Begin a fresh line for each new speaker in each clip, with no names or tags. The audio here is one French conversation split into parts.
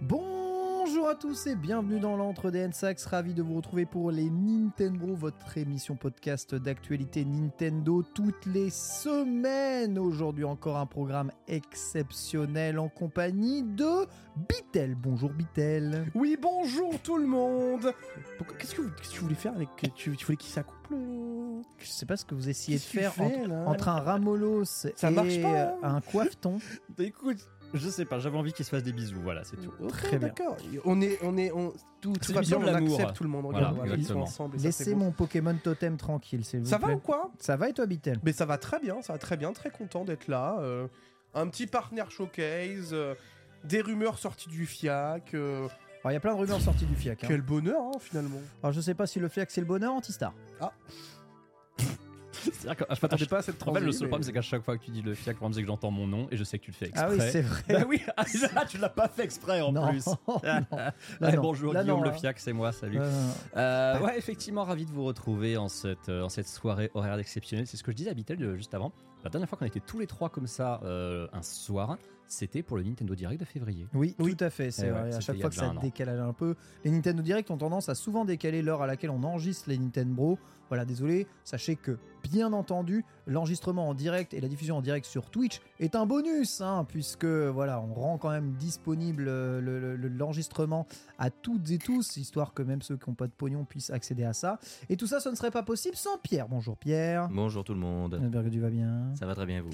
Bonjour à tous et bienvenue dans l'entre des N-Sax. Ravi de vous retrouver pour les Nintendo, votre émission podcast d'actualité Nintendo toutes les semaines. Aujourd'hui encore un programme exceptionnel en compagnie de Bitel. Bonjour Bitel.
Oui, bonjour tout le monde Pourquoi- Qu'est-ce que, vous- qu'est-ce que tu voulais faire avec... Tu, tu voulais qu'il s'accouple euh
Je sais pas ce que vous essayez de
Qu'est-ce que
faire
tu fais,
entre,
là
entre un ramolos et euh,
marche pas, hein.
un coiffeton.
Bah, Écoute,
Je sais pas, j'avais envie qu'il se fasse des bisous, voilà, c'est tout.
ok,
Très bien.
d'accord. On est... On est on, tout tout
C'est
va bien,
l'émission
on
de l'amour.
accepte tout le monde.
Voilà,
Regarde, voilà, ils sont
exactement.
ensemble. et ça, c'est
Laissez
bon.
mon Pokémon totem tranquille, s'il vous
Ça va
plaît.
ou quoi
Ça va et toi Bitel
Mais ça va très bien, ça va très bien. Très content d'être là. euh, un petit partenaire showcase, euh, des rumeurs sorties du FIAC. euh,
Alors il y a plein de rumeurs sorties du FIAC. hein.
quel bonheur, hein, finalement.
Ah,
Alors je sais pas si le FIAC c'est le bonheur anti-star.
C'est-à-dire que Ah, je m'attendais
J'ai
pas.
pas à cette
En fait, le
transi,
seul
mais-
problème, c'est qu'à chaque fois que tu dis le fiac, le problème, c'est que j'entends mon nom et je sais que tu le fais exprès.
Ah oui, c'est vrai.
Bah oui, ah, là, tu l'as pas fait exprès en
Non.
plus.
Non. Là,
Ouais,
non.
Bonjour
Là,
Guillaume
non,
le
là.
fiac, c'est moi, salut.
Euh,
Euh, ouais, effectivement, ravi de vous retrouver en cette, euh, en cette soirée horaire exceptionnelle. C'est ce que je disais à Bitel euh, juste avant. La dernière fois qu'on était tous les trois comme ça euh, un soir, c'était pour le Nintendo Direct de février.
Oui, tout à fait. C'est
Eh
vrai.
ouais,
à
c'était
chaque
il y
fois
a
que
déjà
ça
un an.
décale un peu, les Nintendo Direct ont tendance à souvent décaler l'heure à laquelle on enregistre les Nintendo. Voilà, désolé. Sachez que, bien entendu, l'enregistrement en direct et la diffusion en direct sur Twitch est un bonus, hein, puisque voilà, on rend quand même disponible euh, le- le- le- l'enregistrement à toutes et tous, histoire que même ceux qui n'ont pas de pognon puissent accéder à ça. Et tout ça, ce ne serait pas possible sans Pierre. Bonjour Pierre.
Bonjour tout le monde.
J'espère que tu vas bien.
Ça va très bien vous.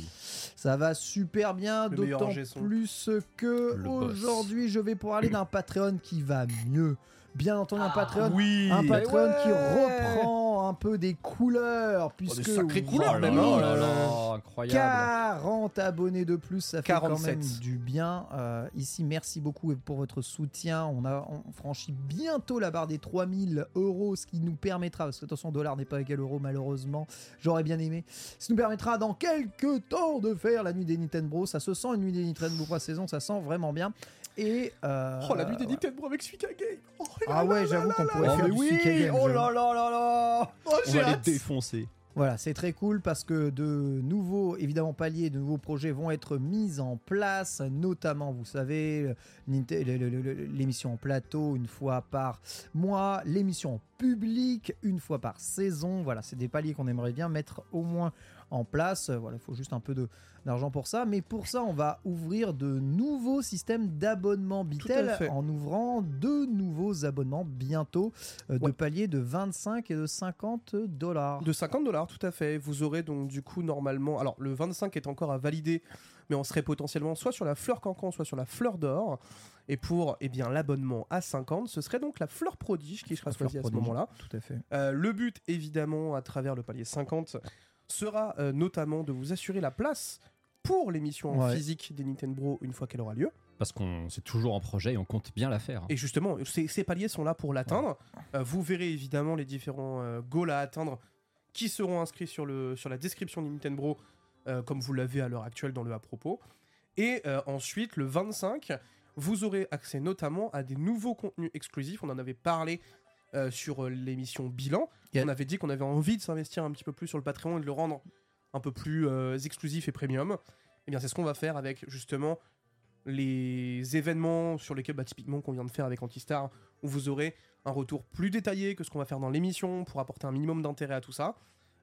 Ça va super bien,
Le meilleur
d'autant
ingé son.
plus que
Le boss.
aujourd'hui je vais parler d'un Patreon qui va mieux. Bien entendu, un
Ah
Patreon,
Oui
un Patreon
Eh
qui
Ouais.
reprend un peu des couleurs,
Oh,
puisque
des sacrées
oui,
couleurs,
Oh
même,
là
hein.
là là, incroyable.
40 abonnés de plus, ça fait quand
47.
même du bien. Euh, ici, merci beaucoup pour votre soutien. On a on franchit bientôt la barre des 3000 euros, ce qui nous permettra, parce que attention, dollar n'est pas égal euro malheureusement, j'aurais bien aimé, ce qui nous permettra dans quelques temps de faire la nuit des Nintendo. Bros. Ça se sent une nuit des Nintendo Bros, la saison, ça sent vraiment bien. Et euh,
Oh, la nuit des
voilà.
Nintendo avec Suika Game. Oh,
Ah ouais, j'avoue qu'on pourrait
là
faire
là.
du
Oh, mais
Suika
oui,
Games,
oh
j'avoue.
là là là là
Oh,
On
j'ai
va les
hâte.
défoncer.
Voilà, c'est très cool parce que de nouveaux, évidemment, paliers, de nouveaux projets vont être mis en place, notamment, vous savez, Ninte- le- le- le- l'émission en plateau une fois par mois, l'émission en public une fois par saison. Voilà, c'est des paliers qu'on aimerait bien mettre au moins en place. Euh, Voilà, il faut juste un peu de- d'argent pour ça. Mais pour ça, on va ouvrir de nouveaux systèmes d'abonnement Bitel
fait.
en ouvrant deux nouveaux abonnements bientôt euh, de
Ouais.
paliers de 25 et de 50 dollars.
De 50 dollars, tout à fait. Vous aurez donc du coup normalement. Alors le 25 est encore à valider, mais on serait potentiellement soit sur la fleur cancan, soit sur la fleur d'or. Et pour eh bien l'abonnement à 50, ce serait donc la fleur prodige qui sera
La fleur
choisie à ce
prodige.
moment-là.
Tout à fait.
Euh, le but, évidemment, à travers le palier 50, sera euh, notamment de vous assurer la place pour l'émission en
Ouais.
physique des Nintendo Bros une fois qu'elle aura lieu.
Parce qu'on c'est toujours en projet et on compte bien la faire. hein.
Et justement, ces, ces paliers sont là pour l'atteindre. Euh, vous verrez évidemment les différents euh, goals à atteindre qui seront inscrits sur, le, sur la description de Nintendo Bros, euh, comme vous l'avez à l'heure actuelle dans le à propos. Et euh, ensuite, le 25, vous aurez accès notamment à des nouveaux contenus exclusifs. On en avait parlé euh, sur euh, l'émission Bilan.
Yeah.
On avait dit qu'on avait envie de s'investir un petit peu plus sur le Patreon et de le rendre un peu plus euh, exclusif et premium. Et bien, c'est ce qu'on va faire avec justement les événements sur lesquels, bah, typiquement, qu'on vient de faire avec Antistar, où vous aurez un retour plus détaillé que ce qu'on va faire dans l'émission pour apporter un minimum d'intérêt à tout ça.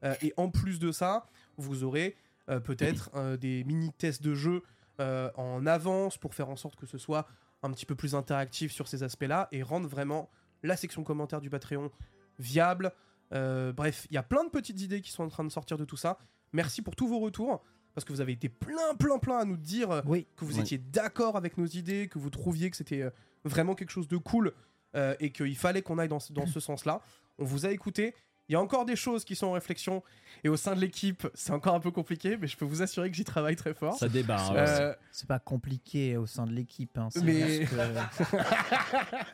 Euh, et en plus de ça, vous aurez euh, peut-être euh, des mini-tests de jeu euh, en avance pour faire en sorte que ce soit un petit peu plus interactif sur ces aspects-là et rendre vraiment la section commentaire du Patreon viable. Euh, bref, il y a plein de petites idées qui sont en train de sortir de tout ça. Merci pour tous vos retours, parce que vous avez été plein, plein, plein à nous dire euh,
Oui.
que vous
Oui.
étiez d'accord avec nos idées, que vous trouviez que c'était euh, vraiment quelque chose de cool euh, et qu'il fallait qu'on aille dans, ce- dans ce sens-là. On vous a écouté. Il y a encore des choses qui sont en réflexion et au sein de l'équipe, c'est encore un peu compliqué, mais je peux vous assurer que j'y travaille très fort.
Ça débat. hein, ouais.
Euh,
C'est pas compliqué au sein de l'équipe. hein, C'est
Mais-
juste que,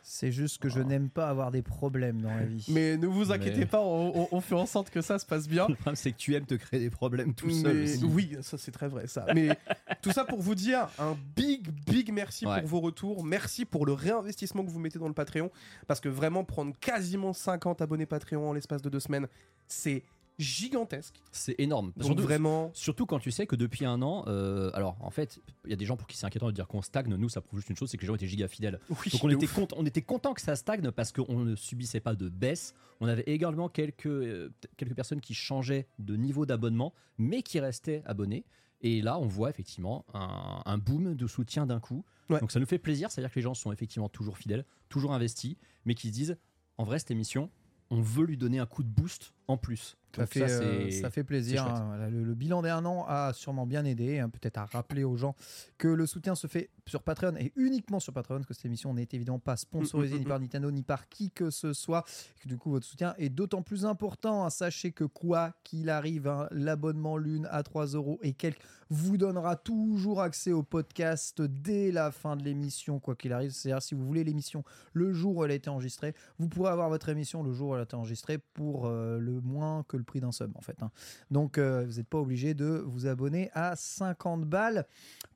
c'est juste que je n'aime pas avoir des problèmes dans la vie.
mais ne vous
Mais-
inquiétez pas, on- on- on fait en sorte que ça se passe bien.
Le problème, c'est que tu aimes te créer des problèmes tout
Mais-
seul. aussi.
Oui, ça c'est très vrai ça. Mais tout ça pour vous dire un big big merci
Ouais.
pour vos retours, merci pour le réinvestissement que vous mettez dans le Patreon parce que vraiment prendre quasiment 50 abonnés Patreon en l'espace de deux semaines, c'est gigantesque.
C'est énorme.
Donc
Bah, Surtout-
vraiment
Surtout quand tu sais que depuis un an, euh, alors en fait, il y a des gens pour qui c'est inquiétant de dire qu'on stagne. Nous, ça prouve juste une chose, c'est que les gens étaient giga fidèles.
oui,
Donc on
de
était,
ouf.
cont- on était content que ça stagne parce qu'on ne subissait pas de baisse. On avait également quelques, euh, quelques personnes qui changeaient de niveau d'abonnement, mais qui restaient abonnés. Et là, on voit effectivement un, un boom de soutien d'un coup.
Ouais.
Donc ça nous fait plaisir, c'est-à-dire que les gens sont effectivement toujours fidèles, toujours investis, mais qui se disent, en vrai, cette émission, on veut lui donner un coup de boost en plus.
Ça
Donc
fait, euh,
c'est-
ça fait plaisir.
c'est chouette.
hein. Voilà, le, le bilan d'un an a sûrement bien aidé, hein, peut-être à rappeler aux gens que le soutien se fait sur Patreon et uniquement sur Patreon, que cette émission n'est évidemment pas sponsorisée
Mm, mm,
ni par Nintendo ni par qui que ce soit. Et que du coup, votre soutien est d'autant plus important. hein. Sachez que quoi qu'il arrive, hein, l'abonnement lune à 3 euros et quelques vous donnera toujours accès au podcast dès la fin de l'émission, quoi qu'il arrive. C'est-à-dire, si vous voulez l'émission le jour où elle a été enregistrée, vous pourrez avoir votre émission le jour où elle a été enregistrée pour euh, le moins que le prix d'un sub, en fait. hein. Donc, euh, vous n'êtes pas obligé de vous abonner à 50 balles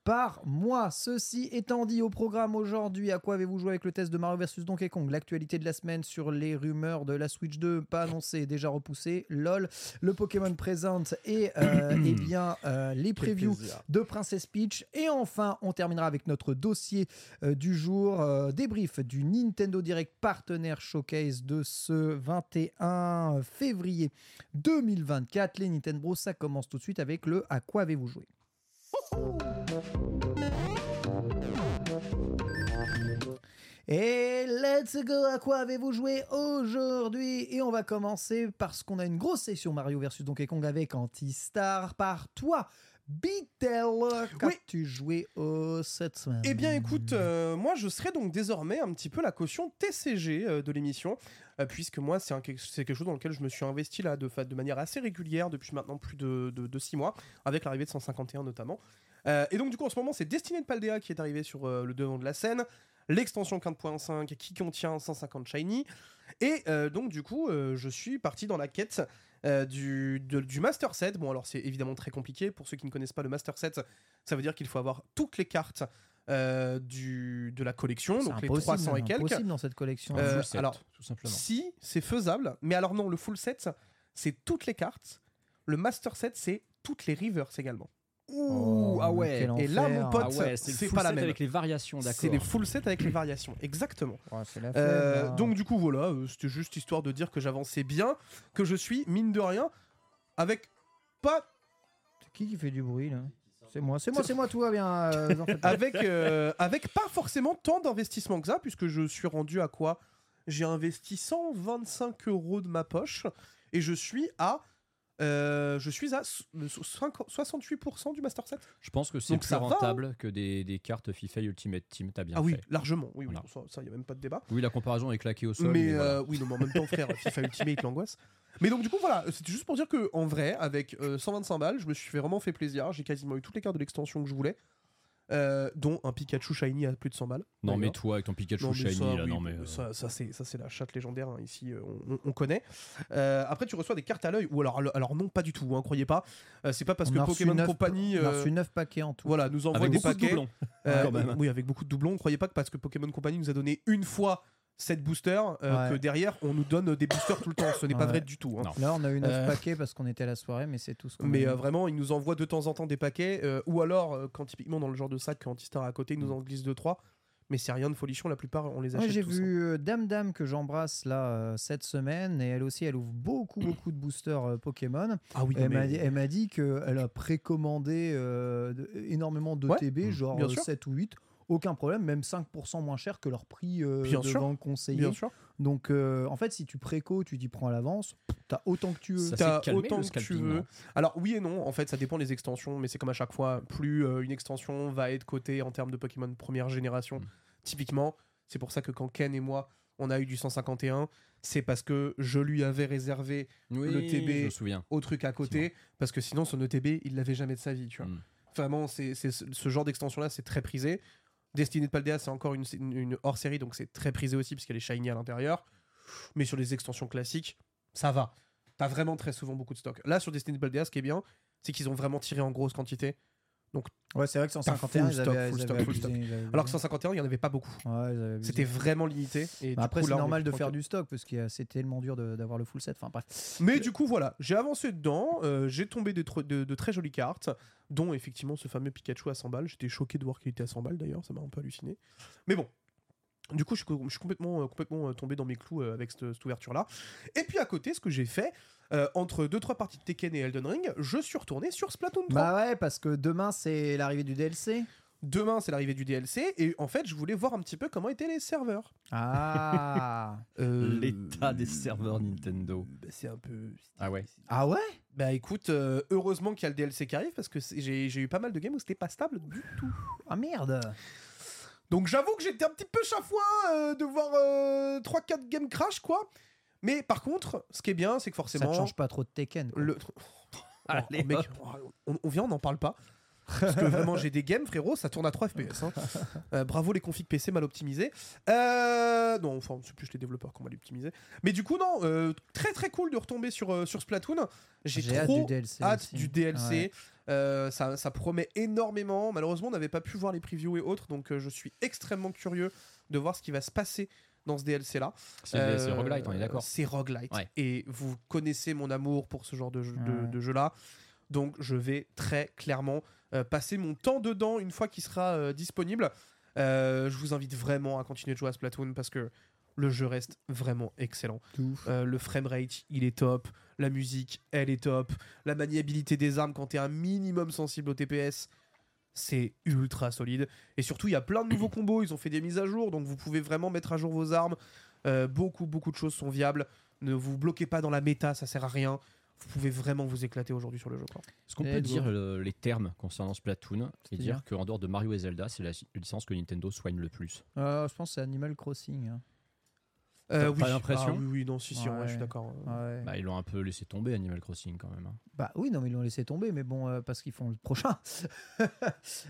par mois. Ceci étant dit, au programme aujourd'hui, à quoi avez-vous joué avec le test de Mario versus Donkey Kong L'actualité de la semaine sur les rumeurs de la Switch 2, pas annoncée, déjà repoussée, lol. Le Pokémon présente et, euh, eh bien, euh, les
Quel
previews
plaisir.
de Princess Peach. Et enfin, on terminera avec notre dossier euh, du jour, euh, débrief du Nintendo Direct Partner Showcase de ce 21 février 2024. Les Nintendo, Bros, ça commence tout de suite avec le À quoi avez-vous joué Et let's go, à quoi avez-vous joué aujourd'hui Et on va commencer parce qu'on a une grosse session Mario versus Donkey Kong avec Antistar par toi, Beatle. Qu'as-tu joué euh, cette semaine
Eh bien écoute, euh, moi je serai donc désormais un petit peu la caution TCG euh, de l'émission, euh, puisque moi c'est un quelque- c'est quelque chose dans lequel je me suis investi là de, fa- de manière assez régulière depuis maintenant plus de, de, 6 mois, avec l'arrivée de 151 notamment. Euh, et donc du coup en ce moment c'est Destiné de Paldea qui est arrivé sur euh, le devant de la scène, l'extension 15.5 qui contient 150 Shiny, et euh, donc du coup euh, je suis parti dans la quête euh, du, de- du Master Set. Bon alors c'est évidemment très compliqué, pour ceux qui ne connaissent pas le Master Set, ça veut dire qu'il faut avoir toutes les cartes euh, du, de la collection,
C'est
donc les
impossible,
300 et quelques.
impossible dans cette collection. hein.
Euh,
Full set,
alors,
tout simplement.
Si, c'est faisable. Mais alors non, le full set, c'est toutes les cartes. Le master set, c'est toutes les rivers également.
Oh,
ah ouais.
quel
Et là,
enfer.
mon pote,
Ah ouais, c'est le
c'est
full
pas la
set
même.
avec les variations, d'accord.
C'est des full sets avec les variations, exactement.
Ouais, Ah, c'est la
Euh,
flemme, là.
donc du coup, voilà, euh, c'était juste histoire de dire que j'avançais bien, que je suis, mine de rien, avec pas
C'est qui qui fait du bruit là C'est moi, c'est moi, c'est moi, tout va bien. euh, vous en faites pas.
avec, euh, avec pas forcément tant d'investissement que ça, puisque je suis rendu à quoi J'ai investi 125 euros de ma poche et je suis à Euh, je suis à so- le so- 50 68% du Master Set.
Je pense que c'est
Donc
plus
ça va, hein.
rentable que des, des cartes FIFA Ultimate Team. T'as bien
Ah oui,
fait.
largement. Oui, oui,
Voilà.
ça, il n'y a même pas de débat.
Oui, la comparaison est claquée au sol.
mais
voilà.
euh, oui, non, mais en même temps, frère, FIFA Ultimate, l'angoisse. Mais donc, du coup, voilà, c'était juste pour dire que en vrai, avec euh, 125 balles, je me suis fait vraiment fait plaisir. J'ai quasiment eu toutes les cartes de l'extension que je voulais, euh, dont un Pikachu Shiny à plus de 100 balles.
Non, mais
d'ailleurs.
toi avec ton Pikachu
Non, mais
Shiny,
ça,
là,
oui,
non, mais. euh,
ça, ça, c'est ça, c'est la chatte légendaire hein, ici, euh, on, on- on connaît. Euh, après, tu reçois des cartes à l'œil, ou alors, alors non, pas du tout, hein, croyez pas. Euh, c'est pas parce
On
que
a reçu
Pokémon
neuf-
Company
On a
euh,
reçu 9 paquets en tout.
voilà, nous envoie
avec
des
beaucoup de
paquets.
doublons.
Euh,
Quand même.
Oui, avec beaucoup de doublons. Croyez pas que parce que Pokémon Company nous a donné une fois 7 boosters, euh,
Ouais.
que derrière on nous donne des boosters tout le temps. Ce n'est pas
Ouais.
vrai du tout. hein.
Non.
Là, on a eu 9
Euh.
paquets parce qu'on était à la soirée, mais c'est tout ce qu'on
Mais
a eu.
euh, vraiment, ils nous envoient de temps en temps des paquets, euh, ou alors, euh, quand typiquement dans le genre de sac anti-star à côté, ils nous en glissent 2-3. Mais c'est rien de folichon, la plupart on les
Moi,
achète.
Mm. j'ai
tous, hein.
vu euh, Dame Dame que j'embrasse là euh, cette semaine et elle aussi elle ouvre beaucoup beaucoup de boosters euh, Pokémon.
hein. Ah oui,
Elle
mais-
m'a dit- elle m'a dit qu'elle a précommandé euh, de- énormément de
Ouais,
TB, genre
bien
euh,
sûr.
7 ou 8, aucun problème, même 5% moins cher que leur prix euh,
Bien
de
sûr.
vente conseillé.
bien sûr.
Donc euh, en fait, si tu préco, tu t'y prends à l'avance, t'as autant que tu veux.
Ça
T'as
s'est calmé,
autant
le
que tu
scalping,
veux.
hein.
Alors oui et non, en fait ça dépend des extensions, mais c'est comme à chaque fois, plus euh, une extension va être cotée en termes de Pokémon première génération,
Mm.
typiquement, c'est pour ça que quand Ken et moi on a eu du 151, c'est parce que je lui avais réservé
Oui,
le TB.
Je me souviens.
au truc à côté, parce que sinon son ETB il l'avait jamais de sa vie, tu vois.
Mm.
Vraiment, c'est c'est ce ce genre d'extension là, c'est très prisé. Destiny de Paldea, c'est encore une, une- une hors série, donc c'est très prisé aussi, puisqu'elle est shiny à l'intérieur. Mais sur les extensions classiques, ça va. T'as vraiment très souvent beaucoup de stock. Là, sur Destiny de Paldea, ce qui est bien, c'est qu'ils ont vraiment tiré en grosse quantité.
Ouais, c'est vrai que
T'as
151,
full
ils
stock,
avaient,
full
ils
stock,
avaient
full
abusé,
stock.
ils avaient
Alors que
abusé.
151, il n'y en avait pas beaucoup.
Ouais, ils avaient abusé.
C'était vraiment limité. Et du
Bah après,
coup,
c'est
là, on est
normal
plus
de faire
tranquille.
du stock parce que euh, c'est tellement dur de- d'avoir le full set. Enfin bref.
Mais du coup, voilà, j'ai avancé dedans, euh, j'ai tombé de, tro- de- de très jolies cartes, dont effectivement ce fameux Pikachu à 100 balles. J'étais choqué de voir qu'il était à 100 balles d'ailleurs, ça m'a un peu halluciné. Mais bon, du coup, je suis, co- je suis complètement, euh, complètement euh, tombé dans mes clous euh, avec cette, cette ouverture-là. Et puis à côté, ce que j'ai fait, euh, entre 2-3 parties de Tekken et Elden Ring, je suis retourné sur Splatoon 3.
Bah ouais, parce que demain c'est l'arrivée du DLC.
Demain, c'est l'arrivée du DLC, et en fait, je voulais voir un petit peu comment étaient les serveurs.
Ah
Mm.
Euh,
L'état des serveurs Nintendo.
bah, c'est un peu.
Ah ouais.
Ah ouais
Bah écoute, euh, heureusement qu'il y a le DLC qui arrive parce que c'est- j'ai j'ai eu pas mal de games où c'était pas stable du tout.
Ah merde
Donc j'avoue que j'étais un petit peu chafouin euh, de voir 3-4 games crash quoi. Mais par contre, ce qui est bien, c'est que
Ça
forcément.
te change pas trop de Tekken. quoi.
le...
Allez,
Oh, mec,
hop.
oh, on, on vient, on n'en parle pas. Parce que vraiment, j'ai des games, frérot, ça tourne à 3 FPS. hein. Euh, bravo les configs PC mal optimisés. Euh, non, enfin, c'est plus les développeurs qui ont mal optimisé. Mais du coup, non, euh, très très cool de retomber sur, euh, sur Splatoon. J'ai
hâte
trop
du DLC.
hâte
aussi.
du DLC.
Ouais.
Euh, ça, ça promet énormément. Malheureusement, on n'avait pas pu voir les previews et autres, donc euh, je suis extrêmement curieux de voir ce qui va se passer dans ce DLC là.
C'est
euh,
c'est roguelite, on est d'accord.
C'est roguelite.
Ouais.
Et vous connaissez mon amour pour ce genre de jeu, de-
Ouais.
de jeu là. Donc je vais très clairement euh, passer mon temps dedans une fois qu'il sera euh, disponible. Euh, je vous invite vraiment à continuer de jouer à Splatoon parce que le jeu reste vraiment excellent. Euh, le framerate, il est top. La musique, elle est top. La maniabilité des armes quand t'es un minimum sensible au TPS, c'est ultra solide. Et surtout, il y a plein de nouveaux combos. Ils ont fait des mises à jour, donc vous pouvez vraiment mettre à jour vos armes. Euh, beaucoup, beaucoup de choses sont viables. Ne vous bloquez pas dans la méta, ça sert à rien. Vous pouvez vraiment vous éclater aujourd'hui sur le jeu. quoi.
Est-ce qu'on
Eh, go.
peut dire euh, les termes concernant Splatoon et
C'est-à-dire
dire qu'en dehors de Mario et Zelda, c'est la licence que Nintendo soigne le plus
Euh, je pense que c'est Animal Crossing. hein.
Euh,
pas l'impression
Ah oui, oui, non, si, si, en vrai, je suis
Ouais.
d'accord. hein.
Ouais. Bah,
bah, Ils l'ont un peu laissé tomber, Animal Crossing, quand même. hein.
oui, non, mais ils l'ont laissé tomber, mais bon, euh, parce qu'ils font le prochain.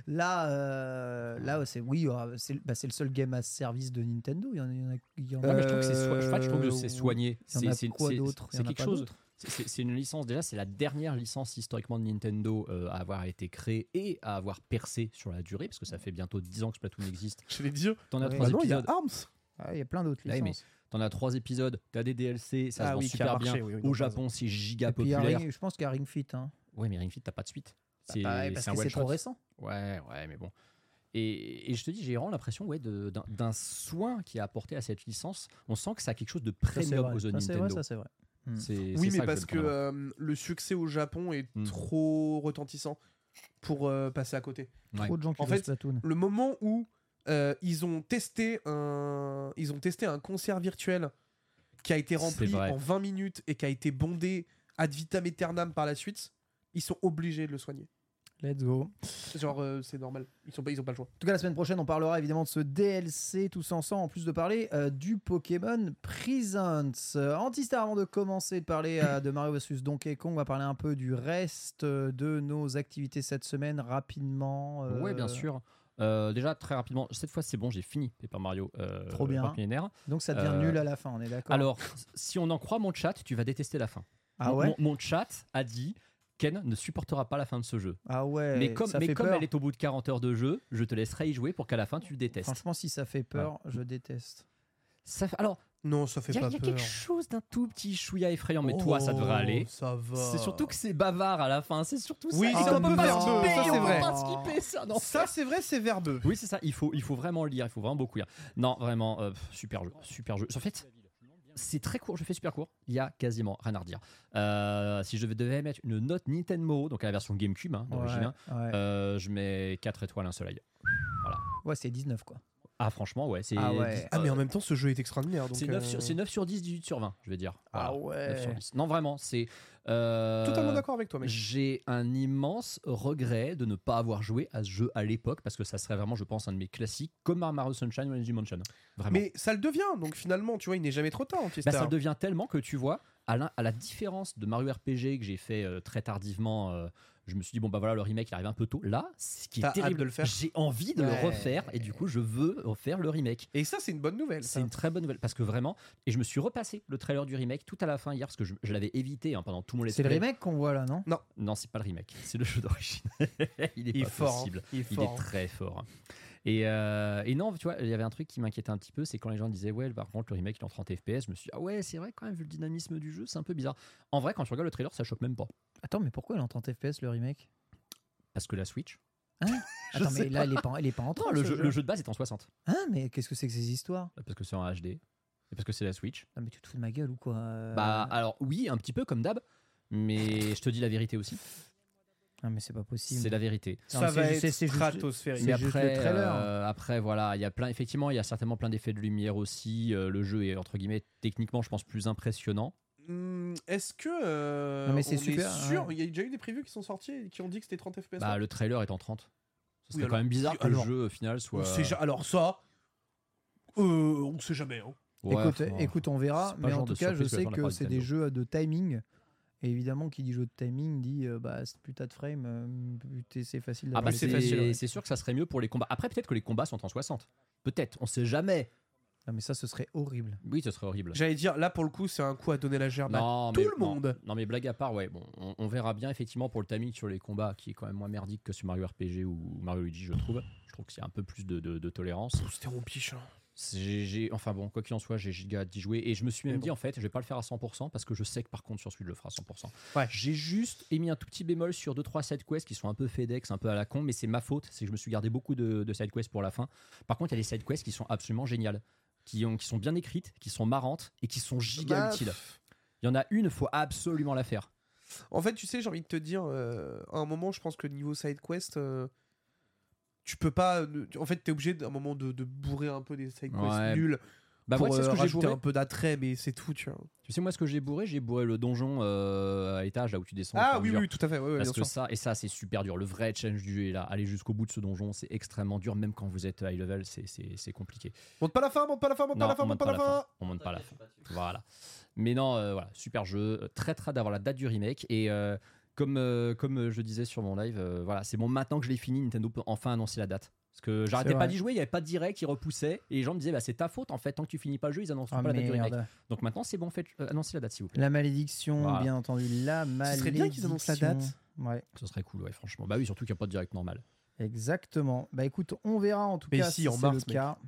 là, euh, là c'est oui, euh, c'est bah, c'est le seul game à service de Nintendo. Il y en a, il y en a- il y en a-
Ouais, mais Bah, je trouve que c'est soi- je crois que je trouve que
Euh,
c'est soigné.
il y en
C'est
a
c'est-
quoi
c'est-
d'autre Il y
c'est
en a
quelque
pas
chose.
d'autre
C'est- C'est c'est une licence, déjà, c'est la dernière licence historiquement de Nintendo euh, à avoir été créée et à avoir percé sur la durée, parce que ça fait bientôt 10 ans que Splatoon existe.
Je vais dire,
T'en as
Ouais.
trois
bah non, il y a
épisodes.
Arms.
Ah, il y a plein d'autres
Ouais, mais
licences.
T'en as trois épisodes, t'as des DLC, ça
Ah
se vend
oui, qui a
super bien.
marché, oui, oui, non,
Au
t'as
Japon, c'est giga
Et puis, il y a
populaire.
Ring- je pense qu'il y a Ring Fit. Hein.
Ouais, mais Ring Fit, t'as pas de suite. C'est
Bah, ouais, parce
c'est un
que c'est
one-shot.
trop récent.
Ouais, ouais, mais bon. Et, et je te dis, j'ai vraiment l'impression ouais, de- d'un d'un soin qui est apporté à cette licence. On sent que ça a quelque chose de
Ça, c'est
premium
vrai.
aux
Ça,
zones
c'est vrai, ça,
Nintendo.
c'est vrai. Mm.
C'est- c'est
Oui,
ça
mais
je
parce
le
que
prends en main.
euh, le succès au Japon est
Mm.
trop retentissant pour euh, passer à côté.
Ouais.
Trop de gens qui
En
jouent
fait,
à Splatoon.
Le moment où euh, ils ont testé un, ils ont testé un concert virtuel qui a été
C'est
rempli
vrai.
en 20 minutes et qui a été bondé ad vitam aeternam par la suite, ils sont obligés de le soigner.
Let's go.
Genre, euh, c'est normal. Ils, sont pas, ils ont pas le choix.
En tout cas, la semaine prochaine, on parlera évidemment de ce DLC tous ensemble, en plus de parler euh, du Pokémon Presents. Euh, Antistar, avant de commencer de parler euh, de Mario vs Donkey Kong, on va parler un peu du reste euh, de nos activités cette semaine rapidement. euh,
Ouais, bien sûr. Euh, déjà, très rapidement, cette fois c'est bon, j'ai fini Paper Mario. euh,
Trop bien.
Parc millénaire.
Donc ça devient
Euh,
nul à la fin, on est d'accord
Alors, si on en croit mon chat, tu vas détester la fin.
Ah
Mon-
ouais
mon, mon chat a dit Ken ne supportera pas la fin de ce jeu.
Ah
Eh,
ouais,
mais comme,
ça
mais
fait
comme
peur.
elle est au bout de 40 heures de jeu, je te laisserai y jouer pour qu'à la fin tu le détestes.
Franchement, si ça fait peur, je déteste.
Ça fait- alors,
Non, ça fait
il y a,
pas
y a
peur.
quelque chose d'un tout petit chouïa effrayant, mais toi ça
Oh,
devrait aller.
Ça va.
C'est surtout que c'est bavard à la fin, c'est surtout ça.
Oui,
Et
c'est
on
un
peut
peu
pas
verbeux,
skipper,
ça,
on
c'est
peut
vrai.
pas skipper, c'est un enfer.
Ça, c'est vrai, c'est verbeux.
Oui, c'est ça. Il faut, il faut vraiment lire. Il faut vraiment beaucoup lire. Non, vraiment, euh, pff, super jeu, super jeu. En fait, c'est très court. Je fais super court. Il y a quasiment rien à redire. Euh, si je devais mettre une note Nintendo, donc à la version GameCube hein, d'origine, hein,
Ouais, ouais.
euh, je mets 4 étoiles un soleil.
Ouais, c'est 19 quoi.
Ah franchement, ouais, c'est.
Ah ouais.
euh,
Ah, mais en même temps, ce jeu est extraordinaire. donc,
C'est 9,
euh,
sur, c'est 9 sur 10, 18 sur 20, je vais dire.
Ah
Voilà, 9 sur
ouais.
10. Non, vraiment, c'est. euh,
Totalement d'accord avec toi, mec.
J'ai un immense regret de ne pas avoir joué à ce jeu à l'époque parce que ça serait vraiment, je pense, un de mes classiques comme un Mario Sunshine ou Energy Mansion. Vraiment.
Mais ça le devient, donc finalement, tu vois, il n'est jamais trop tard,
Ah Bah,
Antistar.
ça le devient tellement que tu vois, à la, à la différence de Mario RPG que j'ai fait euh, très tardivement, euh, je me suis dit, bon, bah voilà, le remake il arrive un peu tôt. Là, ce qui
T'as
est
hâte
terrible,
de le faire.
j'ai envie de
Ouais.
le refaire et du coup, je veux refaire le remake.
Et ça, c'est une bonne nouvelle.
C'est
ça.
une très bonne nouvelle parce que vraiment, et je me suis repassé le trailer du remake tout à la fin hier parce que je, je l'avais évité hein, pendant tout mon let's
C'est le
play.
remake qu'on voit là, non
Non, c'est pas le remake, c'est le jeu d'origine. il est
Il est
pas
fort, hein.
possible.
Il est
Il
fort, hein.
est très fort. Et, euh, et non, tu vois, il y avait un truc qui m'inquiétait un petit peu, c'est quand les gens disaient, ouais, par contre, le remake, il est en 30 FPS. Je me suis dit, ah ouais, c'est vrai, quand même, vu le dynamisme du jeu, c'est un peu bizarre. En vrai, quand tu regardes le trailer, ça choque même pas.
Attends, mais pourquoi il est en 30 FPS le remake
Parce que la Switch. Je
Hein Attends, mais
sais
là, il est pas, il est pas en 30.
Non, le,
ce
jeu,
jeu.
le jeu de base est en 60.
Hein, mais qu'est-ce que c'est que ces histoires
Parce que c'est en HD. Et parce que c'est la Switch.
Non, mais tu te fous de ma gueule ou quoi euh
Bah, alors, oui, un petit peu comme d'hab. Mais je te dis la vérité aussi.
Non, mais c'est pas possible.
C'est la vérité.
Non,
Ça
mais
va
c'est- c'est-
être
c'est juste-
stratosphérique.
Mais
juste
après,
le trailer. hein.
euh, après, voilà, il y a plein, effectivement, il y a certainement plein d'effets de lumière aussi. Euh, le jeu est entre guillemets techniquement, je pense, plus impressionnant.
Hum, Est-ce que. euh,
Non, mais c'est
on est
super,
sûr
ouais.
Il y a déjà eu des previews qui sont sortis et qui ont dit que c'était 30 FPS.
Bah, le trailer est en 30. Ce
Oui,
serait
alors-
quand même bizarre
oui,
que le
alors-
jeu au final soit.
On sait ja- Alors, ça. euh, on ne sait jamais. hein.
Ouais,
écoute,
enfin,
écoute, on ver
c'est
verra.
pas
Mais
le
en
genre
tout
de
cas, je
surprise que
sais
j'attends de la
que
part de
c'est des
Nintendo.
jeux de timing. Et évidemment, qui dit jeu de timing dit euh, bah c'est putain de frame, euh, putain, c'est facile
Ah
d'avoir
bah,
les
c'est
frames.
facile, ouais.
c'est sûr que ça serait mieux pour les combats. Après, peut-être que les combats sont en 60. Peut-être, on sait jamais.
Non, mais ça, ce serait horrible.
Oui, ce serait horrible.
J'allais dire, là, pour le coup, c'est un coup à donner la gerbe. à
Non,
tout
mais-
le
non.
monde.
Non, mais blague à part, ouais, bon, on, on verra bien effectivement pour le timing sur les combats qui est quand même moins merdique que sur Mario RPG ou Mario Luigi, je trouve. Je trouve qu'il y a un peu plus de- de- de tolérance.
Pouh, C'était rompiche. hein.
C'est- j'ai- j'ai- enfin bon, quoi qu'il en soit, j'ai giga d'y jouer. Et je me suis même
Mais bon.
dit, en fait, je vais pas le faire à 100% parce que je sais que par contre, sur celui je le ferai à 100%.
Ouais.
J'ai juste émis un tout petit bémol sur 2-3 sidequests qui sont un peu FedEx, un peu à la con, mais c'est ma faute. C'est que je me suis gardé beaucoup de, de sidequests pour la fin. Par contre, il y a des sidequests qui sont absolument géniales, qui, ont, qui sont bien écrites, qui sont marrantes et qui sont giga
Bah,
utiles. Il y en a une, faut absolument la faire.
En fait, tu sais, j'ai envie de te dire, euh, à un moment, je pense que niveau side quest, euh, tu peux pas. euh, ne- tu- en fait, t'es obligé d'un moment de, de bourrer un peu des side quests
Ouais.
nuls
Bah,
pour
moi, tu sais
euh,
ce que j'ai
rajouter
bourré
un peu d'attrait, mais c'est tout, tu vois.
Tu sais, moi, ce que j'ai bourré, j'ai bourré le donjon euh, à l'étage, là où tu descends. au fur et
Ah
à
oui,
mesure.
oui, tout à fait. ouais, ouais,
Parce
bien
que
sûr.
ça, et ça, c'est super dur. Le vrai challenge du jeu est là. Aller jusqu'au bout de ce donjon, c'est extrêmement dur. Même quand vous êtes high level, c'est- c'est c'est compliqué.
Monte pas la fin, monte pas la fin, monte pas
Non,
la fin,
on
monte
monte
pas la fin.
On monte pas la fin. Voilà. Mais non, euh, voilà, super jeu. Euh, Très, très d'avoir la date du remake. Et euh, comme, euh, comme euh, je disais sur mon live, euh, voilà, c'est bon, maintenant que je l'ai fini, Nintendo peut enfin annoncer la date. Parce que j'arrêtais
vrai.
pas d'y jouer, il n'y avait pas de direct, ils repoussaient. Et les gens me disaient, bah, c'est ta faute en fait, tant que tu finis pas le jeu, ils annoncent
Ah,
pas la date du remake.
merde.
Donc maintenant, c'est bon, faites, euh, annoncez la date s'il vous plaît.
La malédiction,
Voilà.
bien entendu. La malédiction.
Ce serait bien qu'ils annoncent la date.
Ouais,
Ce serait cool, ouais, franchement. Bah oui, surtout qu'il n'y a pas de direct normal.
exactement. Bah écoute, on verra en tout
Mais
cas
si,
si
en
c'est
mars,
le
mec.
cas.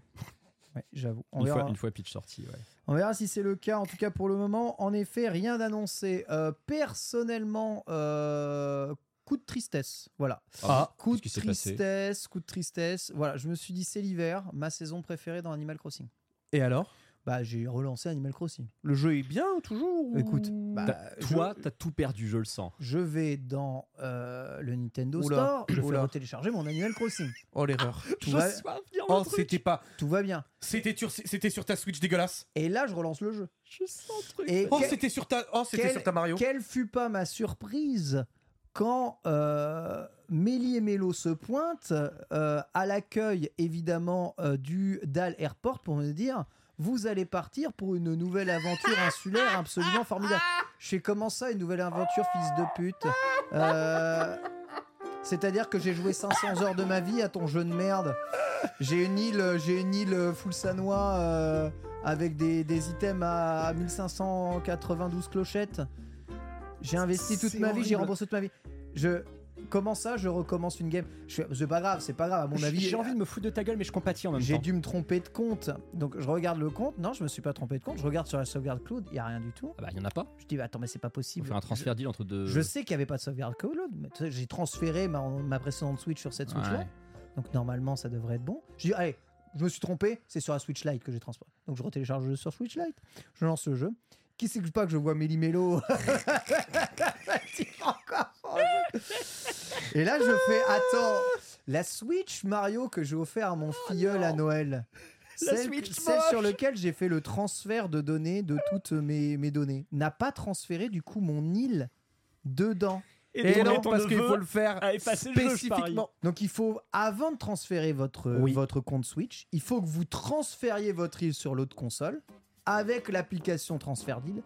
Ouais, j'avoue. On
Une
verra.
fois, une fois Pitch sorti, ouais.
On verra si c'est le cas. En tout cas, pour le moment, en effet, rien d'annoncé. Euh, personnellement, euh, coup de tristesse. Voilà.
Ah,
coup
qu'est-ce
de
qui s'est passé
tristesse, coup de tristesse. Voilà, je me suis dit, c'est l'hiver, ma saison préférée dans Animal Crossing.
Et alors
bah, j'ai relancé Animal Crossing.
Le jeu est bien toujours ou-
Écoute, bah,
T'as-
je-
Toi, t'as tout perdu, je le sens.
je vais dans euh, le Nintendo
Oula,
Store, je
oula.
vais télécharger mon Animal Crossing.
Oh l'erreur.
Ah,
Tout va,
Oh c'était pas.
tout va bien.
C'était sur c'était sur ta Switch dégueulasse.
Et là, je relance le jeu.
Je sens truc.
Et
Oh
quel-
c'était sur ta oh c'était
quel-
sur ta Mario.
Quelle fut pas ma surprise quand euh, Mélie et Mélo se pointent euh, à l'accueil, évidemment, euh, du DAL Airport pour me dire Vous allez partir pour une nouvelle aventure insulaire absolument formidable. Je fais comment ça, une nouvelle aventure, fils de pute Euh, C'est-à-dire que j'ai joué 500 heures de ma vie à ton jeu de merde. J'ai une île, j'ai une île full sanois euh, avec des, des items à 1592 clochettes. J'ai investi toute
C'est
ma vie, j'ai
horrible.
remboursé toute ma vie. Je comment ça, je recommence une game Je fais, C'est pas grave, c'est pas grave. À mon avis,
J'ai envie de me foutre de ta gueule, mais je compatis en même
j'ai
temps.
dû me tromper de compte. Donc je regarde le compte. Non, je me suis pas trompé de compte. Je regarde sur la sauvegarde Cloud, il y a rien du tout.
Ah bah, il y en a pas.
Je dis bah, attends mais c'est pas
On
possible.
fait un transfert deal entre deux.
Je, je sais qu'il y avait pas de sauvegarde Cloud, mais tu sais, j'ai transféré ma, ma précédente Switch sur cette Switch là.
Ouais.
Donc normalement ça devrait être bon. Je dis allez, je me suis trompé, c'est sur la Switch Lite que j'ai transféré. Donc je retélécharge le jeu sur Switch Lite. Je lance le jeu. Qui c'est que pas que je vois Mélimélo Et là je fais attends, la Switch Mario que j'ai offert à mon filleul à Noël. Celle,
Oh, Switch
celle
moche.
sur laquelle j'ai fait le transfert de données de toutes mes, mes données n'a pas transféré du coup mon île dedans.
Eh
Et non parce qu'il faut le faire
à effacer le jeu, je
spécifiquement.
Donc il faut, avant de transférer votre,
Oui.
votre compte Switch, il faut que vous transfériez votre île sur l'autre console avec l'application transfert d'île.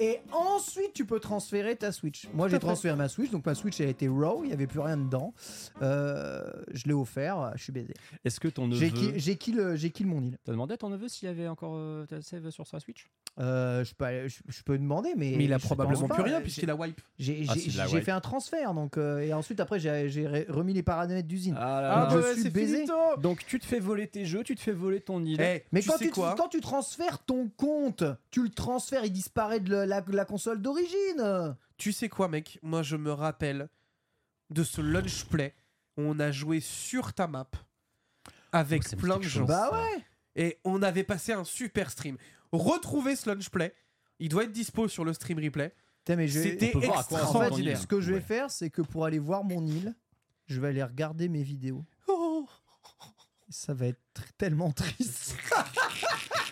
Et ensuite, tu peux transférer ta Switch. Moi, j'ai
à fait.
transféré ma Switch, donc ma Switch elle a été raw, il n'y avait plus rien dedans. Euh, je l'ai offert, je suis baisé.
Est-ce que ton neveu.
J'ai kill, j'ai kill- j'ai kill mon île.
T'as demandé à ton neveu s'il y avait encore euh, ta save sur sa Switch
Euh, je, peux, aller- je, je peux demander, mais.
Mais il a
je pense
probablement plus
pas.
euh,
rien puisqu'il a wipe.
J'ai
Ah,
j'ai-
c'est de la
j'ai
wipe.
fait un transfert, donc. euh, et ensuite, après, j'ai j'ai re- remis les paramètres d'usine.
Ah
Ah,
là.
bah, suis baisé.
Donc tu te fais voler tes jeux, tu te fais voler ton île.
Eh,
Mais
tu
quand,
sais
tu,
quoi
quand tu transfères ton compte, tu le transfères, il disparaît de la, la- la console d'origine.
Tu sais quoi, mec Moi, je me rappelle de ce lunch play où on a joué sur ta map avec
Oh, ça me dit
plein de
quelque
gens.
chose.
Bah
ça.
ouais.
Et on avait passé un super stream. Retrouvez ce lunch play. Il doit être dispo sur le stream replay.
Putain, mais je- Ah,
C'était
on peut voir à quoi
En
ressemble
fait,
extraordinaire.
Eh, ce que je vais
Ouais.
faire, c'est que pour aller voir mon île, je vais aller regarder mes vidéos.
Oh.
Ça va être tr- tellement triste.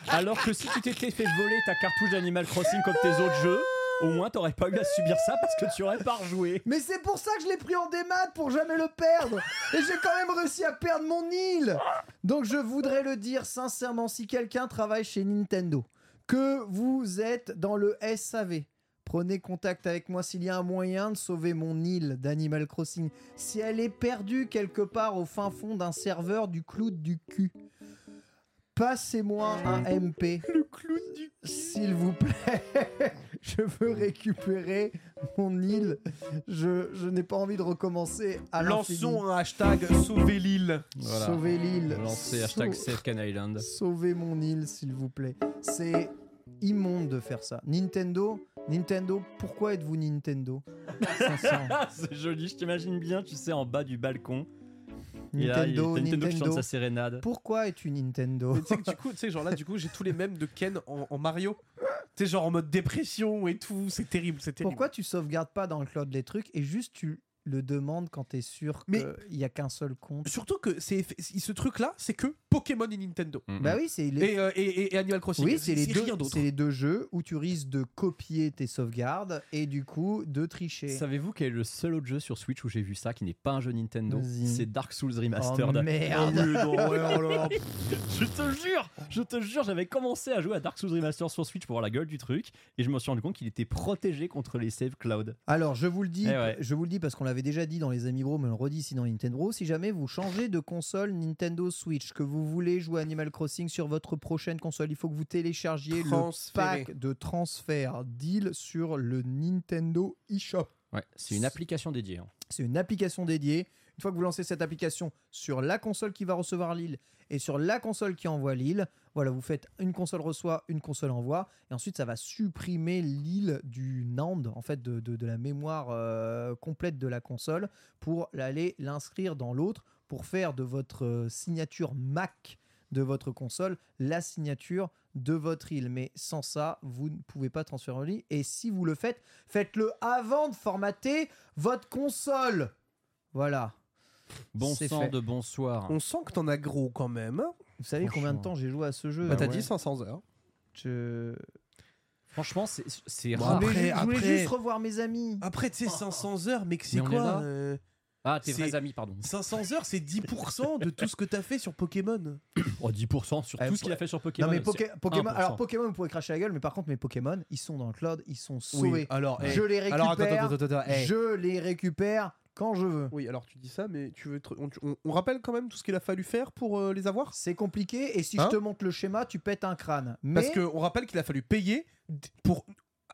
Alors que si tu t'étais fait voler ta cartouche d'Animal Crossing comme tes autres jeux, au moins t'aurais pas eu à subir ça parce que tu aurais pas rejoué.
Mais c'est pour ça que je l'ai pris en démat pour jamais le perdre. Et j'ai quand même réussi à perdre mon île. Donc je voudrais le dire sincèrement, si quelqu'un travaille chez Nintendo, que vous êtes dans le SAV, prenez contact avec moi s'il y a un moyen de sauver mon île d'Animal Crossing. Si elle est perdue quelque part au fin fond d'un serveur du cloud du cul. Passez-moi un MP. Le cloud du S'il vous plaît, je veux récupérer mon île. Je, je n'ai pas envie de recommencer à l'infini.
Lançons un hashtag sauver l'île.
Voilà.
Sauver l'île.
Lancer hashtag
Sau-
Save Can Island.
Sauvez mon île, s'il vous plaît. C'est immonde de faire ça. Nintendo, Nintendo, pourquoi êtes-vous Nintendo Sincèrement.
Ah, c'est joli, je t'imagine bien, tu sais, en bas du balcon. Et là, il y a
Nintendo,
t'as Nintendo qui chante
Nintendo.
sa sérénade.
Pourquoi es-tu Nintendo
Mais tu sais que du coup, tu sais, genre là, du coup, j'ai tous les mêmes de Ken en, en Mario. Tu sais, genre en mode dépression et tout. C'est terrible, c'est terrible.
Pourquoi tu sauvegardes pas dans le cloud les trucs et juste tu le demandes quand t'es sûr
Mais-
qu'il n'y a qu'un seul compte
Surtout que c'est ce truc-là, c'est que Pokémon et Nintendo.
Bah oui, c'est les...
Et, euh, et- et Animal Crossing.
Oui, c'est les, deux,
rien d'autre.
c'est les deux jeux où tu risques de copier tes sauvegardes et du coup de tricher.
Savez-vous quel est le seul autre jeu sur Switch où j'ai vu ça qui n'est pas un jeu Nintendo
Vas-y.
C'est Dark Souls
oh
Remastered.
merde
Oh, je te jure, je te jure, j'avais commencé à jouer à Dark Souls Remastered sur Switch pour voir la gueule du truc et je me suis rendu compte qu'il était protégé contre les save cloud.
Alors, je vous le dis,
Eh ouais.
je vous le dis parce qu'on l'avait déjà dit dans les Amibro, mais on le redit ici dans Nintendo. Si jamais vous changez de console Nintendo Switch, que vous voulez jouer Animal Crossing sur votre prochaine console, il faut que vous téléchargiez le
Transféré.
pack de transfert deal sur le Nintendo eShop.
Ouais, c'est une application dédiée. hein.
C'est une application dédiée. Une fois que vous lancez cette application sur la console qui va recevoir l'île et sur la console qui envoie l'île, voilà, vous faites une console reçoit, une console envoie, et ensuite ça va supprimer l'île du NAND, en fait, de, de- de la mémoire euh, complète de la console pour l'aller l'inscrire dans l'autre pour faire de votre euh, signature Mac de votre console la signature de votre île. Mais sans ça, vous ne pouvez pas transférer en ligne. Et si vous le faites, faites-le avant de formater votre console. Voilà.
Bon
C'est
sang
fait.
de bonsoir.
On sent que t'en as gros quand même. hein.
Vous savez combien de
Franchement.
temps j'ai joué à ce
Ah
jeu hein,
Bah, t'as
Ouais.
dit 500 heures.
Je...
Franchement, c'est- c'est
Je
Bon,
rare.
voulais
après-
ju- je voulais
après-
juste revoir mes amis.
Après, tu sais, 500 heures, mais que c'est
Mais on est
quoi
là.
euh,
Ah, tes
c'est-
vrais amis, pardon.
500 heures, c'est 10% de tout ce que t'as fait sur Pokémon.
Oh, 10% sur
Eh,
tout ce qu'il a fait sur Pokémon.
non mais
c'est-
Poké- Pokémon,
1%.
alors Pokémon, vous pouvez cracher la gueule, mais par contre mes Pokémon, ils sont dans le cloud, ils sont sauvés.
Alors, eh,
Je les récupère,
alors, attends, attends, attends, attends, eh.
je les récupère quand je veux.
Oui, alors tu dis ça, mais tu veux te- on, on- on rappelle quand même tout ce qu'il a fallu faire pour euh, les avoir
C'est compliqué et si
Hein
je te montre le schéma, tu pètes un crâne. Mais
Parce qu'on rappelle qu'il a fallu payer d- pour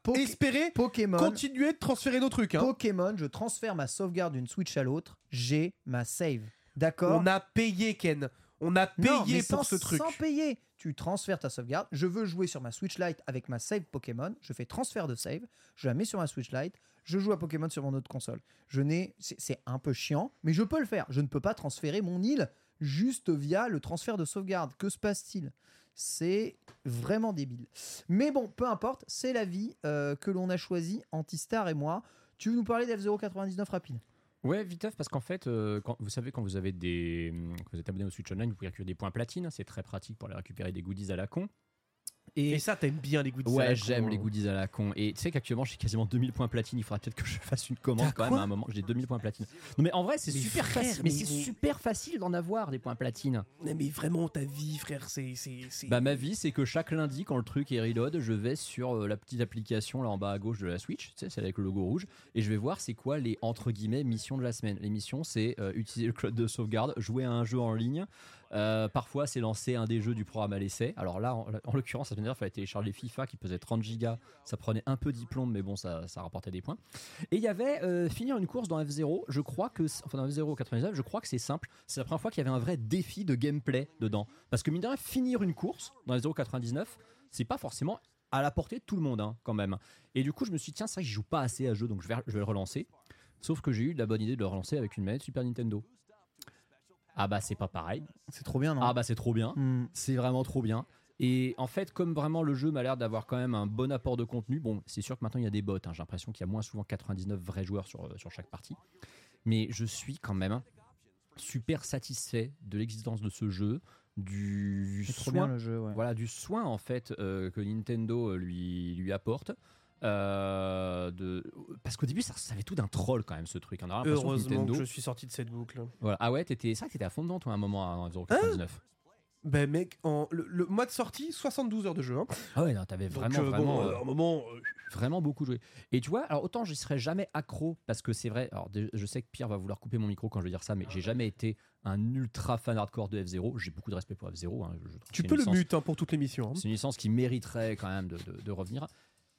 Poké-
espérer
Pokémon,
continuer de transférer nos trucs. hein.
Pokémon, je transfère ma sauvegarde d'une Switch à l'autre, j'ai ma save. D'accord
On a payé, Ken. On a payé
Non, mais
pour
sans,
ce truc.
Sans payer, tu transfères ta sauvegarde. Je veux jouer sur ma Switch Lite avec ma save Pokémon. Je fais transfert de save. Je la mets sur ma Switch Lite. Je joue à Pokémon sur mon autre console. Je n'ai, c'est c'est un peu chiant, mais je peux le faire. Je ne peux pas transférer mon île juste via le transfert de sauvegarde. Que se passe-t-il C'est vraiment débile. Mais bon, peu importe. C'est la vie euh, que l'on a choisie, Antistar et moi. Tu veux nous parler d'F099 rapide
Ouais, viteuf, parce qu'en fait, euh, quand, vous savez, quand vous avez des, quand vous êtes abonné au Switch Online, vous pouvez récupérer des points platine. hein, C'est très pratique pour aller récupérer des goodies à la con.
Et ça, t'aimes bien les goûts de
Ouais, j'aime les goodies à la con. Et tu sais qu'actuellement, j'ai quasiment 2000 points platine. Il faudra peut-être que je fasse une commande quand même à un moment. J'ai 2000 points platine. Non, mais en vrai, c'est
Mais
super
frère,
facile.
mais
Mais c'est
vous-
super facile d'en avoir des points platine.
Mais vraiment, ta vie, frère, c'est. c'est- c'est-
Bah, ma vie, c'est que chaque lundi, quand le truc est reload, je vais sur euh, la petite application là en bas à gauche de la Switch, tu sais, celle avec le logo rouge, et je vais voir c'est quoi les entre guillemets missions de la semaine. Les missions, c'est euh, utiliser le code de sauvegarde, jouer à un jeu en ligne. Euh, parfois, c'est lancer un des jeux du programme à l'essai. Alors là, en, en l'occurrence, la semaine dernière, il fallait télécharger FIFA qui pesait 30 gigas. Ça prenait un peu diplôme, mais bon, ça, ça rapportait des points. Et il y avait euh, finir une course dans F0, je crois que, c'est- enfin dans F0 99, je crois que c'est simple. C'est la première fois qu'il y avait un vrai défi de gameplay dedans. Parce que mine de rien, finir une course dans F0 99, c'est pas forcément à la portée de tout le monde hein, quand même. Et du coup, je me suis dit, tiens, ça, je joue pas assez à ce jeu, donc je vais, je vais le relancer. Sauf que j'ai eu la bonne idée de le relancer avec une manette Super Nintendo. Ah bah c'est pas pareil.
C'est trop bien, non
Ah bah c'est trop bien.
Hmm.
C'est vraiment trop bien. Et en fait, comme vraiment le jeu m'a l'air d'avoir quand même un bon apport de contenu, bon, c'est sûr que maintenant il y a des bots. hein. J'ai l'impression qu'il y a moins souvent 99 vrais joueurs sur, euh, sur chaque partie. Mais je suis quand même super satisfait de l'existence de ce jeu, du
C'est trop
soin-
bien le jeu, ouais.
voilà, du soin en fait euh, que Nintendo euh, lui, lui apporte. Euh, de... Parce qu'au début, ça savait tout d'un troll quand même ce truc. hein. On a l'impression que
Heureusement
Nintendo-
que je suis sorti de cette boucle.
Voilà. Ah ouais, t'étais... c'est vrai que t'étais à fond dedans toi à un moment à
Hein
0,99.
Bah, mec, en, le, le mois de sortie, 72 heures de jeu. hein.
ah ouais, non, t'avais
Donc,
vraiment,
euh, bon,
vraiment,
euh,
euh,
à un moment. euh,
vraiment beaucoup joué. Et tu vois, alors autant je serais jamais accro parce que c'est vrai. Alors dé- je sais que Pierre va vouloir couper mon micro quand je vais dire ça, mais j'ai jamais été un ultra fan hardcore de F0. J'ai beaucoup de respect pour F0. hein, je trouve que c'est
Tu
une
peux le
licence-
mute hein, pour toute l'émission. hein.
C'est une licence qui mériterait quand même de, de- de revenir.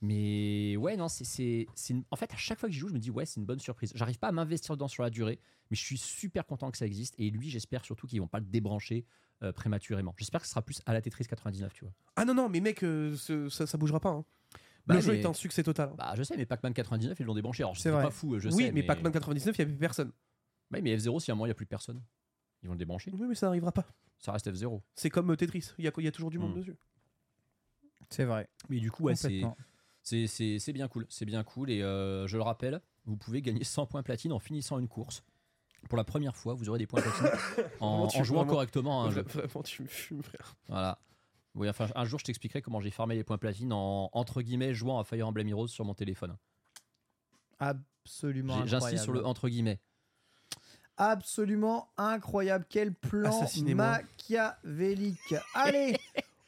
Mais ouais, non, c'est- c'est. c'est une- En fait, à chaque fois que j'y joue, je me dis, ouais, c'est une bonne surprise. J'arrive pas à m'investir dedans sur la durée, mais je suis super content que ça existe. Et lui, j'espère surtout qu'ils vont pas le débrancher euh, prématurément. J'espère que ce sera plus à la Tetris 99, tu vois.
Ah non, non, mais mec, euh, ce- ça, ça bougera pas. hein.
Bah,
le jeu
mais-
est un succès total. hein.
Bah, je sais, mais Pac-Man 99, ils l'ont débranché. Alors,
C'est
c'est
vrai.
pas fou, je
oui,
sais.
mais, Pac-Man 99, il n'y avait personne.
Ouais, mais F0, si à un moment, il n'y a plus personne, ils vont le débrancher.
Oui, mais ça n'arrivera pas.
Ça reste F0.
C'est comme euh, Tetris, il y a, il y a toujours du monde
Hmm.
dessus.
C'est vrai.
Mais du coup, ouais, c'est.
Complètement.
C'est- C'est c'est bien cool, c'est bien cool. Et euh, je le rappelle, vous pouvez gagner 100 points platine en finissant une course. Pour la première fois, vous aurez des points platine en,
Vraiment, tu-
en jouant
vraiment-
correctement à un
Vra-
jeu.
Vraiment, tu me fumes, frère.
Voilà. Oui, enfin, un jour, je t'expliquerai comment j'ai farmé les points platine en entre guillemets jouant à Fire Emblem Heroes sur mon téléphone.
Absolument
J'ai- J'insiste sur
incroyable.
le entre guillemets.
absolument incroyable. Quel plan
Assassinez-moi.
machiavélique. Allez,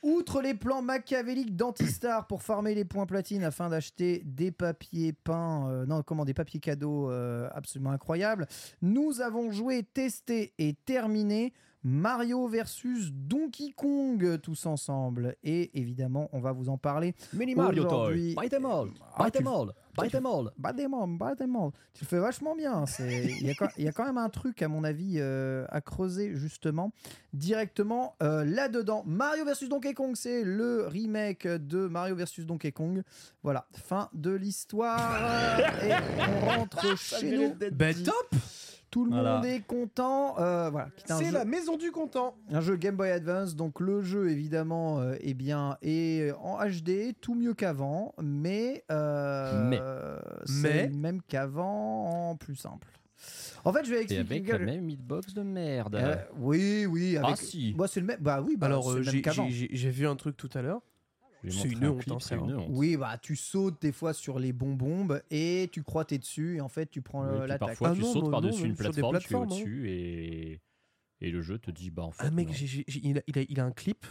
outre les plans machiavéliques d'Antistar pour farmer les points platine afin d'acheter des papiers peints, euh, non, comment, des papiers cadeaux euh, absolument incroyables, nous avons joué, testé et terminé. Mario versus Donkey Kong tous ensemble et évidemment on va vous en parler.
Mini
Mario
Mario
Aujourd'hui- Toy.
Buy them all
Ah,
Buy
tu-
them all Buy them all
Bademon, Bademon, tu le fais vachement bien. c'est- Il y, a quand- il y a quand même un truc à mon avis euh, à creuser justement directement euh, là-dedans. Mario versus Donkey Kong, c'est le remake de Mario versus Donkey Kong. Voilà, fin de l'histoire et on rentre chez nous.
Ben top
Tout le
Voilà.
monde est content. Euh, voilà. qui est un
C'est
jeu-
la maison du content.
un jeu Game Boy Advance, donc le jeu évidemment euh, eh bien, est en HD, tout mieux qu'avant, mais, euh,
Mais.
c'est
Mais.
le même qu'avant en plus simple. En fait, je vais
Et
expliquer.
avec la même hitbox de merde.
Euh, oui, oui, avec.
Ah, si.
Bah, c'est le même. Bah oui, bah,
Alors,
c'est
euh,
le même
j'ai-
qu'avant.
j'ai j'ai- j'ai vu un truc tout à l'heure.
Je vais
c'est
montrer
une
un
honte,
clip,
hein,
c'est
frère.
une honte.
Oui, bah tu sautes des fois sur les bonbombes et tu crois t'es dessus et en fait tu prends
Oui,
euh,
puis
l'attaque.
parfois,
Ah
tu
non,
sautes
non,
par-dessus
non,
une
même sur des
plateforme, tu es
plateformes, hein.
au-dessus et... et le jeu te dit bah en fait.
Ah mec,
non.
j'ai- j'ai- j'ai- il, a, il a- il a un clip,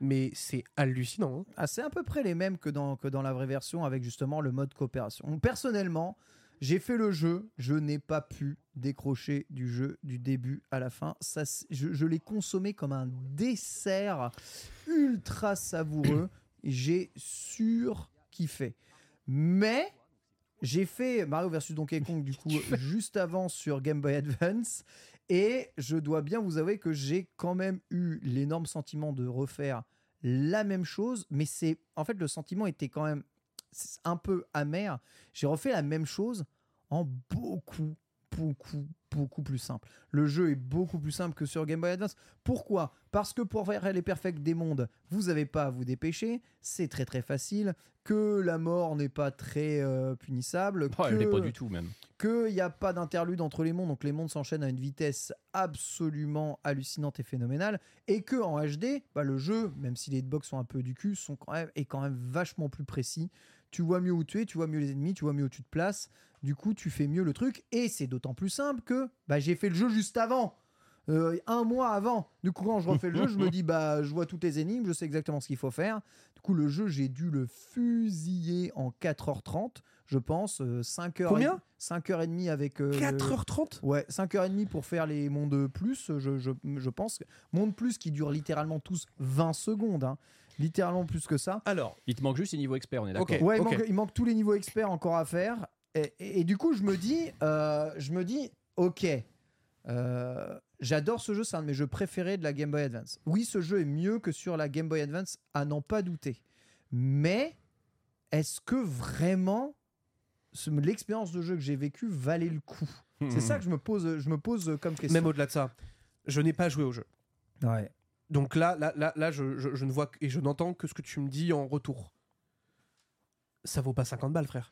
mais c'est hallucinant. hein.
Ah, c'est à peu près les mêmes que dans, que dans la vraie version avec justement le mode coopération. Personnellement, j'ai fait le jeu, je n'ai pas pu décrocher du jeu du début à la fin. Ça, c'est- je je l'ai consommé comme un dessert ultra savoureux. j'ai surkiffé. Mais j'ai fait Mario vs Donkey Kong du coup juste avant sur Game Boy Advance et je dois bien vous avouer que j'ai quand même eu l'énorme sentiment de refaire la même chose, mais c'est en fait le sentiment était quand même un peu amer. J'ai refait la même chose en beaucoup, beaucoup, beaucoup plus simple. Le jeu est beaucoup plus simple que sur Game Boy Advance. Pourquoi Parce que pour faire les perfects des mondes, vous n'avez pas à vous dépêcher, c'est très très facile, que la mort n'est pas très euh, punissable,
Oh, elle
que-
l'est pas du tout même.
qu'il n'y a pas d'interlude entre les mondes, donc les mondes s'enchaînent à une vitesse absolument hallucinante et phénoménale, et que en HD, bah, le jeu, même si les hitbox sont un peu du cul, sont quand même, est quand même vachement plus précis. Tu vois mieux où tu es, tu vois mieux les ennemis, tu vois mieux où tu te places, du coup tu fais mieux le truc, et c'est d'autant plus simple que bah, j'ai fait le jeu juste avant. euh, un mois avant, du coup quand je refais le jeu, je me dis bah je vois toutes les énigmes, je sais exactement ce qu'il faut faire. Du coup le jeu j'ai dû le fusiller en 4h30, je pense, euh, 5h.
Combien
5h30 avec. euh,
4h30
le- Ouais, 5h30 pour faire les mondes plus, je, je, je pense. que- Mondes plus qui durent littéralement tous 20 secondes. hein. Littéralement plus que ça.
Alors,
Il te manque juste les niveaux experts, on est d'accord.
Ok.
Ouais, il,
ok.
manque, il manque tous les niveaux experts encore à faire. Et, et- et du coup, je me dis, euh, je me dis, ok, euh, j'adore ce jeu, c'est un de mes jeux préférés de la Game Boy Advance. Oui, ce jeu est mieux que sur la Game Boy Advance, à n'en pas douter. Mais est-ce que vraiment ce- l'expérience de jeu que j'ai vécue valait le coup
Hmm.
C'est ça que je me pose, je me pose comme question.
même au-delà de ça, je n'ai pas joué au jeu.
Ouais.
Donc là, là, là, là je, je- je ne vois que- et je n'entends que ce que tu me dis en retour. Ça vaut pas 50 balles, frère.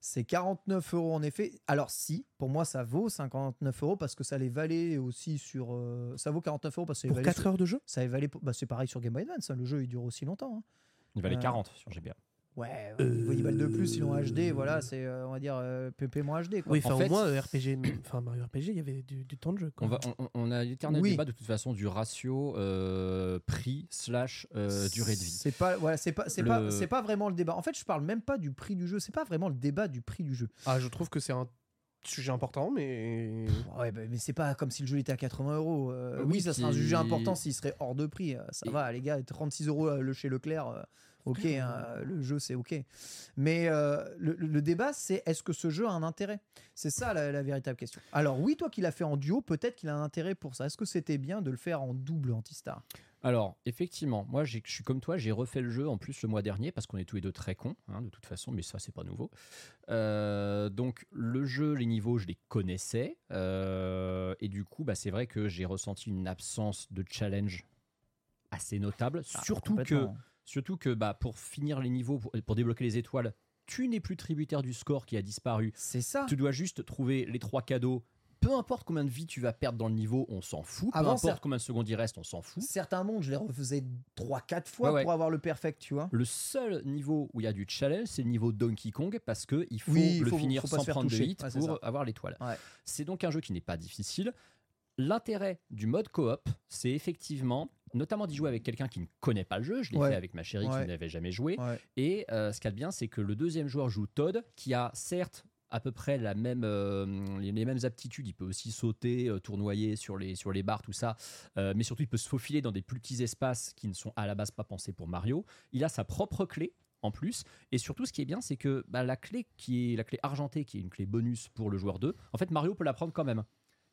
C'est 49 euros en effet. Alors si, pour moi ça vaut 59 euros parce que ça les valait aussi sur. euh, ça vaut 49 euros parce que ça les
Pour
valait
4
sur-
heures de jeu
Ça les valait pour- bah, c'est pareil sur Game Boy Advance. hein, Le jeu il dure aussi longtemps. hein.
Il valait
Euh,
40 sur GBA.
Ouais. ouais, niveau 10 balles de plus, ils ont HD. Voilà, c'est euh, on va dire euh, PP moins HD. Quoi.
Oui,
En
enfin,
fait,
au moins, euh, RPG, enfin, Mario RPG, il y avait du, du temps de jeu. quoi.
On, va, on, on a l'éternel
Oui.
débat de toute façon du ratio euh, prix slash euh, durée de vie.
C'est pas voilà, c'est pas c'est
Le-
pas c'est pas vraiment le débat. En fait, je parle même pas du prix du jeu. C'est pas vraiment le débat du prix du jeu.
Ah, je trouve que c'est un sujet important, mais.
Ouais, bah, mais c'est pas comme si le jeu était à 80 euros. Euh,
Oui,
Oui, ça serait un
puis-
sujet important s'il serait hors de prix. Euh, Ça
Et-
va, les gars, 36 euros euh, le chez Leclerc, euh, ok, hein, le jeu c'est ok. Mais euh, le, le débat c'est est-ce que ce jeu a un intérêt C'est ça la, la véritable question. Alors oui, toi qui l'as fait en duo, peut-être qu'il a un intérêt pour ça. Est-ce que c'était bien de le faire en double anti-star
Alors, effectivement, moi j'ai- je suis comme toi, j'ai refait le jeu en plus le mois dernier parce qu'on est tous les deux très cons, hein, de toute façon, mais ça c'est pas nouveau. Euh, donc, le jeu, les niveaux, je les connaissais. euh, et du coup, bah, c'est vrai que j'ai ressenti une absence de challenge assez notable, surtout que.
Ah, Complètement.
Surtout que bah, pour finir les niveaux, pour, pour débloquer les étoiles, tu n'es plus tributaire du score qui a disparu.
c'est ça.
Tu dois juste trouver les trois cadeaux. Peu importe combien de vies tu vas perdre dans le niveau, on s'en fout. Peu
Avant,
importe
ça-
combien de secondes il reste, on s'en fout.
Certains mondes, je les refaisais 3-4 fois
Ouais, ouais.
pour avoir le perfect, tu vois.
Le seul niveau où il y a du challenge, c'est le niveau Donkey Kong parce que il faut
Oui, il
le
faut-
finir
faut pas
sans
se faire
prendre de
toucher.
hit
Ouais, c'est
pour
ça.
avoir l'étoile.
Ouais.
C'est donc un jeu qui n'est pas difficile. L'intérêt du mode coop, c'est effectivement, notamment d'y jouer avec quelqu'un qui ne connaît pas le jeu. Je l'ai
Ouais.
fait avec ma chérie
Ouais.
qui n'avait jamais joué.
Ouais.
Et euh, ce qu'il y a de bien, c'est que le deuxième joueur joue Todd, qui a certes à peu près la même, euh, les les mêmes aptitudes. Il peut aussi sauter, euh, tournoyer sur les, sur les barres, tout ça. Euh, mais surtout, il peut se faufiler dans des plus petits espaces qui ne sont à la base pas pensés pour Mario. Il a sa propre clé. En plus, et surtout, ce qui est bien, c'est que bah, la clé qui est la clé argentée, qui est une clé bonus pour le joueur 2, en fait, Mario peut la prendre quand même.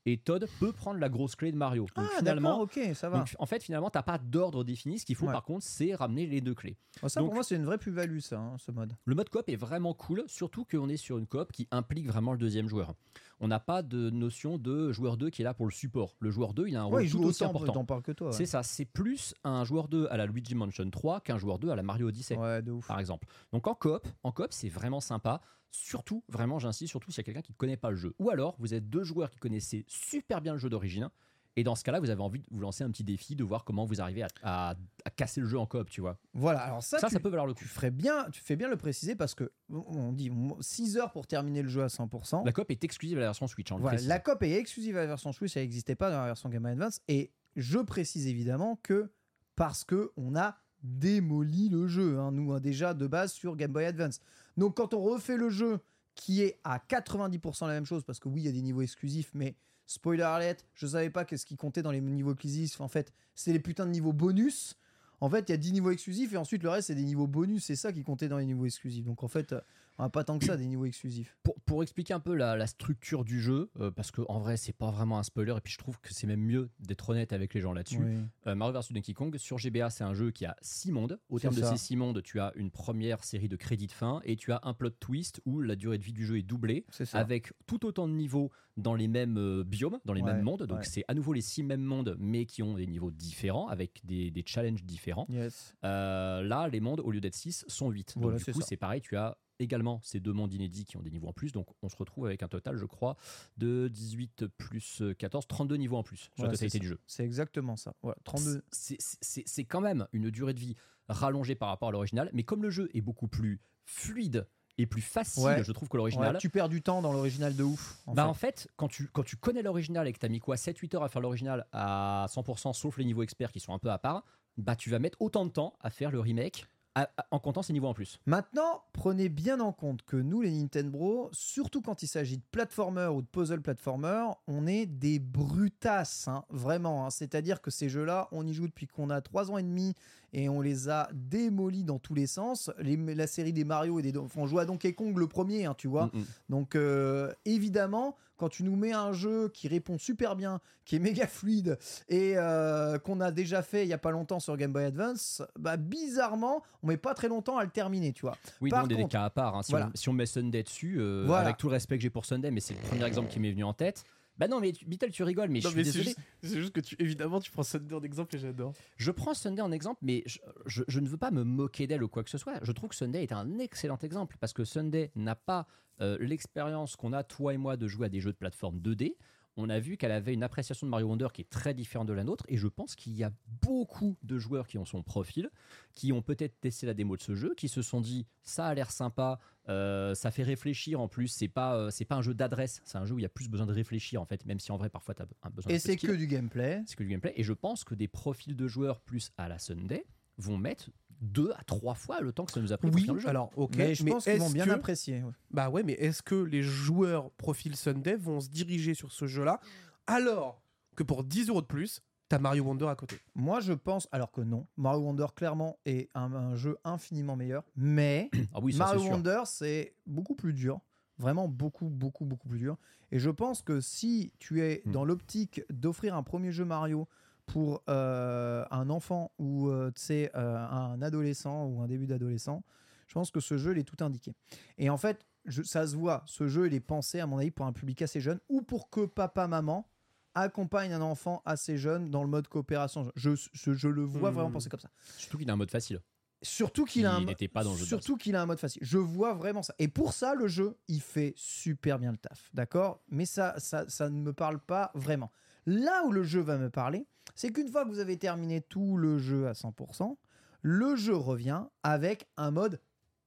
et Todd peut prendre la grosse clé de Mario. Donc,
Ah, d'accord,
finalement,
ok, ça va.
donc, en fait, finalement, t'as pas d'ordre défini. Ce qu'il faut,
Ouais.
par contre, c'est ramener les deux clés.
Oh, ça,
donc-
pour moi, c'est une vraie plus-value, ça, hein, ce mode.
Le mode coop est vraiment cool, surtout qu'on est sur une coop qui implique vraiment le deuxième joueur. On n'a pas de notion de joueur 2 qui est là pour le support. Le joueur 2, il a un rôle
Ouais, il
tout
joue
aussi
autant
important.
d'en parle que toi. ouais.
C'est ça, c'est plus un joueur 2 à la Luigi Mansion 3 qu'un joueur 2 à la Mario Odyssey,
Ouais, de ouf.
par exemple. Donc en coop, en coop, c'est vraiment sympa. Surtout, vraiment, j'insiste, surtout s'il y a quelqu'un qui ne connaît pas le jeu. Ou alors, vous êtes deux joueurs qui connaissaient super bien le jeu d'origine. Et dans ce cas-là, vous avez envie de vous lancer un petit défi, de voir comment vous arrivez à, à- à casser le jeu en coop, tu vois.
Voilà, alors ça,
Ça,
tu-
ça peut valoir le coup.
tu ferais bien, tu fais bien le préciser parce que on dit 6 heures pour terminer le jeu à 100%.
La coop est exclusive à la version Switch. hein, on le
Voilà,
précise.
la COP est exclusive à la version Switch, elle n'existait pas dans la version Game Boy Advance. Et je précise évidemment que parce que on a démoli le jeu, hein, nous hein, déjà de base sur Game Boy Advance. Donc quand on refait le jeu qui est à 90% la même chose, parce que oui, il y a des niveaux exclusifs, mais spoiler alert, je savais pas qu'est-ce qui comptait dans les niveaux exclusifs. En fait, c'est les putains de niveaux bonus. En fait, il y a 10 niveaux exclusifs et ensuite le reste, c'est des niveaux bonus. C'est ça qui comptait dans les niveaux exclusifs. Donc en fait, euh, on a pas tant que ça des niveaux exclusifs.
pour, pour expliquer un peu la, la structure du jeu, euh, parce que en vrai, c'est pas vraiment un spoiler, et puis je trouve que c'est même mieux d'être honnête avec les gens là-dessus.
Oui.
Euh, Mario vs Donkey Kong, sur GBA, c'est un jeu qui a six mondes. Au
C'est
terme de
ça.
ces six mondes, tu as une première série de crédits de fin, et tu as un plot twist où la durée de vie du jeu est doublée,
C'est ça.
avec tout autant de niveaux dans les mêmes euh, biomes, dans les
Ouais,
mêmes mondes. Donc
ouais.
c'est à nouveau les six mêmes mondes, mais qui ont des niveaux différents, avec des, des challenges différents.
Yes.
Euh, là, les mondes, au lieu d'être 6, sont 8.
Voilà,
donc,
c'est
du coup,
ça.
c'est pareil, tu as également ces deux mondes inédits qui ont des niveaux en plus. Donc, on se retrouve avec un total, je crois, de 18 plus 14, 32 niveaux en plus sur
Voilà,
la
c'est
totalité du
ça.
jeu.
C'est exactement ça. Voilà, 32.
C'est- c'est- C'est c'est quand même une durée de vie rallongée par rapport à l'original, mais comme le jeu est beaucoup plus fluide et plus facile,
Ouais.
je trouve que l'original.
Ouais, tu perds du temps dans l'original de ouf. En
bah
fait.
en fait, quand tu, quand tu connais l'original et que t'as mis quoi 7-8 heures à faire l'original à 100%, sauf les niveaux experts qui sont un peu à part, bah tu vas mettre autant de temps à faire le remake à- à- en comptant ces niveaux en plus.
Maintenant, prenez bien en compte que nous, les Nintendo, surtout quand il s'agit de platformer ou de puzzle platformer, on est des brutasses, hein, vraiment. hein. C'est-à-dire que ces jeux-là, on y joue depuis qu'on a 3 ans et demi et on les a démolis dans tous les sens. Les- la série des Mario et des... On joue à Donkey Kong le premier, hein, tu vois.
Mm, mm.
Donc euh, évidemment, quand tu nous mets un jeu qui répond super bien, qui est méga fluide et euh, qu'on a déjà fait il y a pas longtemps sur Game Boy Advance, bah bizarrement, on met pas très longtemps à le terminer, tu vois.
Oui,
Par
nous, on est des
contre-
cas à part. hein. Si,
Voilà.
on, si on met Sunday dessus, euh,
Voilà. Euh.
avec tout le respect que j'ai pour Sunday, mais c'est le premier exemple qui m'est venu en tête. Bah non, mais tu- Bitel, tu rigoles, mais
Non,
je
mais
suis
c'est
désolé.
juste, c'est juste que tu, évidemment, tu prends Sunday en exemple et j'adore.
Je prends Sunday en exemple, mais je, je- je ne veux pas me moquer d'elle ou quoi que ce soit. Je trouve que Sunday est un excellent exemple parce que Sunday n'a pas euh, l'expérience qu'on a, toi et moi, de jouer à des jeux de plateforme 2D. On a vu qu'elle avait une appréciation de Mario Wonder qui est très différente de la nôtre, et je pense qu'il y a beaucoup de joueurs qui ont son profil, qui ont peut-être testé la démo de ce jeu, qui se sont dit ça a l'air sympa, euh, ça fait réfléchir en plus, c'est pas, euh, c'est pas un jeu d'adresse, c'est un jeu où il y a plus besoin de réfléchir en fait, même si en vrai parfois tu as besoin de
Et
peu de
c'est
skill
que du gameplay.
c'est que du gameplay. Et je pense que des profils de joueurs plus à la Sunday vont mettre deux à trois fois le temps que ça nous a pris pour
Oui,
finir le jeu.
alors ok,
mais je pense qu'ils vont
est-ce
bien
que-
apprécier. ouais.
Bah ouais, mais est-ce que les joueurs profil Sunday vont se diriger sur ce jeu-là alors que pour 10 euros de plus, t'as Mario Wonder à côté
Moi, je pense, alors que non, Mario Wonder clairement est un, un jeu infiniment meilleur, mais
Ah oui, ça, c'est
Mario
sûr.
Wonder, c'est beaucoup plus dur. Vraiment beaucoup, beaucoup, beaucoup plus dur. Et je pense que si tu es
Hmm.
dans l'optique d'offrir un premier jeu Mario pour euh, un enfant ou euh, tu sais, euh, un adolescent ou un début d'adolescent, je pense que ce jeu, il est tout indiqué. Et en fait, je- ça se voit, ce jeu, il est pensé, à mon avis, pour un public assez jeune ou pour que papa, maman accompagne un enfant assez jeune dans le mode coopération. Je, je- je le vois
Hmm.
vraiment pensé comme ça.
Surtout qu'il a un mode facile.
Surtout qu'il a
Qui
un
n'était pas dans le jeu de
surtout qu'il a un mode facile. Je vois vraiment ça. Et pour ça, le jeu, il fait super bien le taf, d'accord Mais ça, ça, ça ne me parle pas vraiment. Là où le jeu va me parler, c'est qu'une fois que vous avez terminé tout le jeu à 100%, le jeu revient avec un mode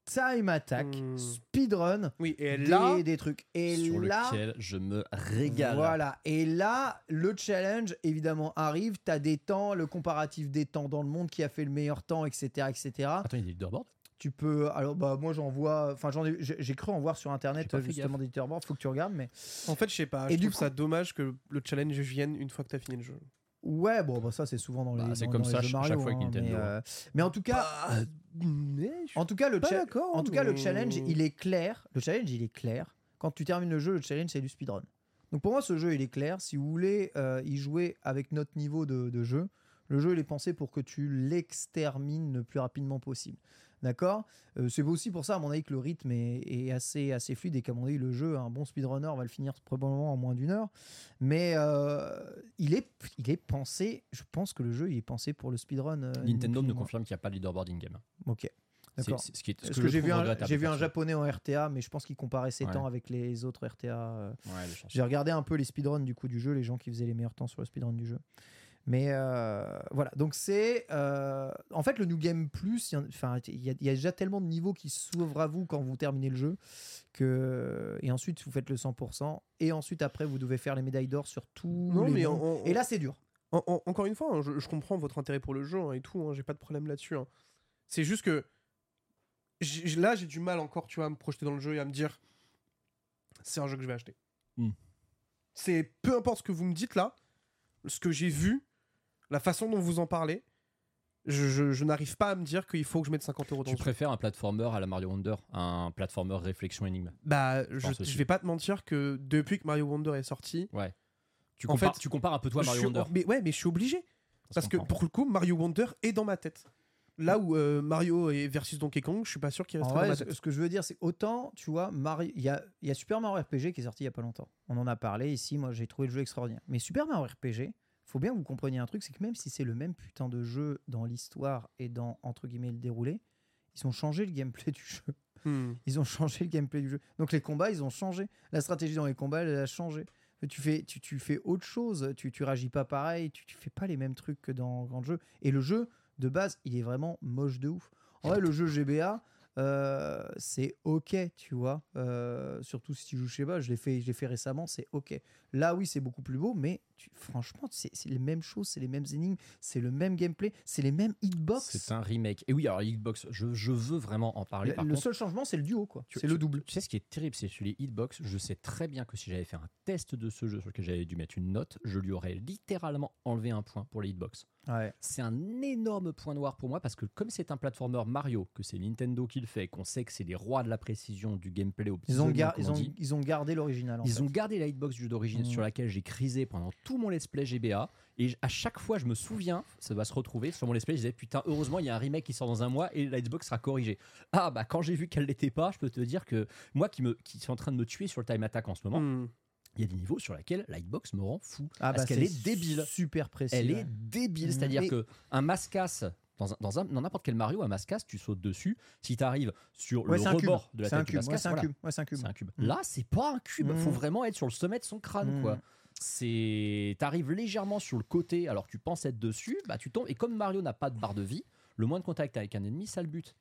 time attack,
Hmm.
speedrun,
Oui, et là,
des, des trucs. Et
sur
là,
lequel je me régale.
voilà. Et là, le challenge, évidemment, arrive. T'as des temps, le comparatif des temps dans le monde qui a fait le meilleur temps, etc., etc.
Attends, il y a des leaderboards
Tu peux. Alors, bah, moi, j'en vois. Enfin, j'en ai. j'ai- J'ai cru en voir sur
J'ai
internet
pas
euh,
fait
justement des leaderboards. Faut que tu regardes, mais.
en fait, je sais pas,
Et
je
du
trouve
coup-
ça dommage que le challenge vienne une fois que t'as fini le jeu.
Ouais, bon, bah, ça, c'est souvent dans les.
Bah, c'est
dans-
comme
dans
ça
les jeux
ch- chaque
Mario,
fois avec
hein,
Nintendo,
Mais, euh, mais en tout cas.
Bah,
En tout cas, le
Pas
cha-
d'accord,
en tout cas, le
mais-
challenge, il est clair. Le challenge, il est clair. Quand tu termines le jeu, le challenge, c'est du speedrun. Donc pour moi, ce jeu, il est clair. Si vous voulez euh, y jouer avec notre niveau de, de jeu, le jeu, il est pensé pour que tu l'extermines le plus rapidement possible. D'accord Euh, C'est aussi pour ça, à mon avis, que le rythme est, est assez, assez fluide et qu'à mon avis, le jeu, un bon speedrunner va le finir probablement en moins d'une heure. Mais euh, il, est, il est pensé, je pense que le jeu, il est pensé pour le speedrun. euh, ni
Nintendo
plus
nous
ni moins.
confirme qu'il n'y a pas de leaderboarding game.
Ok.
C'est-
D'accord.
c'est ce qui est- ce
Parce
que,
que,
je
j'ai vu,
trouve
un,
regrettable,
j'ai vu un
perso.
japonais en RTA, mais je pense qu'il comparait ses
Ouais.
temps avec les autres RTA. euh,
Ouais, les chances.
j'ai regardé un peu les speedruns du coup du jeu, les gens qui faisaient les meilleurs temps sur le speedrun du jeu. Mais euh, voilà, donc c'est euh, en fait le New Game Plus. il y en- Enfin, il y, a- il y a déjà tellement de niveaux qui s'ouvrent à vous quand vous terminez le jeu que et ensuite vous faites le 100% et ensuite après vous devez faire les médailles d'or sur tout.
Non, mais on-
et là c'est dur.
En- en- encore une fois, hein, je, je comprends votre intérêt pour le jeu hein, et tout, hein, j'ai pas de problème là-dessus. hein. C'est juste que j'ai- j'ai- là, j'ai du mal encore, tu vois, à me projeter dans le jeu et à me dire c'est un jeu que je vais acheter.
Hmm.
C'est peu importe ce que vous me dites là, ce que j'ai vu, la façon dont vous en parlez, je, je- je n'arrive pas à me dire qu'il faut que je mette 50 euros dans
Tu
le jeu.
préfères un platformer à la Mario Wonder, un platformer réflexion énigme.
Bah, je,
pense aussi.
je vais pas te mentir que depuis que Mario Wonder est sorti,
Tu
En
compares,
fait,
tu compares un peu toi à Mario
je suis-
Wonder.
mais ouais, mais je suis obligé.
Ça se
Parce que
comprend.
pour le coup, Mario Wonder est dans ma tête. Là où euh, Mario est versus Donkey Kong, je suis pas sûr qu'il
En
restera
vrai,
dans ma
ce,
tête.
ce que je veux dire, c'est autant, tu vois, Mario- il y a, il y a Super Mario RPG qui est sorti il y a pas longtemps. On en a parlé ici, moi j'ai trouvé le jeu extraordinaire. Mais Super Mario RPG, faut bien que vous compreniez un truc, c'est que même si c'est le même putain de jeu dans l'histoire et dans, entre guillemets, le déroulé, ils ont changé le gameplay du jeu.
Hmm.
Ils ont changé le gameplay du jeu. Donc les combats, ils ont changé. La stratégie dans les combats, elle a changé. Tu fais, tu, tu fais autre chose, tu, tu réagis pas pareil, tu, tu fais pas les mêmes trucs que dans, dans le jeu. Et le jeu, de base, il est vraiment moche de ouf. En vrai, le jeu GBA, euh, c'est ok, tu vois. Euh, surtout si tu joues chez bas, je l'ai fait, je l'ai fait récemment, c'est ok. Là, oui, c'est beaucoup plus beau, mais tu- franchement, c'est c'est les mêmes choses, c'est les mêmes énigmes, c'est le même gameplay, c'est les mêmes hitbox.
C'est un remake. Et oui, alors Hitbox, je, je veux vraiment en parler.
Le,
par
le
contre.
seul changement, c'est le duo, quoi.
Tu-
C'est le
tu-
double.
Tu sais ce qui est terrible, c'est sur les hitbox. Je sais très bien que si j'avais fait un test de ce jeu sur lequel j'avais dû mettre une note, je lui aurais littéralement enlevé un point pour les hitbox.
Ouais.
C'est un énorme point noir pour moi parce que comme c'est un platformer Mario, que c'est Nintendo qui le fait, qu'on sait que c'est les rois de la précision du gameplay au
Ils ont,
gar
gar- ils, ont, ils ont gardé l'original. en
Ils
fait.
ont gardé la hitbox du jeu d'origine
Mm.
sur laquelle j'ai crisé pendant tout mon let's play GBA. Et j- à chaque fois, je me souviens, ça va se retrouver sur mon let's play, je disais putain, heureusement, il y a un remake qui sort dans un mois et la hitbox sera corrigée. Ah bah, quand j'ai vu qu'elle l'était pas, je peux te dire que moi qui, me, qui suis en train de me tuer sur le time attack en ce
Mm.
moment,
Hmm.
il y a des niveaux sur lesquels la hitbox me rend fou.
Ah
parce
bah,
qu'elle est,
c'est
débile.
Super précise.
Elle est
ouais.
débile.
Mm.
C'est-à-dire
Mais-
que un mascasse. Dans un- dans un- dans n'importe quel Mario, un mascasse, tu sautes dessus. Si tu arrives sur
Ouais,
le
c'est un cube.
rebord de la
C'est un
tête du
cube. ouais,
mascasse,
c'est un
voilà.
cube. Ouais, c'est un cube.
C'est un cube.
Mm.
Là, c'est pas un cube. Faut
Mm.
vraiment être sur le sommet de son crâne,
Mm.
quoi. C'est, t'arrives légèrement sur le côté, alors que tu penses être dessus, bah tu tombes. Et comme Mario n'a pas de barre de vie, le moins de contact avec un ennemi, ça le bute.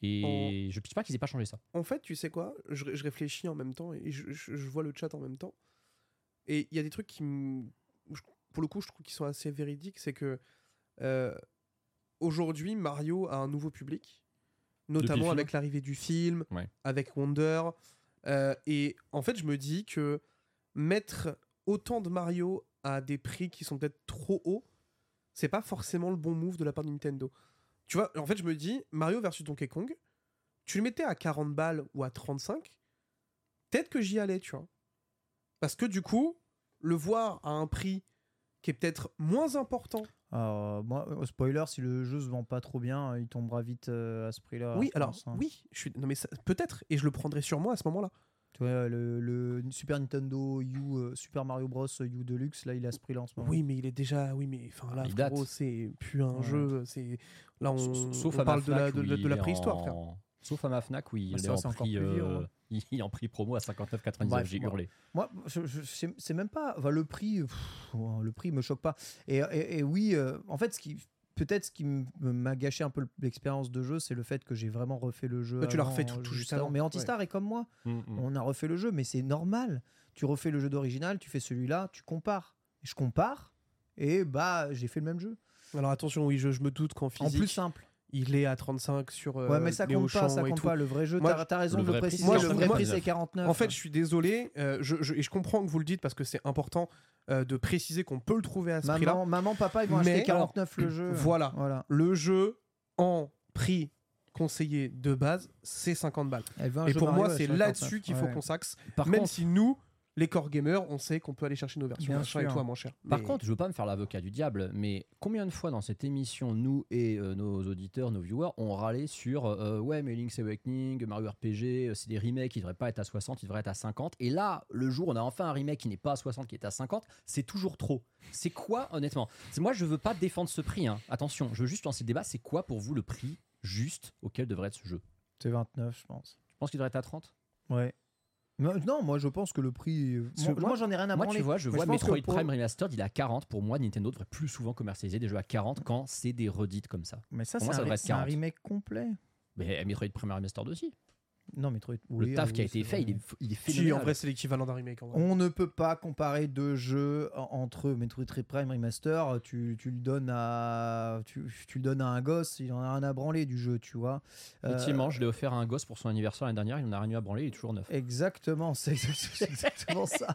Et je pense pas qu'ils aient pas changé ça.
En fait, tu sais quoi je, ré- je réfléchis en même temps et je, je- je vois le chat en même temps. Et il y a des trucs qui, me- je- pour le coup, je trouve qu'ils sont assez véridiques. C'est que euh, aujourd'hui, Mario a un nouveau public,
Depuis le
notamment
film.
avec l'arrivée du film,
Ouais.
avec Wonder. Euh, et en fait, je me dis que mettre autant de Mario à des prix qui sont peut-être trop hauts, c'est pas forcément le bon move de la part de Nintendo. Tu vois, en fait, je me dis, Mario versus Donkey Kong, tu le mettais à 40 balles ou à 35, peut-être que j'y allais, tu vois. Parce que du coup, le voir à un prix qui est peut-être moins important.
Alors, moi, euh, spoiler, si le jeu se vend pas trop bien, il tombera vite euh, à ce prix-là.
oui,
je
alors,
pense, hein.
oui, je suis... non, mais ça- peut-être, et je le prendrai sur moi à ce moment-là.
Tu vois, le, le Super Nintendo U, euh, Super Mario Bros. U Deluxe, là, il est à ce prix-là en ce moment.
Oui, mais il est déjà. Oui, mais enfin là,
Il date.
frérot, c'est plus un
Ah, Ouais.
jeu. C'est là, on,
Sauf
on
à ma
parle de la,
Fnac
de,
où
de- de la
il est
préhistoire,
en-
frère.
Sauf à ma Fnac, oui,
Ah,
il est
ça,
en
c'est encore
prix.
plus vieux,
euh,
hein.
Il est en prix promo à 59,99.
Bref,
J'ai
moi-
hurlé.
Moi, je, je- je sais- c'est même pas. Enfin, le prix, pff, le prix me choque pas. Et, et- et oui, euh, en fait, ce qui peut-être ce qui m- m'a gâché un peu l'expérience de jeu, c'est le fait que j'ai vraiment refait le jeu.
Ouais, tu l'as
avant,
refait tout-
euh,
tout juste avant,
Mais Antistar est comme moi.
Mm, mm.
On a refait le jeu, mais c'est normal. Tu refais le jeu d'original, tu fais celui-là, tu compares. Je compare et bah j'ai fait le même jeu.
Alors attention, oui, je, je me doute qu'en physique,
En plus simple.
il est à 35 sur. euh,
ouais, mais ça
les
compte pas,
Auchan
ça
et
compte
tout.
pas. Le vrai jeu,
Moi,
t'as t'as raison
le
de le
vrai prix,
préciser.
c'est
le vrai
49.
prix, c'est 49.
En fait, je suis désolé, euh, je, je- et je comprends que vous le dites parce que c'est important euh, de préciser qu'on peut le trouver à ce prix-là.
maman, maman, papa, ils vont
Mais- euh,
acheter 49 le jeu.
Voilà.
Voilà.
Le jeu en prix conseillé de base, c'est 50 balles.
Elle veut un
et
jeu
pour moi,
Mario, elle
c'est
sera
là-dessus
49.
qu'il faut
Ouais.
qu'on s'axe,
Par
même
contre,
si nous, les core gamers, on sait qu'on peut aller chercher nos versions
Bien
machin et
sûr.
toi, moins cher.
Par
Mais-
contre, je veux pas me faire l'avocat du diable, mais combien de fois dans cette émission, nous et euh, nos auditeurs, nos viewers, ont râlé sur euh, ouais, mais Link's Awakening, Mario RPG, euh, c'est des remakes qui devraient pas être à 60, ils devraient être à 50. Et là, le jour, où on a enfin un remake qui n'est pas à 60, qui est à 50, c'est toujours trop. C'est quoi, honnêtement C'est- Moi, je veux pas défendre ce prix. hein. Attention, je veux juste lancer le débat. C'est quoi pour vous le prix juste auquel devrait être ce jeu
C'est 29, je pense.
Je pense qu'il devrait être à 30.
Ouais. Non, non, moi je pense que le prix.
Parce
Moi,
que
Ah, moi, j'en ai rien à
Moi,
branler.
tu vois, je
Mais
vois
pense
Metroid
que pour-
Prime Remastered, il est à 40. Pour moi, Nintendo devrait plus souvent commercialiser des jeux à 40 quand c'est des redites comme ça.
Mais ça,
pour
c'est
moi, ça
un,
devrait
ré-
être
c'est un
40.
remake complet.
Mais Metroid Prime Remastered aussi.
Non, Metroid.
le
oui,
taf
ah
qui a
oui,
été
c'est
fait, il
vrai.
est, il est
Si,
phénoménal.
en vrai, c'est l'équivalent d'un remake. en vrai.
On ne peut pas comparer deux jeux en- entre Metroid Prime Remaster. Tu, tu le donnes à tu, tu le donnes à un gosse, il en a rien à branler du jeu, tu vois. Euh,
Effectivement, je l'ai offert à un gosse pour son anniversaire l'année dernière, il en a rien eu à branler, il est toujours neuf.
Exactement, c'est c'est exactement ça.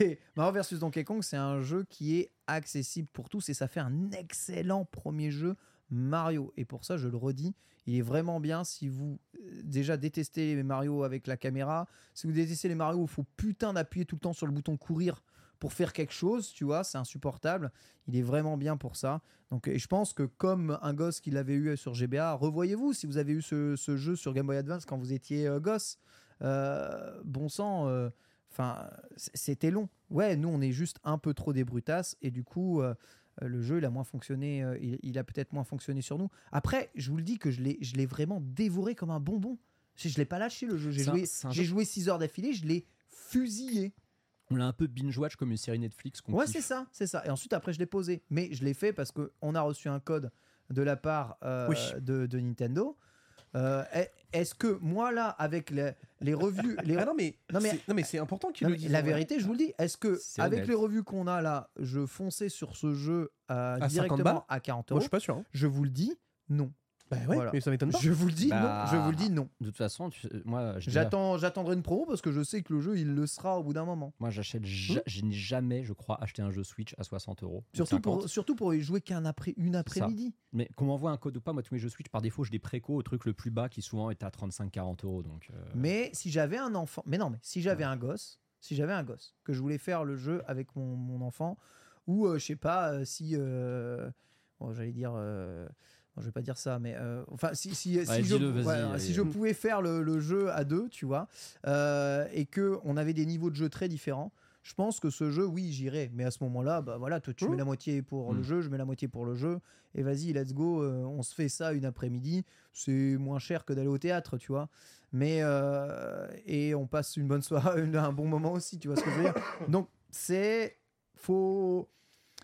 Et Mario vs Donkey Kong, c'est un jeu qui est accessible pour tous et ça fait un excellent premier jeu Mario. Et pour ça, je le redis, il est vraiment bien si vous euh, déjà détestez les Mario avec la caméra, si vous détestez les Mario où il faut putain d'appuyer tout le temps sur le bouton courir pour faire quelque chose, tu vois, c'est insupportable. Il est vraiment bien pour ça. Donc, et je pense que comme un gosse qui l'avait eu sur GBA, revoyez-vous si vous avez eu ce, ce jeu sur Game Boy Advance quand vous étiez euh, gosse. Euh, bon sang, euh, enfin, c- c'était long. Ouais, nous, on est juste un peu trop des brutasses et du coup, euh, euh, le jeu, il a moins fonctionné, euh, il, il a peut-être moins fonctionné sur nous. Après, je vous le dis que je l'ai je l'ai vraiment dévoré comme un bonbon. Je, je l'ai pas lâché le jeu. J'ai
C'est un-
joué,
c'est un
j'ai
jeu-
joué 6 heures d'affilée, je l'ai fusillé.
On l'a un peu binge-watch comme une série Netflix qu'on
Ouais,
kiffe.
c'est ça, c'est ça. Et ensuite, après, je l'ai posé. Mais je l'ai fait parce qu'on a reçu un code de la part euh,
Oui.
de, de Nintendo. Euh, est- Est-ce que moi, là, avec les, les revues, les,
Ah non, mais,
Non, mais-
c'est- non, mais c'est important qu'il
Non,
le
mais
dise.
la
en vrai.
vérité, je vous le dis. Est-ce que,
C'est
avec
honnête.
les revues qu'on a là, je fonçais sur ce jeu euh,
50 balles
directement à 40
Moi,
euros
je suis pas sûr. hein.
Je vous le dis, non.
Bah ouais,
Voilà.
mais ça m'étonne pas.
Je vous le dis,
Bah.
non. Je vous le dis, non.
De toute façon, tu sais, moi, je-
J'attends, j'attendrai une promo parce que je sais que le jeu, il le sera au bout d'un moment.
moi j'achète, ja- je n'ai jamais, je crois, acheté un jeu Switch à 60 euros. ou
Surtout
50.
pour, surtout pour y jouer qu'un après, une après-midi.
Mais qu'on m'envoie un code ou pas, moi tous mes jeux Switch, par défaut, je les préco au truc le plus bas qui souvent est à 35-40 euros. Donc, euh,
Mais si j'avais un enfant, mais non, mais si j'avais un gosse, si j'avais un gosse, que je voulais faire le jeu avec mon, mon enfant, ou euh, je sais pas euh, si, euh, bon, j'allais dire, euh, bon, je vais pas dire ça, mais euh, enfin si si, si
Ouais,
je,
dis-le, vas-y,
ouais,
allez. euh.
si je pouvais faire le, le jeu à deux, tu vois, euh, et que on avait des niveaux de jeu très différents. Je pense que ce jeu, oui, j'irai. Mais à ce moment-là, bah voilà, toi, tu mets la moitié pour le
Mm.
jeu, je mets la moitié pour le jeu. Et vas-y, let's go, euh, on se fait ça une après-midi. C'est moins cher que d'aller au théâtre, tu vois mais euh, et on passe une bonne soirée, une- un bon moment aussi, tu vois ce que je veux dire. Donc c'est faut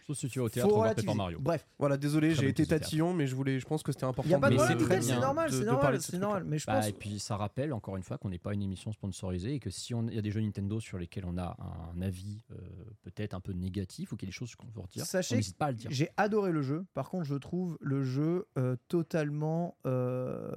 sauf si tu vas au
faut
théâtre voir
relativiser.
Paper Mario.
Bref,
Voilà, désolé,
Très
j'ai
bon
été
petit théâtre.
tatillon, mais je voulais, je pense que c'était important.
il y a pas de
Mais
de-
problème,
c'est
Miguel,
très
c'est
bien
normal,
de-
c'est
de parler
normal,
de ce
c'est
truc-là.
normal. Mais je
Bah,
pense
et puis ça rappelle encore une fois qu'on n'est pas une émission sponsorisée et que si on- il y a des jeux Nintendo sur lesquels on a un avis euh, peut-être un peu négatif ou qu'il y a des choses qu'on veut redire,
Sachez
on n'hésite pas à le dire.
j'ai adoré le jeu. Par contre, je trouve le jeu euh, totalement euh,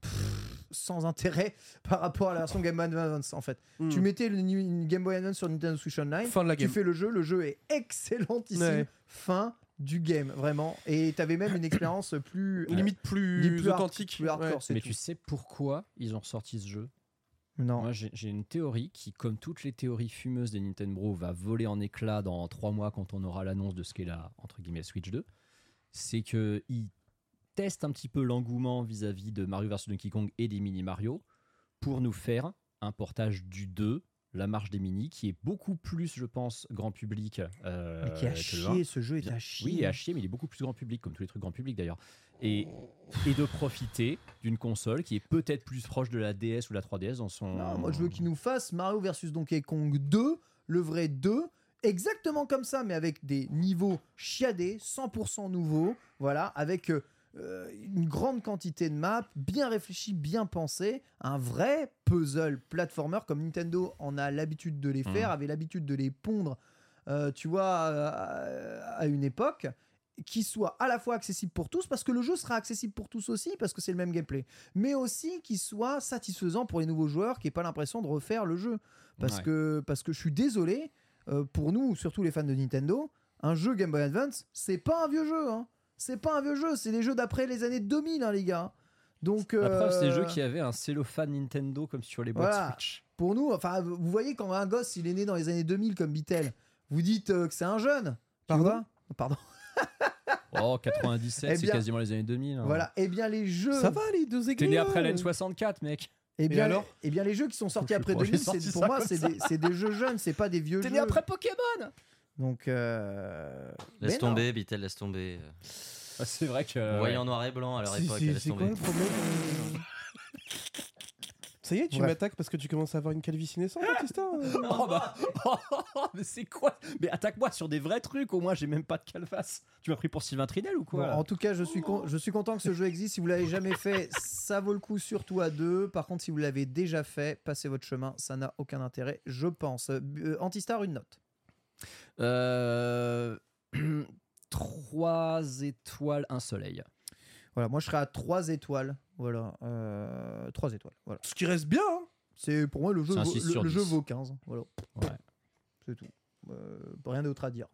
pff, sans intérêt par rapport à la version Game Boy Advance en fait.
Hmm.
Tu mettais le ni- une Game Boy Advance sur Nintendo Switch Online,
Fin de la
tu
game.
fais le jeu, le jeu est excellentissime.
Ouais.
Fin du game, vraiment. Et t'avais même une expérience plus
Limite plus,
Limite plus hard-
authentique.
plus hardcore,
ouais.
c'est
Mais
tout.
tu sais pourquoi ils ont sorti ce jeu
Non.
Moi, j'ai j'ai une théorie qui, comme toutes les théories fumeuses des Nintendo, va voler en éclats dans trois mois quand on aura l'annonce de ce qu'est la entre guillemets Switch 2. C'est que ils testent un petit peu l'engouement vis-à-vis de Mario vs Donkey Kong et des mini Mario pour nous faire un portage du 2, la marche des mini, qui est beaucoup plus, je pense, grand public. euh,
Mais qui a
que le 1.
chié, ce jeu est
Bien.
à chier.
Oui, il est à chier, mais il est beaucoup plus grand public, comme tous les trucs grand public d'ailleurs. Et, et de profiter d'une console qui est peut-être plus proche de la DS ou la 3DS dans son.
Non, moi je veux qu'ils nous fassent Mario versus Donkey Kong 2, le vrai 2, exactement comme ça, mais avec des niveaux chiadés, 100% nouveaux, voilà, avec euh, euh, une grande quantité de maps, bien réfléchi, bien pensé, un vrai puzzle platformer comme Nintendo en a l'habitude de les faire, avait l'habitude de les pondre, euh, tu vois, euh, à- à une époque qui soit à la fois accessible pour tous, parce que le jeu sera accessible pour tous aussi, parce que c'est le même gameplay, mais aussi qui soit satisfaisant pour les nouveaux joueurs, qui n'aient pas l'impression de refaire le jeu. Parce,
Ouais.
que, parce que je suis désolé, euh, pour nous, surtout les fans de Nintendo, un jeu Game Boy Advance, c'est pas un vieux jeu. hein. C'est pas un vieux jeu, c'est des jeux d'après les années 2000, hein, les gars. Donc,
La preuve, c'est le jeu
euh,
qui avait un cellophane Nintendo comme sur les boîtes
voilà.
Switch.
Pour nous, enfin, vous voyez quand un gosse, il est né dans les années 2000 comme Bitel, vous dites euh, que c'est un jeune. Tu
Pardon
vois Pardon.
Oh,
Eh
97, c'est
bien,
quasiment les années 2000. hein.
Voilà. Mmh. Eh bien les jeux.
Ça va les deux
T'es
aiguilles
né
là
après la N64, mec.
Eh bien,
alors
eh bien les jeux qui sont sortis
Je
après
crois que j'ai
2000, c'est-
sorti
pour
ça
moi,
comme
c'est
ça.
des, c'est des jeux jeunes, c'est pas des vieux
T'es
jeux.
né après Pokémon
Donc. euh, mais
Laisse
non.
tomber, Bitel, laisse tomber.
Ah, C'est vrai que. euh,
Voyant en noir et blanc à leur
C'est-
époque,
c'est-
laisse
c'est quoi
tomber.
le problème euh Ça y est, tu
Bref.
m'attaques parce que tu commences à avoir une calvitie naissante, hein. Baptiste
ouais. Oh, bah. mais c'est quoi Mais attaque-moi sur des vrais trucs, au moins j'ai même pas de calvasse. Tu m'as pris pour Sylvain Tridel ou
Bon,
quoi là
en tout cas, je suis, con- je suis content que ce jeu existe. Si vous l'avez jamais fait, ça vaut le coup, surtout à deux. Par contre, si vous l'avez déjà fait, passez votre chemin. Ça n'a aucun intérêt, je pense. Euh, Antistar, une note.
Euh, Trois étoiles, un soleil.
Voilà, moi je serai à 3 étoiles. Voilà, 3 étoiles. Voilà.
Ce qui reste bien hein.
C'est pour moi le jeu,
C'est un
vaut,
six
le,
sur
le jeu
dix.
vaut 15. Voilà.
Ouais.
C'est tout. Euh, rien d'autre à dire.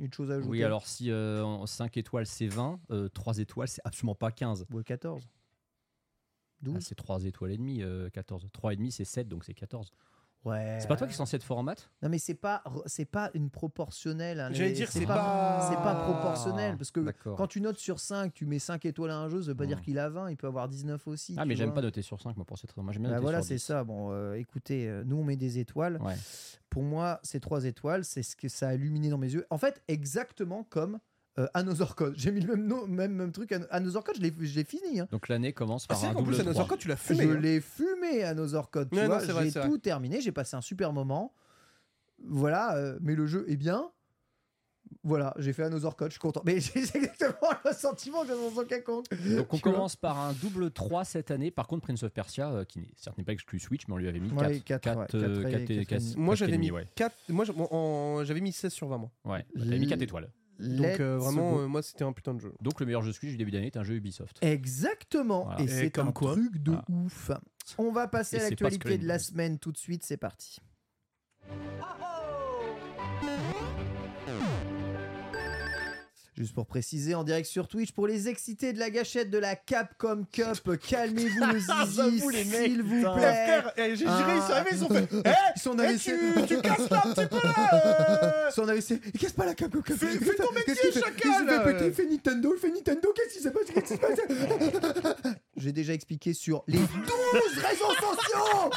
Une chose à ajouter.
Oui, alors si 5 étoiles c'est 20, 3 étoiles c'est absolument pas 15.
Ou à 14.
Ah,
12.
c'est 3 étoiles et demie, euh, 14. 3 et demi c'est 7, donc c'est 14.
ouais.
C'est pas toi qui es censé être fort en maths
Non mais c'est pas re- c'est pas une proportionnelle. hein,
J'allais
les-
dire,
c'est
Ah, c'est
pas,
pas- Ah,
c'est pas proportionnel parce que
D'accord.
quand tu notes sur 5, tu mets 5 étoiles à un jeu, ça veut pas
Hmm.
dire qu'il a 20, il peut avoir 19 aussi.
Ah,
tu
mais j'aime
vois.
pas noter sur 5, moi, pour cette raison. Moi, j'aime bien
Bah
noter
voilà,
sur
c'est
10.
ça. Bon, euh, écoutez, euh, nous on met des étoiles.
Ouais.
Pour moi, c'est 3 étoiles, c'est ce que ça a illuminé dans mes yeux. En fait, exactement comme euh, Another Code. J'ai mis le même, nom- même, même truc. An- Another Code, je l'ai- je l'ai fini. hein.
Donc l'année commence
Ah,
par
C'est
un
vrai qu'en
double
plus, à
trois.
Nazarka, tu l'as fumé
Je
hein.
l'ai fumé Another Code. Tu
Ouais, non,
vois,
c'est vrai,
j'ai
c'est vrai.
tout terminé, j'ai passé un super moment. Voilà, euh, mais le jeu est bien. Voilà, j'ai fait Another Code, je suis content. Mais j'ai exactement le sentiment que dans un quiconque.
Donc on
Tu vois.
commence par un double 3 cette année. Par contre, Prince of Persia, euh, qui n'est certes n'est pas exclu Switch, mais on lui avait mis euh, 4.
Ouais, quatre, ouais, quatre et- quatre et demi.
Moi j'avais mis
Ouais,
4 moi j'a- en- en- j'avais mis 16 sur 20 moi.
ouais. Bah, t'avais mis 4
Let's
étoiles.
Donc
Let's
euh, vraiment
go.
euh, moi c'était un putain de jeu.
Donc le meilleur jeu Switch du début d'année est un jeu Ubisoft.
Exactement,
Voilà.
et,
Et
c'est
comme
un
quoi.
truc de
Ah.
ouf. On va passer
Et
à
c'est parce que
l'actualité de la
Windows.
semaine tout de suite, c'est parti. Juste pour préciser, en direct sur Twitch, pour les excités de la gâchette de la Capcom Cup, calmez-vous le
J'avoue, les
zizi,
mecs,
s'il vous
putain.
plaît.
eh, j'ai
Ah.
juré, Eh,
Euh, Ils sont en
eh,
AVC.
casses là un petit peu là euh.
Son AVC, il casse pas la Capcom Cup.
Fais- fais ton
Putain,
métier,
qu'est-ce qu'il fait
chacal.
Il se fait péter, il fait Nintendo, il fait Nintendo, qu'est-ce qui se passe, Qu'est-ce qui se passe J'ai déjà expliqué sur les 12 réseaux sociaux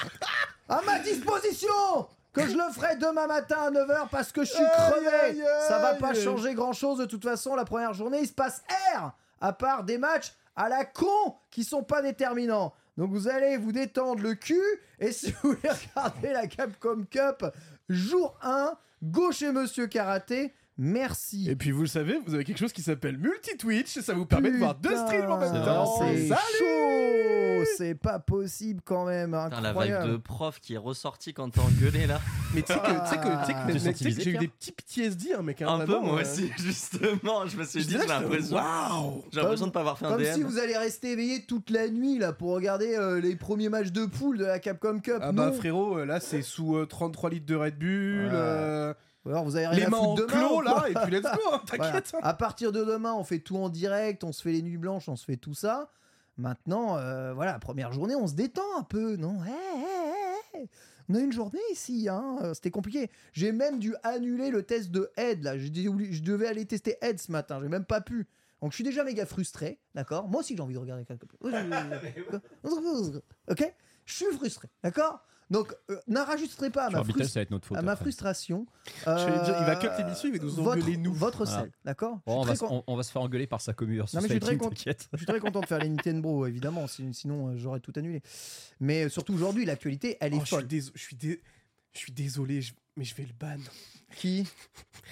à ma disposition que je le ferai demain matin à 9h parce que je suis
Aïe,
crevé.
aïe, aïe.
Ça va pas changer grand-chose de toute façon la première journée, il se passe R à part des matchs à la con qui sont pas déterminants. Donc vous allez vous détendre le cul et si vous voulez regarder la Capcom Cup jour 1, go chez monsieur karaté. Merci.
Et puis vous le savez, vous avez quelque chose qui s'appelle multi-twitch, ça vous permet de voir deux
Putain,
streams en même
C'est
temps.
vrai,
C'est
c'est
Salut
chaud, c'est pas possible quand même.
Putain, la vibe de
Incroyable.
prof qui est ressortie quand t'as engueulé là.
Mais
Ah,
tu sais que, tu sais que, tu sais que- mais-
T'es
mais
senti
tu sais que
visé,
j'ai eu
Pierre
des petits PTSD, hein, mec. hein,
Un
bah
peu,
vraiment,
moi
euh.
aussi, justement. Je me suis
Je
dit,
disais
j'ai
que
l'impression
Waouh
j'ai l'impression de pas avoir fait un
Comme si
DM.
vous allez rester éveillé toute la nuit là pour regarder euh, les premiers matchs de poule de la Capcom Cup.
Ah bah
non.
frérot, euh, là c'est sous euh, 33 litres de Red Bull,
Ouais.
euh,
Ou Alors vous avez rien
les
à
mains
foutre
en
demain,
clos
ou
là,
quoi
et puis let's go, hein,
Voilà.
t'inquiète. hein.
À partir de demain, on fait tout en direct, on se fait les nuits blanches, on se fait tout ça. Maintenant, euh, voilà, première journée, on se détend un peu, non Eh, eh, eh, eh. On a une journée ici, hein. euh, c'était compliqué. J'ai même dû annuler le test de Head, là. J'ai dû- je devais aller tester Head ce matin, j'ai même pas pu. Donc je suis déjà méga frustré, d'accord Moi aussi j'ai envie de regarder quelque chose. ok Je suis frustré, d'accord Donc euh, n'enregistrez pas
Sur
ma,
Orbital,
frus-
ça va être notre faute.
à ma
après.
frustration.
vais dire, il va cut
euh,
l'émission, il va nous
votre-
engueuler, nous.
Votre
Voilà.
sel, d'accord
Oh, on,
je,
va
suis
se,
très con-
on- on va se faire engueuler par sa commuère
Non, mais je suis très con-
Society, t'inquiète.
je suis très content de faire les Nintendo, évidemment, sin- sinon euh, j'aurais tout annulé. Mais euh, surtout aujourd'hui, l'actualité, elle est
Oh, je, suis
folle.
déso- je, suis dé- je suis désolé, je- mais je vais le ban.
Qui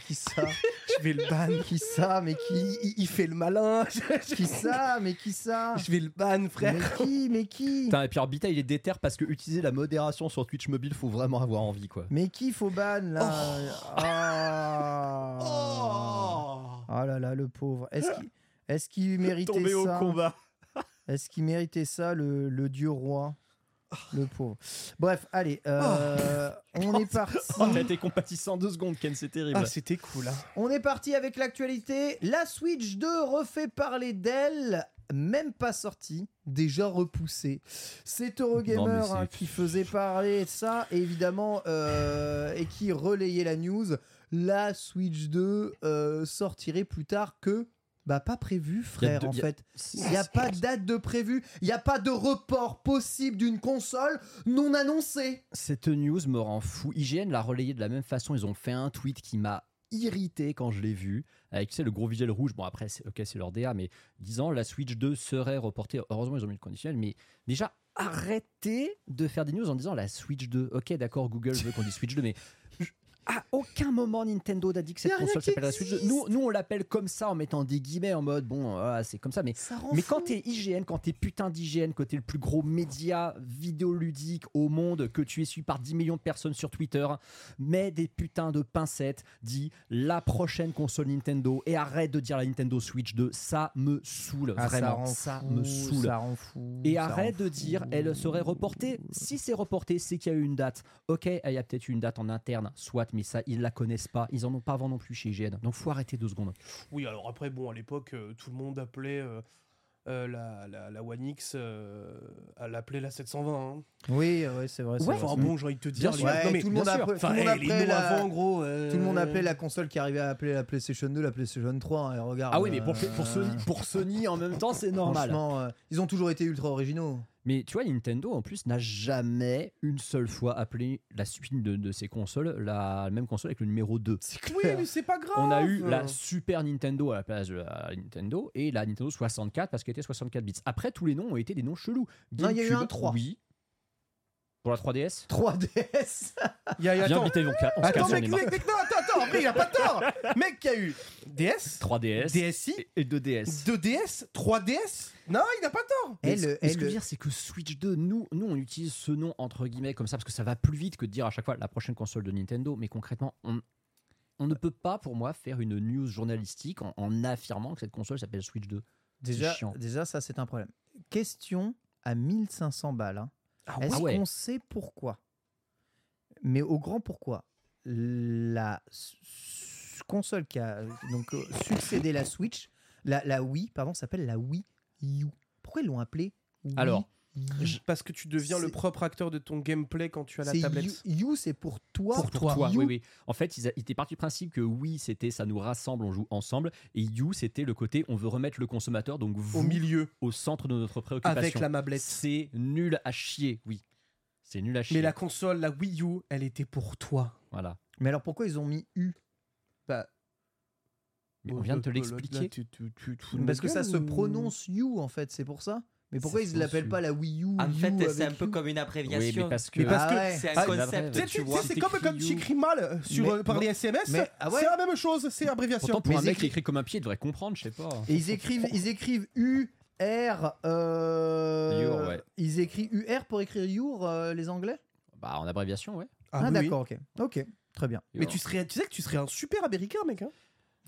Qui ça
Je vais le ban.
Qui ça Mais
il,
qui
il- il fait le malin. Je-
Qui ça Mais qui ça
je vais le ban,
Mais
frère.
qui Mais qui
Putain, et puis Orbita, il est déter parce que utiliser la modération sur Twitch mobile, faut vraiment avoir envie, quoi.
Mais qui faut ban là
Oh.
Ah Ah là là, le pauvre. Est-ce qu'il est-ce qu'il méritait
Tombé au
ça
combat.
Est-ce qu'il méritait ça, le, le dieu roi Le pauvre. Bref, allez, euh, on est parti.
Oh, t'as été compatissant deux secondes, Ken, c'est terrible.
Ah, c'était cool. hein.
On est parti avec l'actualité. La Switch 2 refait parler d'elle même pas sorti, déjà repoussé. C'est
Non, mais
Eurogamer
c'est-
hein, qui faisait parler de ça, et évidemment, euh, et qui relayait la news. La Switch 2 euh, sortirait plus tard que. Bah, pas prévu, frère,
deux-
en
il y a-
fait. Il n'y a pas de date de prévu, il n'y a pas de report possible d'une console non annoncée.
Cette news me rend fou. IGN l'a relayé de la même façon. Ils ont fait un tweet qui m'a irrité quand je l'ai vu. Avec, tu sais, le gros visuel rouge. Bon, après, c'est, ok, c'est leur DA, mais disant la Switch 2 serait reportée. Heureusement, ils ont mis le conditionnel, mais déjà, arrêtez de faire des news en disant la Switch 2. Ok, d'accord, Google veut qu'on dise Switch 2, mais. je- À aucun moment Nintendo n'a dit que cette
Y a rien
console
qui
s'appelle la Switch 2. Nous, nous, on l'appelle comme ça en mettant des guillemets en mode bon, ah, c'est comme ça, mais
Ça rend
mais
fou.
quand t'es IGN, quand t'es putain d'IGN, que t'es le plus gros média vidéoludique au monde, que tu es suivi par 10 millions de personnes sur Twitter, mets des putains de pincettes, dis la prochaine console Nintendo et arrête de dire la Nintendo Switch 2, ça me saoule,
Ah, ça
vraiment,
rend
ça,
fou,
me saoule.
Ça rend fou.
Et
ça
arrête
rend
de dire,
fou.
elle serait reportée. Si c'est reporté, c'est qu'il y a eu une date. Ok, il y a peut-être eu une date en interne, soit, mais ça, ils la connaissent pas. Ils en ont pas avant non plus chez IGN. Donc faut arrêter deux secondes.
Oui, alors après, bon, à l'époque, euh, tout le monde appelait euh, euh, la, la, la One X, euh, à l'appeler la 720. Hein.
Oui, ouais, c'est vrai. c'est vrai,
Ouais.
Enfin,
c'est vrai.
bon, j'ai envie de te dire,
Bien
les
sûr.
gars,
Ouais,
non, mais
tout le monde
bien sûr.
appelait- tout le
Enfin,
monde
hey, les
appelait
noms
la-
avant, gros. euh,
Tout le monde appelait la console qui arrivait à appeler la PlayStation 2, la PlayStation 3. Et regarde,
Ah oui, mais pour,
euh,
pour, Sony, pour Sony, en même temps, c'est normal.
Franchement, euh, ils ont toujours été ultra originaux.
Mais tu vois, Nintendo en plus n'a jamais une seule fois appelé la suite de, de ses consoles la même console avec le numéro 2.
Oui, mais c'est pas grave.
On a eu la Super Nintendo à la place de la Nintendo et la Nintendo 64 parce qu'elle était 64 bits. Après, tous les noms ont été des noms chelous.
Non, il y a eu
GameCube,
un 3.
Oui. Pour la 3DS
3DS
Il y a,
Ah, Viens
attends,
vite, allez, on, ca- on se
attends,
casse, on est
mec,
marre.
mec, mec, non, attends, attends, après, il a pas tort. Mec, il y a eu DS,
3DS
DSi,
et- et 2DS.
2DS, 3DS. Non, il n'a pas tort.
Mais
Et
ce-
le-
mais
et
ce que je veux
le-
dire, c'est que Switch 2, nous, nous, on utilise ce nom entre guillemets comme ça parce que ça va plus vite que de dire à chaque fois la prochaine console de Nintendo. Mais concrètement, on, on ne peut pas, pour moi, faire une news journalistique en, en affirmant que cette console s'appelle Switch 2.
déjà,
chiant.
déjà, ça, c'est un problème. Question à 1500 balles. hein.
Ah
Est-ce
ouais.
qu'on sait pourquoi Mais au grand pourquoi, la s- s- console qui a euh, donc euh, succédé la Switch, la, la Wii, pardon, s'appelle la Wii U. Pourquoi ils l'ont appelée Wii
Alors,
U
Parce que tu deviens le
C'est-
propre acteur de ton gameplay quand tu as la
C'est
tablette.
U, U, c'est pour toi.
pour toi,
U,
oui, oui. En fait, ils, a- ils étaient partis du principe que oui, c'était ça nous rassemble, on joue ensemble, et you, c'était le côté on veut remettre le consommateur, donc vous,
Au milieu,
au centre de notre préoccupation.
avec la mablette.
C'est nul à chier, oui. C'est nul à chier.
Mais la console, la Wii U, elle était pour toi.
Voilà.
Mais alors pourquoi ils ont mis U
Bah,
Mais on vient de te
euh, là, là,
l'expliquer.
tu- tu- tu te fous de
Parce
ma
que ça
gueule
se
ou-
prononce U en fait, c'est pour ça. Mais pourquoi
Ça
ils
se
ne l'appellent
prononce
pas la Wii U
Ah, En
U
fait, c'est un
avec
peu
U
comme une abréviation.
Oui, mais parce que.
Mais parce
Ah
que
ouais.
C'est
Ah,
un
c'est la vraie-
concept,
Tu sais,
tu
tu sais,
vois.
si
c'est comme
t'écris
comme
you-
tu écris mal sur,
Mais-
euh, par
non.
les SMS,
Mais- ah ouais.
c'est la même chose, c'est abréviation.
Pourtant, pour
Mais
un mec
écrit-
qui écrit comme un pied, il devrait comprendre, je sais pas.
Et ils écrivent, ils écrivent U. R, euh,
Your, ouais.
ils écrivent UR pour écrire Your, euh, les Anglais
Bah, en abréviation, ouais.
Ah,
oui, oui.
d'accord, ok. Ok, très bien.
Mais tu, serais, tu sais que tu serais un super américain, mec. hein.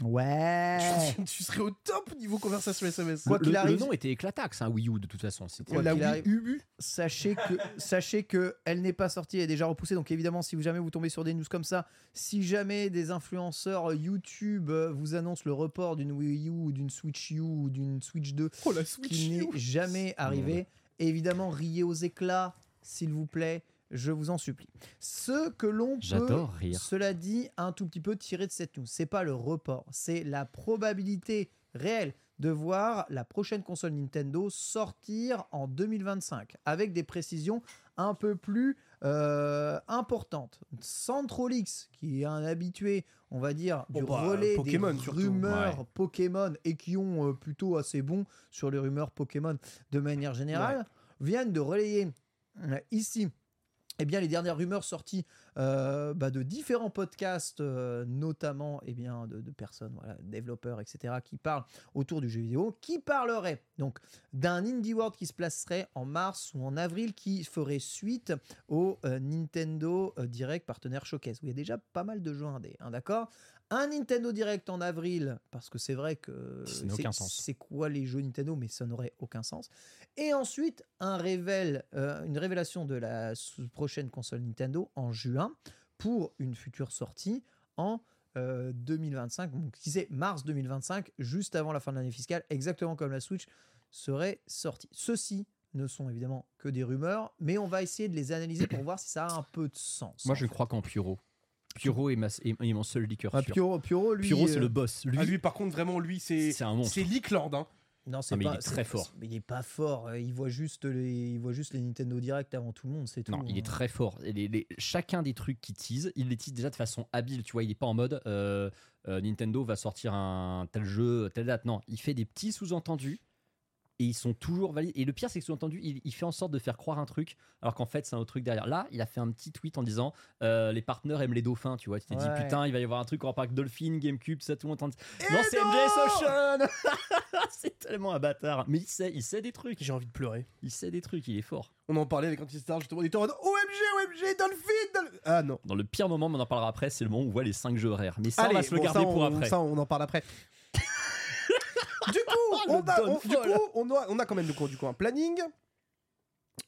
Ouais.
Tu, tu serais au top niveau conversation SMS.
Quoi
le,
qu'il
le
arrive-
nom était éclataxe, hein, Wii U, de toute façon. C'était.
Quoi
la
qu'il
Wii
arrive-
Ubu.
Sachez que, sachez que elle n'est pas sortie, elle est déjà repoussée. Donc évidemment, si vous jamais vous tombez sur des news comme ça, si jamais des influenceurs YouTube euh, vous annoncent le report d'une Wii U ou d'une Switch U ou d'une Switch 2
Oh la Switch.
qui n'est
you.
jamais arrivée, évidemment, riez aux éclats, s'il vous plaît. Je vous en supplie. Ce que l'on peut
J'adore rire.
Cela dit, un tout petit peu tiré de cette news. C'est pas le report, c'est la probabilité réelle de voir la prochaine console Nintendo sortir en 2025 avec des précisions un peu plus euh, importantes. Centrolix, qui est un habitué, on va dire,
Bon,
du
bah,
relais
Pokémon,
des
surtout.
rumeurs Pokémon et qui ont euh, plutôt assez bon sur les rumeurs Pokémon de manière générale, viennent de relayer euh, ici eh bien, les dernières rumeurs sorties euh, bah, de différents podcasts, euh, notamment eh bien, de, de personnes, voilà, développeurs, etc., qui parlent autour du jeu vidéo, qui parleraient donc d'un Indie World qui se placerait en mars ou en avril, qui ferait suite au euh, Nintendo euh, Direct Partenaire Showcase, où il y a déjà pas mal de jeux indés, hein, d'accord Un Nintendo Direct en avril, parce que c'est vrai que
Ça n'a aucun
c'est-
sens.
c'est quoi les jeux Nintendo, mais ça n'aurait aucun sens. Et ensuite, un révèle, euh, une révélation de la sou- prochaine console Nintendo en juin pour une future sortie en euh, 2025, donc qui c'est mars 2025, juste avant la fin de l'année fiscale, exactement comme la Switch. serait sorti. Ceci ne sont évidemment que des rumeurs, mais on va essayer de les analyser pour voir si ça a un peu de sens.
Moi, je crois qu'en Puro. Puro est, ma- est- est mon seul liqueur
Ah,
sûr.
Puro, Puro, lui.
Puro, c'est
euh,
le boss. Lui,
Ah, lui, par contre, vraiment, lui, c'est
c'est un monstre.
c'est Lick Lord. Hein.
Non, c'est
mais il
pas-
est
c'est-
très fort.
Mais il est pas fort. euh, Il voit juste les, il voit juste les Nintendo Direct avant tout le monde, c'est tout.
Non, il est
hein.
très fort. Et les- les- chacun des trucs qu'il tease, il les tease déjà de façon habile. Tu vois, il n'est pas en mode euh, euh, Nintendo va sortir un tel jeu, telle date. Non, il fait des petits sous-entendus et ils sont toujours valides. Et le pire, c'est que sous-entendu, il, il fait en sorte de faire croire un truc alors qu'en fait, c'est un autre truc derrière. Là, il a fait un petit tweet en disant euh, Les partenaires aiment les dauphins. Tu vois, tu t'es
Ouais.
dit Putain, il va y avoir un truc en parc Dolphin, Gamecube, ça, tout le monde. est en train de- Non, c'est MJ Ocean C'est tellement un bâtard. Mais il sait, il sait des trucs.
J'ai envie de pleurer.
Il sait des trucs, il est fort.
On en parlait avec Antistar, justement. On était en mode OMG, OMG, Dolphin, Dolphin. Ah non.
Dans le pire moment, mais on en parlera après, c'est le moment où on voit les 5 jeux rares. Mais ça, on va
Allez,
se le
bon,
garder
ça,
pour
on-
après.
Ça, on en parle après. du coup, on
Oh, Le
a,
Don
on- du
Paul.
coup, on a, on a quand même du coup, du coup, un planning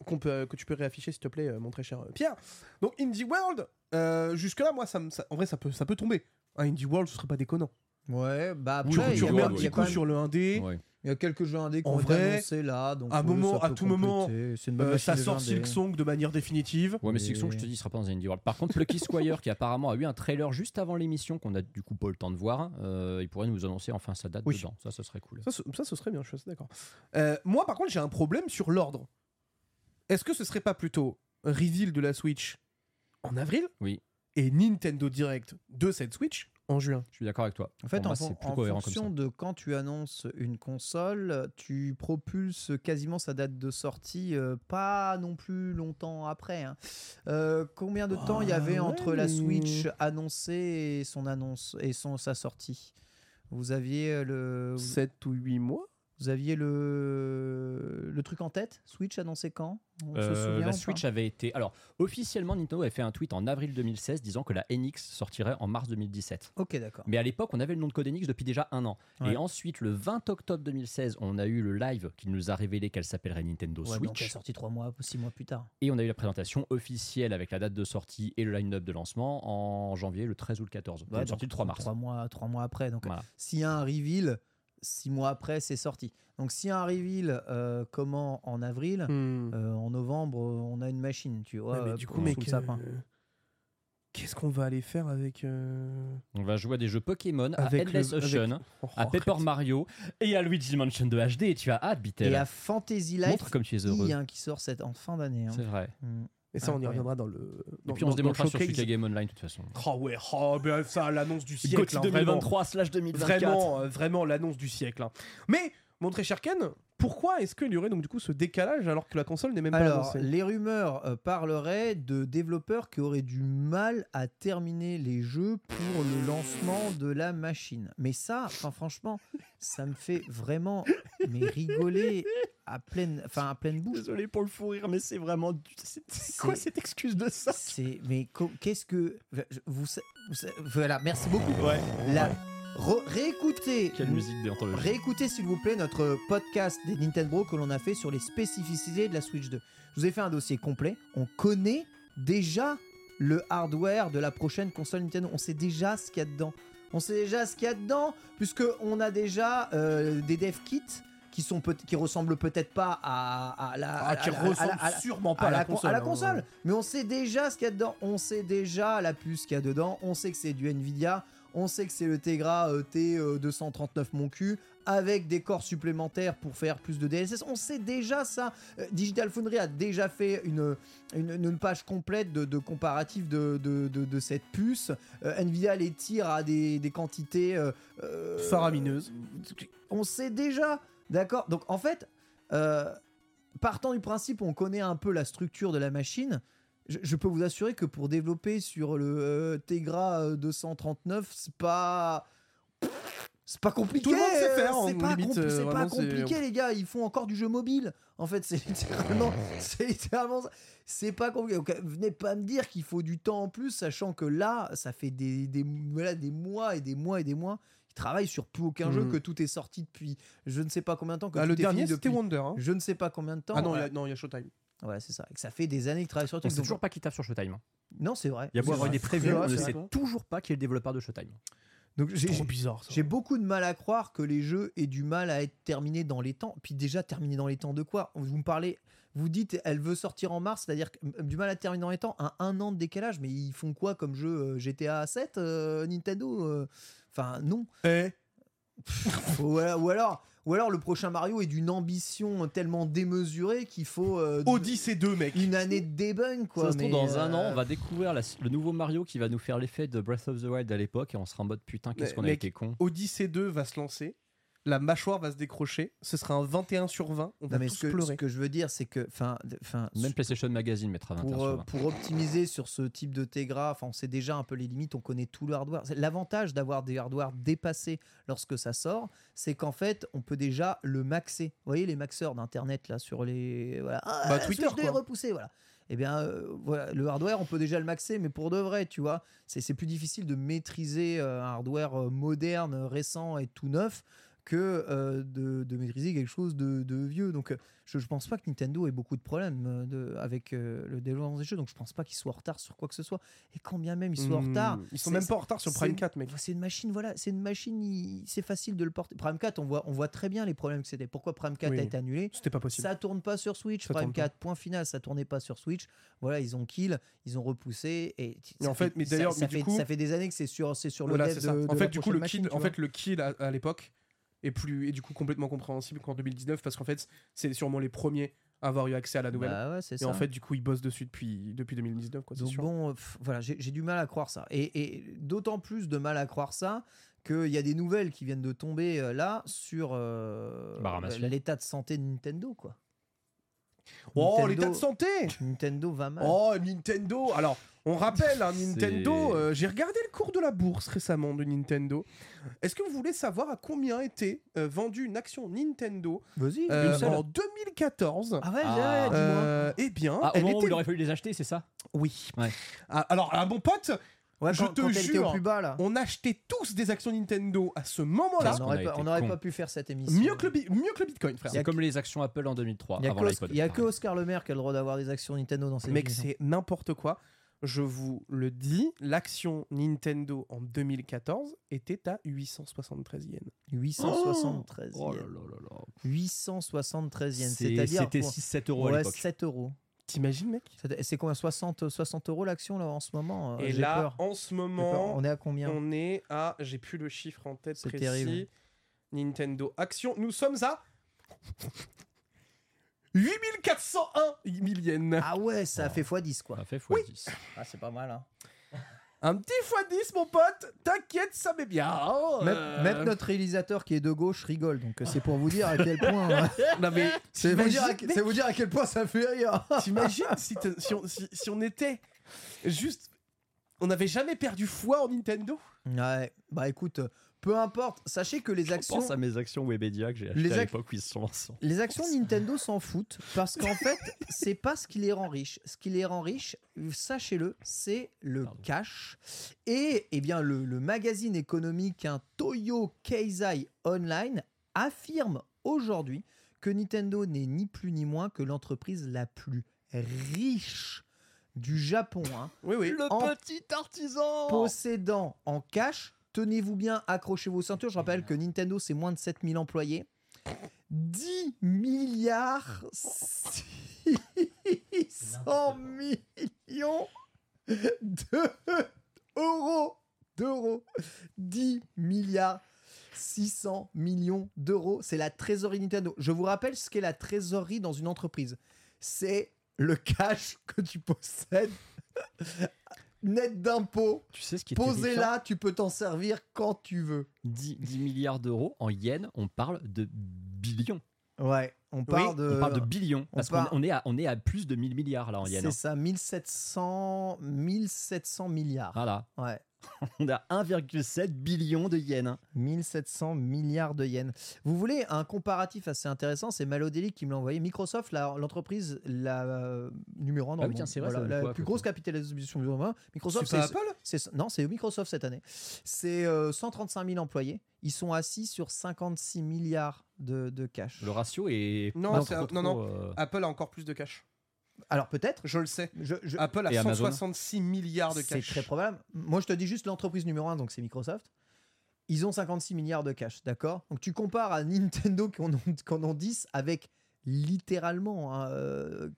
qu'on peut, que tu peux réafficher, s'il te plaît, euh, mon très cher euh, Pierre. Donc, Indie World, euh, jusque-là, moi, ça, me- ça- en vrai, ça peut, ça peut tomber. Un Indie World, ce serait pas déconnant.
Ouais, bah après,
Oui,
Tu- tu,
Ouais, Indie
il, y
remets
a,
World,
il
un
y a
petit
oui.
quand
coup
même-
sur le 1D.
Ouais.
il y a quelques jeux indés qui
En
ont été
vrai,
annoncés là, donc
à un
oui,
moment-
ça
à
peut
tout moment,
compléter. c'est une bonne
Euh, ça
machine de
sort
jeu
hein.
indé.
Silksong de manière définitive.
Ouais, mais
Mais-
c'est que je te dis, il sera pas dans Indie World. Par contre, Lucky Squire, qui apparemment a eu un trailer juste avant l'émission, qu'on a du coup pas le temps de voir, euh, il pourrait nous annoncer enfin sa date
Oui.
dedans. Ça, ce serait cool.
Ça, ce, ça, ce serait bien, je suis assez d'accord. Euh, moi, par contre, j'ai un problème sur l'ordre. Est-ce que ce serait pas plutôt reveal de la Switch en avril
Oui.
et Nintendo Direct de cette Switch en juin
Je suis d'accord avec toi.
En fait,
Pour
en,
moi,
fon-
c'est plus
en
cohérent
fonction
comme
de quand tu annonces une console, tu propulses quasiment sa date de sortie, euh, pas non plus longtemps après. hein. Euh, combien de temps il y
Ah
avait
ouais,
entre la
mais-
Switch annoncée et son annonce et son sa sortie Vous aviez euh, le vous,
7 ou 8 mois
vous aviez le le truc en tête Switch annoncé quand On
ça.
se
Euh,
souvient ou
la
pas
Switch avait été. Alors, officiellement, Nintendo avait fait un tweet en avril 2016 disant que la NX sortirait en mars 2017.
Ok, d'accord.
Mais à l'époque, on avait le nom de Code Enix depuis déjà un an.
Ouais.
Et ensuite, le 20 octobre 2016, on a eu le live qui nous a révélé qu'elle s'appellerait Nintendo
Ouais, donc elle est
Switch.
sortie trois mois, six mois plus tard.
Et on a eu la présentation officielle avec la date de sortie et le line-up de lancement en janvier, le 13 ou le 14.
Ouais,
donc
donc,
sortie le 3 mars.
Trois mois, trois mois après. Donc,
Voilà.
s'il y a un reveal, six mois après, c'est sorti. Donc, s'il y a un reveal, euh, comment en avril euh, En novembre, euh, on a une machine, tu vois,
Ouais, Hmm. mais
euh,
du
pour-
coup,
sous
mec,
le sapin.
euh, qu'est-ce qu'on va aller faire avec euh,
On va jouer à des jeux Pokémon,
avec
à Ah, Endless
le- avec-
Ocean, hein. Ah,
Oh,
à
arrête.
Paper Mario et à Luigi Mansion 2 HD. Et tu as hâte,
Et à
Bitel.
Fantasy
Montre
Life
comme tu es
I,
heureux.
hein, qui sort cette, en fin d'année. hein.
C'est vrai.
Mm.
Et ça, on y
Incroyable.
reviendra dans le.
Ah, Et
dans-
puis
dans-
on
dans
se
le
démontrera sur
showcase.
Suika Game Online, de toute façon.
Oh ouais, oh, ben ça, l'annonce du siècle.
Gauthier
hein, vraiment.
2023 slash 2024.
Vraiment, euh, vraiment l'annonce du siècle. hein. Mais, mon très cher Ken, pourquoi est-ce qu'il y aurait donc du coup ce décalage alors que la console n'est même pas
Alors,
annoncée
les rumeurs euh, parleraient de développeurs qui auraient du mal à terminer les jeux pour le lancement de la machine. Mais ça, enfin, franchement, ça me fait vraiment mais rigoler à pleine, enfin, à pleine bouche.
Désolé pour le fou rire, mais c'est vraiment. du- c'est- C'est quoi
C'est-
cette excuse de ça
C'est mais co- qu'est-ce que je- vous, sa- vous sa- voilà merci beaucoup. La re- réécoutez
Quelle musique d'anthologie.
Réécoutez s'il vous plaît notre podcast des Nintendo que l'on a fait sur les spécificités de la Switch 2. Je vous ai fait un dossier complet. On connaît déjà le hardware de la prochaine console Nintendo. On sait déjà ce qu'il y a dedans. On sait déjà ce qu'il y a dedans puisque on a déjà euh, des dev kits qui sont peut- qui ressemblent peut-être pas à, à la à
Ah, qui
la- à la-
ressemble
à la-
sûrement pas
à la, con-
console.
à la
hein.
console. Mais on sait déjà ce qu'il y a dedans. On sait déjà la puce qu'il y a dedans. On sait que c'est du Nvidia. On sait que c'est le Tegra euh, T239 mon cul avec des corps supplémentaires pour faire plus de DLSS. On sait déjà ça. Euh, Digital Foundry a déjà fait une, une, une page complète de, de comparatif de, de, de- de cette puce. Euh, Nvidia les tire à des, des quantités euh, euh,
Faramineuse.
on sait déjà, d'accord Donc en fait, euh, partant du principe où on connaît un peu la structure de la machine, je, je peux vous assurer que pour développer sur le euh, Tegra euh, 239, c'est pas c'est pas compliqué.
Tout le monde sait
euh,
faire, en
C'est pas,
limite,
compli-
euh,
c'est pas
vraiment, c'est-
compliqué, les gars. Ils font encore du jeu mobile. En fait, c'est littéralement, c'est littéralement ça. C'est pas compliqué. Donc, venez pas me dire qu'il faut du temps en plus, sachant que là, ça fait des, des, voilà, des mois et des mois et des mois. Ils travaillent sur plus aucun jeu,
Mhm.
que tout est sorti depuis je ne sais pas combien de temps. Que
Ah,
tout
le
est
dernier,
fini
c'était
depuis
Wonder. hein.
Je ne sais pas combien de temps.
Ah non, il y
voilà.
a- Bah, non, il y a Showtime.
Ouais, c'est ça. Et que ça fait des années qu'ils travaillent sur le
On
truc.
sait
Donc-
toujours pas qui tape sur Showtime. hein.
Non, c'est vrai.
Il y a
C'est
beau avoir
vrai.
des prévus,
C'est vrai,
on ne
c'est
sait
vrai.
toujours pas qui est le développeur de Showtime.
Donc j'ai
Trop bizarre ça.
j'ai beaucoup de mal à croire que les jeux aient du mal à être terminés dans les temps. Puis déjà, terminés dans les temps de quoi Vous me parlez, vous dites, elle veut sortir en mars, c'est-à-dire que, euh, du mal à terminer dans les temps, à un an de décalage. Mais ils font quoi comme jeu euh, GTA 7 euh, Nintendo euh Enfin, non.
Eh,
ou, alors, ou alors, ou alors le prochain Mario est d'une ambition tellement démesurée qu'il faut euh,
Odyssey 2, mec.
une année de debug. Quoi,
Ça se trouve,
mais,
dans un an,
euh,
on va découvrir la- le nouveau Mario qui va nous faire l'effet de Breath of the Wild à l'époque et on sera en mode putain, qu'est-ce
Mais-
qu'on a
mec,
été con.
Odyssey 2 va se lancer. La mâchoire va se décrocher. Ce sera un 21 sur 20. On
Non,
va
mais
tous
ce que, ce
pleurer.
que je veux dire, c'est que. Enfin, de- enfin,
Même PlayStation Magazine mettra 21
pour,
sur
euh,
20.
pour optimiser sur ce type de Tegra, enfin, on sait déjà un peu les limites, on connaît tout le hardware. C'est L'avantage d'avoir des hardware dépassés lorsque ça sort, c'est qu'en fait, on peut déjà le maxer. Vous voyez les maxeurs d'internet là sur les voilà. Ah,
Bah,
la
Twitter,
Switch deux est
quoi.
repoussée, voilà. Eh bien, euh, voilà, le hardware, on peut déjà le maxer, mais pour de vrai, tu vois, c'est c'est plus difficile de maîtriser euh, un hardware euh, moderne, récent et tout neuf que euh, de, de maîtriser quelque chose de, de vieux. Donc, euh, je, je pense pas que Nintendo ait beaucoup de problèmes euh, de- avec euh, le développement des jeux, donc je pense pas qu'ils soient en retard sur quoi que ce soit. Et quand bien même ils soient en
Hmm,
retard,
Ils sont
c'est-
même pas en retard sur Prime
c'est-
4, mec.
c'est une machine, voilà, c'est une machine, il- c'est facile de le porter. Prime 4, on voit, on voit très bien les problèmes que c'était. Pourquoi Prime 4
Oui.
a été annulé
C'était pas possible.
Ça tourne pas sur Switch,
Ça
Prime
tourne pas.
4, point final, ça tournait pas sur Switch. Voilà, ils ont kill, ils ont repoussé. Et t-
Mais
ça
en fait, mais
ça-
d'ailleurs,
ça,
mais du
fait,
coup-
ça fait des années que c'est sur, c'est sur le
Voilà,
dev
c'est
de-
ça.
de
en
la
fait, du coup,
prochaine
le
machine,
kill,
tu
en
vois.
fait, le kill à, à l'époque est plus est du coup complètement compréhensible qu'en 2019 parce qu'en fait, c'est sûrement les premiers à avoir eu accès à la nouvelle.
Bah ouais, c'est
et en
ça.
fait, du coup, ils bossent dessus depuis depuis 2019 quoi. c'est
Donc
sûr.
bon, euh, pff, voilà, j'ai j'ai du mal à croire ça. Et, et d'autant plus de mal à croire ça qu'il y a des nouvelles qui viennent de tomber euh, là sur euh,
Bah, ramasse-les.
l'état de santé de Nintendo, quoi.
Oh,
Nintendo-
l'état de santé.
Nintendo va mal.
Oh, Nintendo. Alors, on rappelle, hein,
C'est-
Nintendo. euh, J'ai regardé le cours de la bourse récemment de Nintendo. Est-ce que vous voulez savoir à combien était euh, vendue une action Nintendo
Vas-y.
euh, en 2014
Ah ouais,
Ah.
ouais, dis-moi.
Euh, Eh bien,
Ah, au
elle
moment où
était.
il aurait fallu les acheter, c'est ça
Oui.
Ouais.
Ah, alors, un bon pote,
Ouais,
je
quand,
te
quand elle était
jure.
au plus bas là.
on achetait tous des actions Nintendo à ce moment-là.
on
Parce qu'on
n'aurait pas,
a été
on aurait
con.
pas pu faire cette émission.
Mieux que, le bi- mieux que le Bitcoin, frère.
Y a
C'est comme les actions Apple en 2003,
Il n'y a,
avant
que
l'iPod.
Oscar- y a que
pareil.
Oscar Le Maire qui a le droit d'avoir des actions Nintendo dans ses
Mec, c'est n'importe quoi. Je vous le dis, l'action Nintendo en 2014 était à 873 yens.
873
Oh là
yens.
là là là.
873 yens.
C'est-
C'est-à-dire.
C'était
pour-
6-7 euros à
ouais,
l'époque.
7 euros.
T'imagines, mec
C'est- C'est combien 60, 60 euros l'action là en ce moment euh,
Et
j'ai
là,
peur.
en ce
J'ai peur.
moment,
on est à combien
on est à. J'ai plus le chiffre en tête
C'est
précis.
terrible.
Nintendo Action. Nous sommes à. 8401 yens.
Ah ouais, ça a fait x10 quoi.
Ça fait x10.
Ah, c'est pas mal. hein.
Un petit fois 10, mon pote. T'inquiète, ça met bien. hein,
Même,
euh.
même notre réalisateur qui est de gauche rigole, donc euh, c'est pour vous dire à quel point. euh,
Non, mais
c'est vous, dire à-
t'imagines, mec,
c'est vous dire à quel point ça fait rire.
T'imagines si, t'as- si on, si- si on était juste. On n'avait jamais perdu foi en Nintendo
Ouais, bah écoute, euh, peu importe, sachez que les
Je
actions.
pense à mes actions Webedia que j'ai
Les
achetées à
ac-
l'époque où ils se sont lancés.
Les actions Nintendo s'en foutent parce qu'en fait, c'est pas ce qui les rend riches. Ce qui les rend riches, sachez-le, c'est le
Pardon.
cash. Et eh bien, le, le magazine économique hein, Toyo Keizai Online affirme aujourd'hui que Nintendo n'est ni plus ni moins que l'entreprise la plus riche du Japon. hein
Oui, oui.
En-
petit artisan
possédant en cash, tenez-vous bien, accrochez vos ceintures. Je rappelle que Nintendo, c'est moins de 7000 employés. 10 milliards 600 millions de- d'euros. D'euros. 10 milliards 600 millions d'euros. C'est la trésorerie Nintendo. Je vous rappelle ce qu'est la trésorerie dans une entreprise. C'est le cash que tu possèdes net d'impôts.
Tu sais ce qui est
Posé
terrifiant
là, tu peux t'en servir quand tu veux.
10, 10 milliards d'euros en yens, on parle de billions.
Ouais, on parle de.
Euh,
on parle de billions.
on
Parce
parle-
qu'on on est, à- on est à plus de 1000 milliards là en yens.
C'est
hein.
ça, 1700, 1700 milliards.
Voilà.
Ouais,
On a 1,7 billion de yens. hein.
1700 milliards de yens. Vous voulez un comparatif assez intéressant C'est Malodeli qui me l'a envoyé. Microsoft, la- l'entreprise la euh, numéro 1 dans
Ah
le
oui, tiens,
monde.
c'est vrai, ça
Voilà,
donne
la
quoi,
plus
après,
grosse
ça
capitalisation du monde. Microsoft,
C'est
c'est
pas Apple
C'est- non, c'est Microsoft cette année. C'est euh, 135 000 employés. Ils sont assis sur 56 milliards de, de cash.
Le ratio est.
Non,
pas
c'est-
trop,
non, non.
trop, euh,
Apple a encore plus de cash.
Alors peut-être.
Je le sais.
Je, je-
Apple a
Et Amazon
166 milliards de
c'est
cash.
très probable. Moi, je te dis juste l'entreprise numéro 1, donc c'est Microsoft. Ils ont 56 milliards de cash, d'accord Donc tu compares à Nintendo qui en ont, qui en ont 10 avec littéralement hein, euh,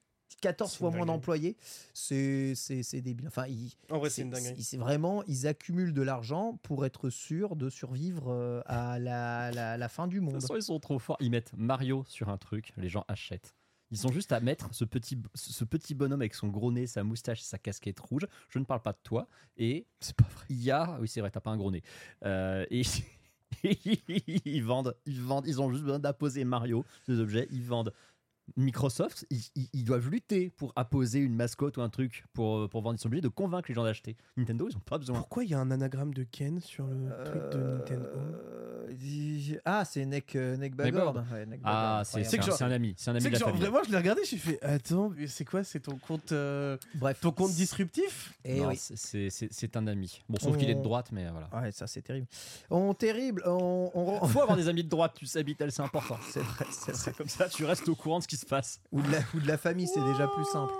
14
C'est
fois
une
moins
dinguerie.
d'employés. C'est c'est- c'est débile. Enfin, ils,
En vrai,
c'est-
c'est une dinguerie.
c'est- c'est vraiment, ils accumulent de l'argent pour être sûrs de survivre euh, à la, la- la fin du
De
monde.
toute façon, ils sont trop forts. Ils mettent Mario sur un truc, les gens achètent. Ils ont juste à mettre ce petit, ce petit bonhomme avec son gros nez, sa moustache, sa casquette rouge. Je ne parle pas de toi. Et
C'est pas vrai.
il y a. Oui, c'est vrai, t'as pas un gros nez. Euh, et. ils vendent, ils vendent, ils ont juste besoin d'apposer Mario, des objets, ils vendent. Microsoft, ils, ils- ils doivent lutter pour apposer une mascotte ou un truc pour, pour vendre. Ils sont obligés de convaincre les gens d'acheter. Nintendo, ils ont pas besoin.
Pourquoi il y a un anagramme de Ken sur le truc de Nintendo
Euh, dis- Ah, c'est Neck, euh, Neck
Baggord.
Baggord. Ouais, Neck
Ah,
Baggord,
c'est
incroyable.
c'est un,
que genre-
c'est un ami, c'est un ami
C'est
de
que
la
genre,
famille.
vraiment, je l'ai regardé, j'ai fait Attends, mais c'est quoi C'est ton compte euh,
Bref,
ton compte disruptif
Et
Non,
Eh oui. Oh.
c'est- c'est- c'est c'est un ami. Bon, sauf
On-
qu'il est de droite, mais voilà.
Ouais, ça c'est terrible. On terrible. oh, On, on-
Faut avoir des amis de droite, tu sais, Bitel, c'est important.
C'est vrai, c'est vrai.
Comme ça, tu restes au courant de ce qui se passe.
Ou de la, ou de la famille, c'est déjà plus simple.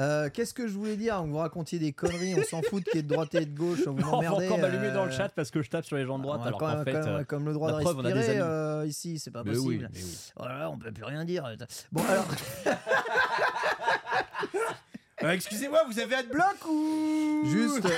Euh, Qu'est-ce que je voulais dire Vous racontiez des conneries, on s'en fout de qui est de droite et de gauche, vous
on va
m'emmerdez.
encore m'allumer dans le
euh,
chat parce que je tape sur les gens de droite,
on a
alors
quand
qu'en
même-
fait.
quand même-
euh,
comme le droit
la
de
preuve, on a des
respirer
amis.
euh, ici, c'est pas
mais oui,
possible.
mais oui.
Oh là là, on peut plus rien dire. Bon alors,
Euh, Excusez-moi, vous avez Adblock ou
juste euh,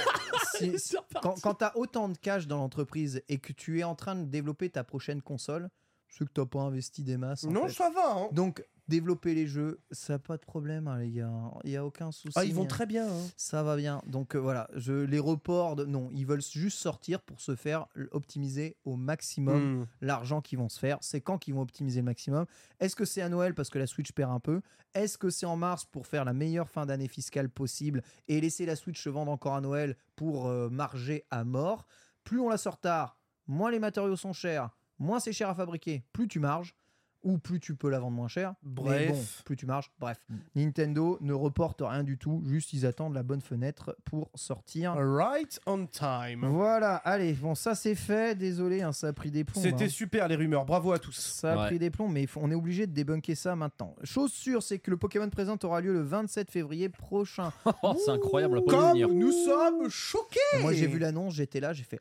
si-
C'est reparti.
quand, quand t'as autant de cash dans l'entreprise et que tu es en train de développer ta prochaine console, c'est que t'as pas investi des masses. en
Non,
fait.
ça va. hein.
Donc développer les jeux, ça a pas de problème, hein, les gars. Il y a aucun souci.
Ah, ils vont
hein.
très bien. hein.
Ça va bien. Donc euh, voilà, je les reports, de- non, ils veulent juste sortir pour se faire l- optimiser au maximum
Hmm.
l'argent qu'ils vont se faire. C'est quand qu'ils vont optimiser le maximum Est-ce que c'est à Noël parce que la Switch perd un peu Est-ce que c'est en mars pour faire la meilleure fin d'année fiscale possible et laisser la Switch se vendre encore à Noël pour euh, marger à mort Plus on la sort tard, moins les matériaux sont chers, moins c'est cher à fabriquer, plus tu marges ou plus tu peux la vendre moins cher. Mais
Bref. Mm.
bon, plus tu marges. Bref, Nintendo ne reporte rien du tout, juste ils attendent la bonne fenêtre pour sortir.
Right on time.
Voilà, allez, bon, ça c'est fait. Désolé, hein, ça a pris des plombs. hein.
C'était super les rumeurs, bravo à tous.
Ça a
Ouais.
pris des plombs, mais il faut- on est obligé de débunker ça maintenant. Chose sûre, c'est que le Pokémon présente aura lieu le 27 février prochain.
Oh, c'est incroyable, on a pas vu
Comme
venir.
nous sommes choqués
Et Moi, j'ai vu l'annonce, j'étais là, j'ai fait.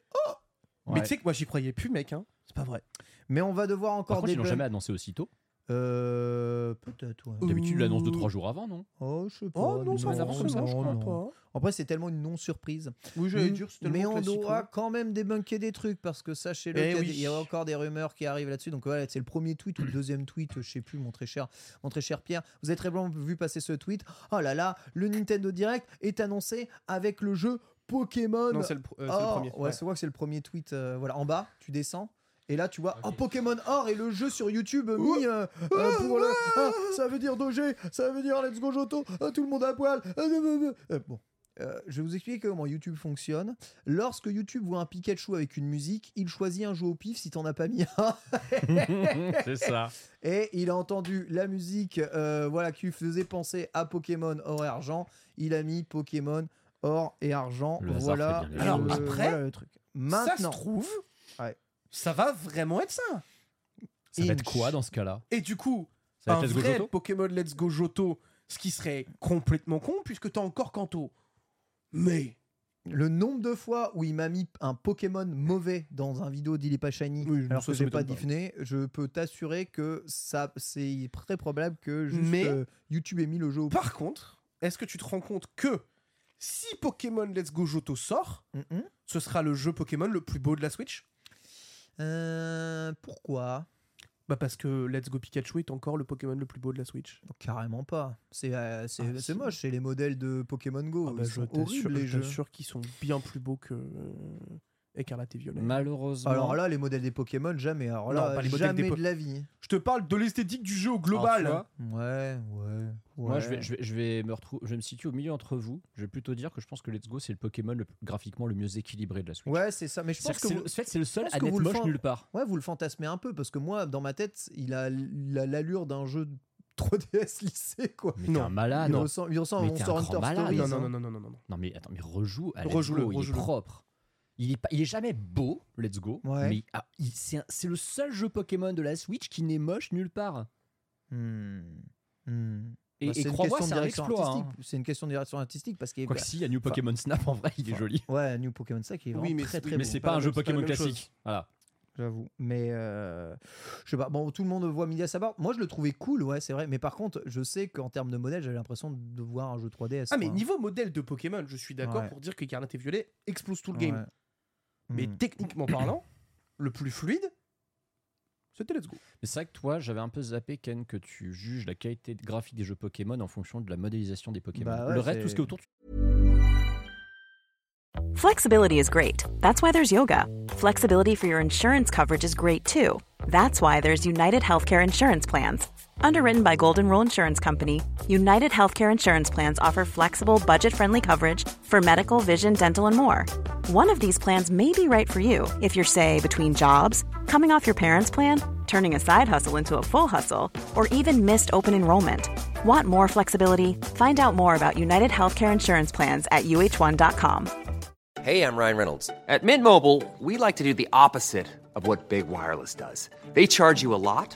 Mais
Ouais.
tu sais que moi j'y croyais plus mec, hein. c'est pas vrai.
Mais on va devoir encore
Par contre, ils l'ont
débunk-
jamais annoncé aussitôt.
Euh, peut-être. ouais.
D'habitude, ils l'annoncent de
Ouh.
trois jours avant, non
Oh, je sais pas.
Oh non, ça
non,
va
comme ça,
forcément, je crois
non.
pas. hein.
Après, c'est tellement une non surprise.
Oui, j'allais dire, c'était
Hmm. mais
tellement
on
classique,
doit
ouais.
quand même débunker des trucs parce que sachez-le, qu'il
Eh
y a
oui.
des- il y a encore des rumeurs qui arrivent là-dessus. Donc voilà, c'est le premier tweet ou le deuxième tweet, je sais plus, mon très cher, mon très cher Pierre. Vous avez très bien vu passer ce tweet. Oh là là, le Nintendo Direct est annoncé avec le jeu Pokémon.
Non, c'est le, pr- euh, c'est le
Or.
premier.
Oh, Ouais, c'est vrai que c'est le premier tweet. euh, voilà, en bas, tu descends. Et là, tu vois, oh, Pokémon Or et le jeu sur YouTube euh, mis euh, euh, pour le. ah, ça veut dire Dogé, ça veut dire Let's Go Joto, ah, tout le monde à poil. ah, euh, euh, euh. Euh, bon. Euh, je vais vous expliquer comment YouTube fonctionne. Lorsque YouTube voit un Pikachu avec une musique, il choisit un jeu au pif si t'en as pas mis un.
C'est ça.
Et il a entendu la musique euh, voilà, qui lui faisait penser à Pokémon Or et Argent. Il a mis Pokémon Or et Argent.
Le hasard
voilà,
fait bien les
euh,
choses. Alors, après,
voilà le truc.
Ça se
Maintenant,
trouve,
Ouais.
ça va vraiment être ça.
Ça va être
Inch.
quoi dans ce cas-là
Et du coup,
Ça va
un
être Let's Go
vrai
Joto
Pokémon Let's Go Johto, ce qui serait complètement con puisque t'as encore Kanto. Mais
le nombre de fois où il m'a mis un Pokémon mauvais dans un vidéo d'Il est pas shiny
Oui,
alors
ça,
que
ça
j'ai pas
m'étonne pas.
diffné, je peux t'assurer que ça c'est très probable que juste
Mais-
euh, YouTube ait mis le jeu au
par contre, est-ce que tu te rends compte que si Pokémon Let's Go Johto sort,
Mm, mm.
ce sera le jeu Pokémon le plus beau de la Switch
Euh, pourquoi
Bah parce que Let's Go Pikachu est encore le Pokémon le plus beau de la Switch.
Carrément pas. C'est euh, c'est-
Ah,
c'est
si.
moche, c'est les modèles de Pokémon Go.
Ah bah,
Ils
je
sont
t'assure,
horribles, les
je
jeux.
t'assure qu'ils sont bien plus beaux que euh, Écarlate et Violet.
Malheureusement.
Alors là, les modèles des Pokémon, jamais. Alors là,
Non, pas les modèles
jamais
des po-
de la vie.
Je te parle de l'esthétique du jeu au global.
Alors,
Ouais, ouais.
Moi,
ouais.
je vais, je, vais, je vais me retrouver, je vais me situer au milieu entre vous. Je vais plutôt dire que je pense que Let's Go c'est le Pokémon le- graphiquement le mieux équilibré de la Switch.
Ouais, c'est ça. Mais je pense
C'est-à-dire
que
que c'est
vous-
le- en fait, c'est le
je
seul
pense
à
que
n'être
vous le
moche
fan-
nulle part.
Ouais, vous le fantasmez un peu parce que moi, dans ma tête, il a il a l'allure d'un jeu de 3DS lycée, quoi.
Mais t'es un malade.
il ressent, il ressent
Ah Mais
on
t'es un
sort
grand
Hunter
malade.
Stories,
Non, non,
hein.
non, non, non, non, non, non.
Non mais attends, mais rejoue à Let's
Rejoue-le,
Go, il est
rejoue-le.
propre. Il est, pas, il est jamais beau, Let's Go.
Ouais.
Mais ah, il- c'est, un- c'est le seul jeu Pokémon de la Switch qui n'est moche nulle part.
Hmm. Hmm.
Et Et,
Bah,
et
c'est une
crois-moi,
question de
c'est un
direction
exploit. hein.
artistique. bah, C'est une question de direction artistique parce qu'il y a-
Quoique si, il y a New Pokémon Snap, en vrai, il est joli.
Ouais, New Pokémon ça qui est vraiment
Oui, mais
très
c'est-
très
oui,
Mais
beau.
c'est pas un jeu
c'est pas la
Pokémon
même chose.
classique. Voilà.
J'avoue. Mais euh, je sais pas. Bon, tout le monde voit Milia Sabar. Moi, je le trouvais cool, ouais, c'est vrai. Mais par contre, je sais qu'en termes de modèle, j'avais l'impression de voir un jeu 3DS.
Ah, mais
quoi.
niveau modèle de Pokémon, je suis d'accord
Ouais.
pour dire que Garnet et Violet explose tout le
Ouais.
game. Mais
Hmm.
techniquement parlant, le plus fluide, c'était Let's Go.
Mais c'est vrai que toi, j'avais un peu zappé, Ken, que tu juges la qualité de graphique des jeux Pokémon en fonction de la modélisation des Pokémon.
Bah ouais,
le reste,
c'est-
tout ce qui est autour, tu
Flexibility is great. That's why there's yoga. Flexibility for your insurance coverage is great too. That's why there's United Healthcare Insurance Plans. Underwritten by Golden Rule Insurance Company, United Healthcare Insurance Plans offer flexible, budget friendly coverage for medical, vision, dental, and more. One of these plans may be right for you if you're, say, between jobs, coming off your parents' plan, turning a side hustle into a full hustle, or even missed open enrollment. Want more flexibility? Find out more about United Healthcare Insurance Plans at uh1.com.
Hey, I'm Ryan Reynolds. At Mint Mobile, we like to do the opposite of what Big Wireless does. They charge you a lot,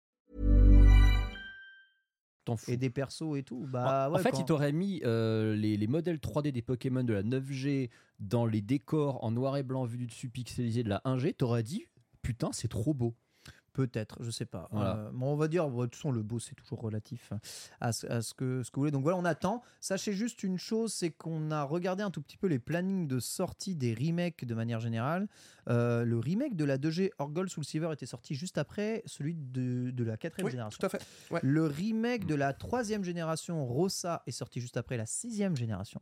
t'en fous.
Et des persos et tout.
En-
Bah,
en
ouais,
fait,
quand-
il t'aurait mis euh, les, les modèles 3D des Pokémon de la 9G dans les décors en noir et blanc vu du dessus pixelisé de la 1G, t'aurais dit putain, c'est trop beau.
Peut-être, je sais pas.
Voilà.
Euh, bon, on va dire, bon, de toute façon, le beau, c'est toujours relatif hein, à ce, à ce que, ce que vous voulez. Donc voilà, on attend. Sachez juste une chose, c'est qu'on a regardé un tout petit peu les plannings de sortie des remakes de manière générale. Euh, le remake de la 2G Orgol Soul Silver était sorti juste après celui de, de la quatrième
Oui,
génération.
tout à fait. Ouais. Mm.
Le remake de la troisième génération Rosa est sorti juste après la sixième génération.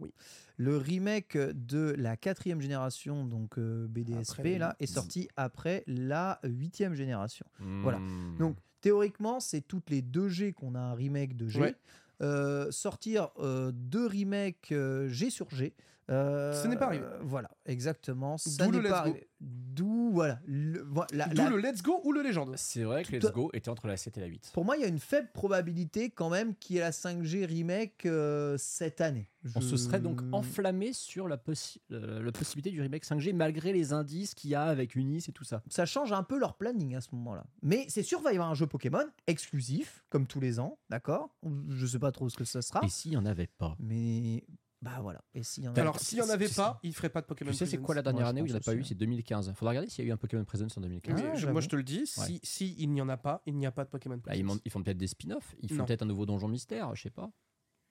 Le remake de la quatrième génération, donc euh, BDSP,
Après-
là, est sorti après la huitième génération. Voilà.
Mm.
Donc, Théoriquement, c'est toutes les 2G qu'on a un remake de G.
Ouais.
Euh, sortir euh, deux remakes euh, G sur G. euh,
Ce n'est pas arrivé.
Voilà, exactement. Ça
D'où
n'est
le
pas
Let's Go.
arrivé. D'où, voilà. le- voilà, la-
D'où
la-
le Let's Go ou le Légende.
c'est vrai que
Tout
Let's
à-
Go était entre la 7 et la 8.
Pour moi, il y a une faible probabilité quand même qu'il y ait la 5G remake euh, cette année.
On se serait donc
Je-
enflammé sur la, possi- euh, la possibilité du remake 5G malgré les indices qu'il y a avec Unis et tout ça.
ça change un peu leur planning à ce moment-là. Mais c'est sûr, va y avoir un jeu Pokémon exclusif, comme tous les ans, d'accord Je sais pas trop ce que ça sera,
Et s'il n'y en avait pas
mais bah voilà. Et s'il y en a-
Alors, s'il n'y en avait
tu-
pas, il ferait pas de Pokémon
Tu sais, c'est
Presents.
quoi la dernière
je
année où il n'y en a
pense
pas
aussi,
eu
hein.
C'est 2015. Faudra regarder s'il y a eu un Pokémon Presence en 2015.
Oui,
Ah,
je-
j'avoue.
moi je te le dis, si, si il n'y en a pas, il n'y a pas de Pokémon
Bah, ils, m'en- ils font peut-être des spin-offs, ils font
Non.
peut-être un nouveau donjon mystère, je sais pas.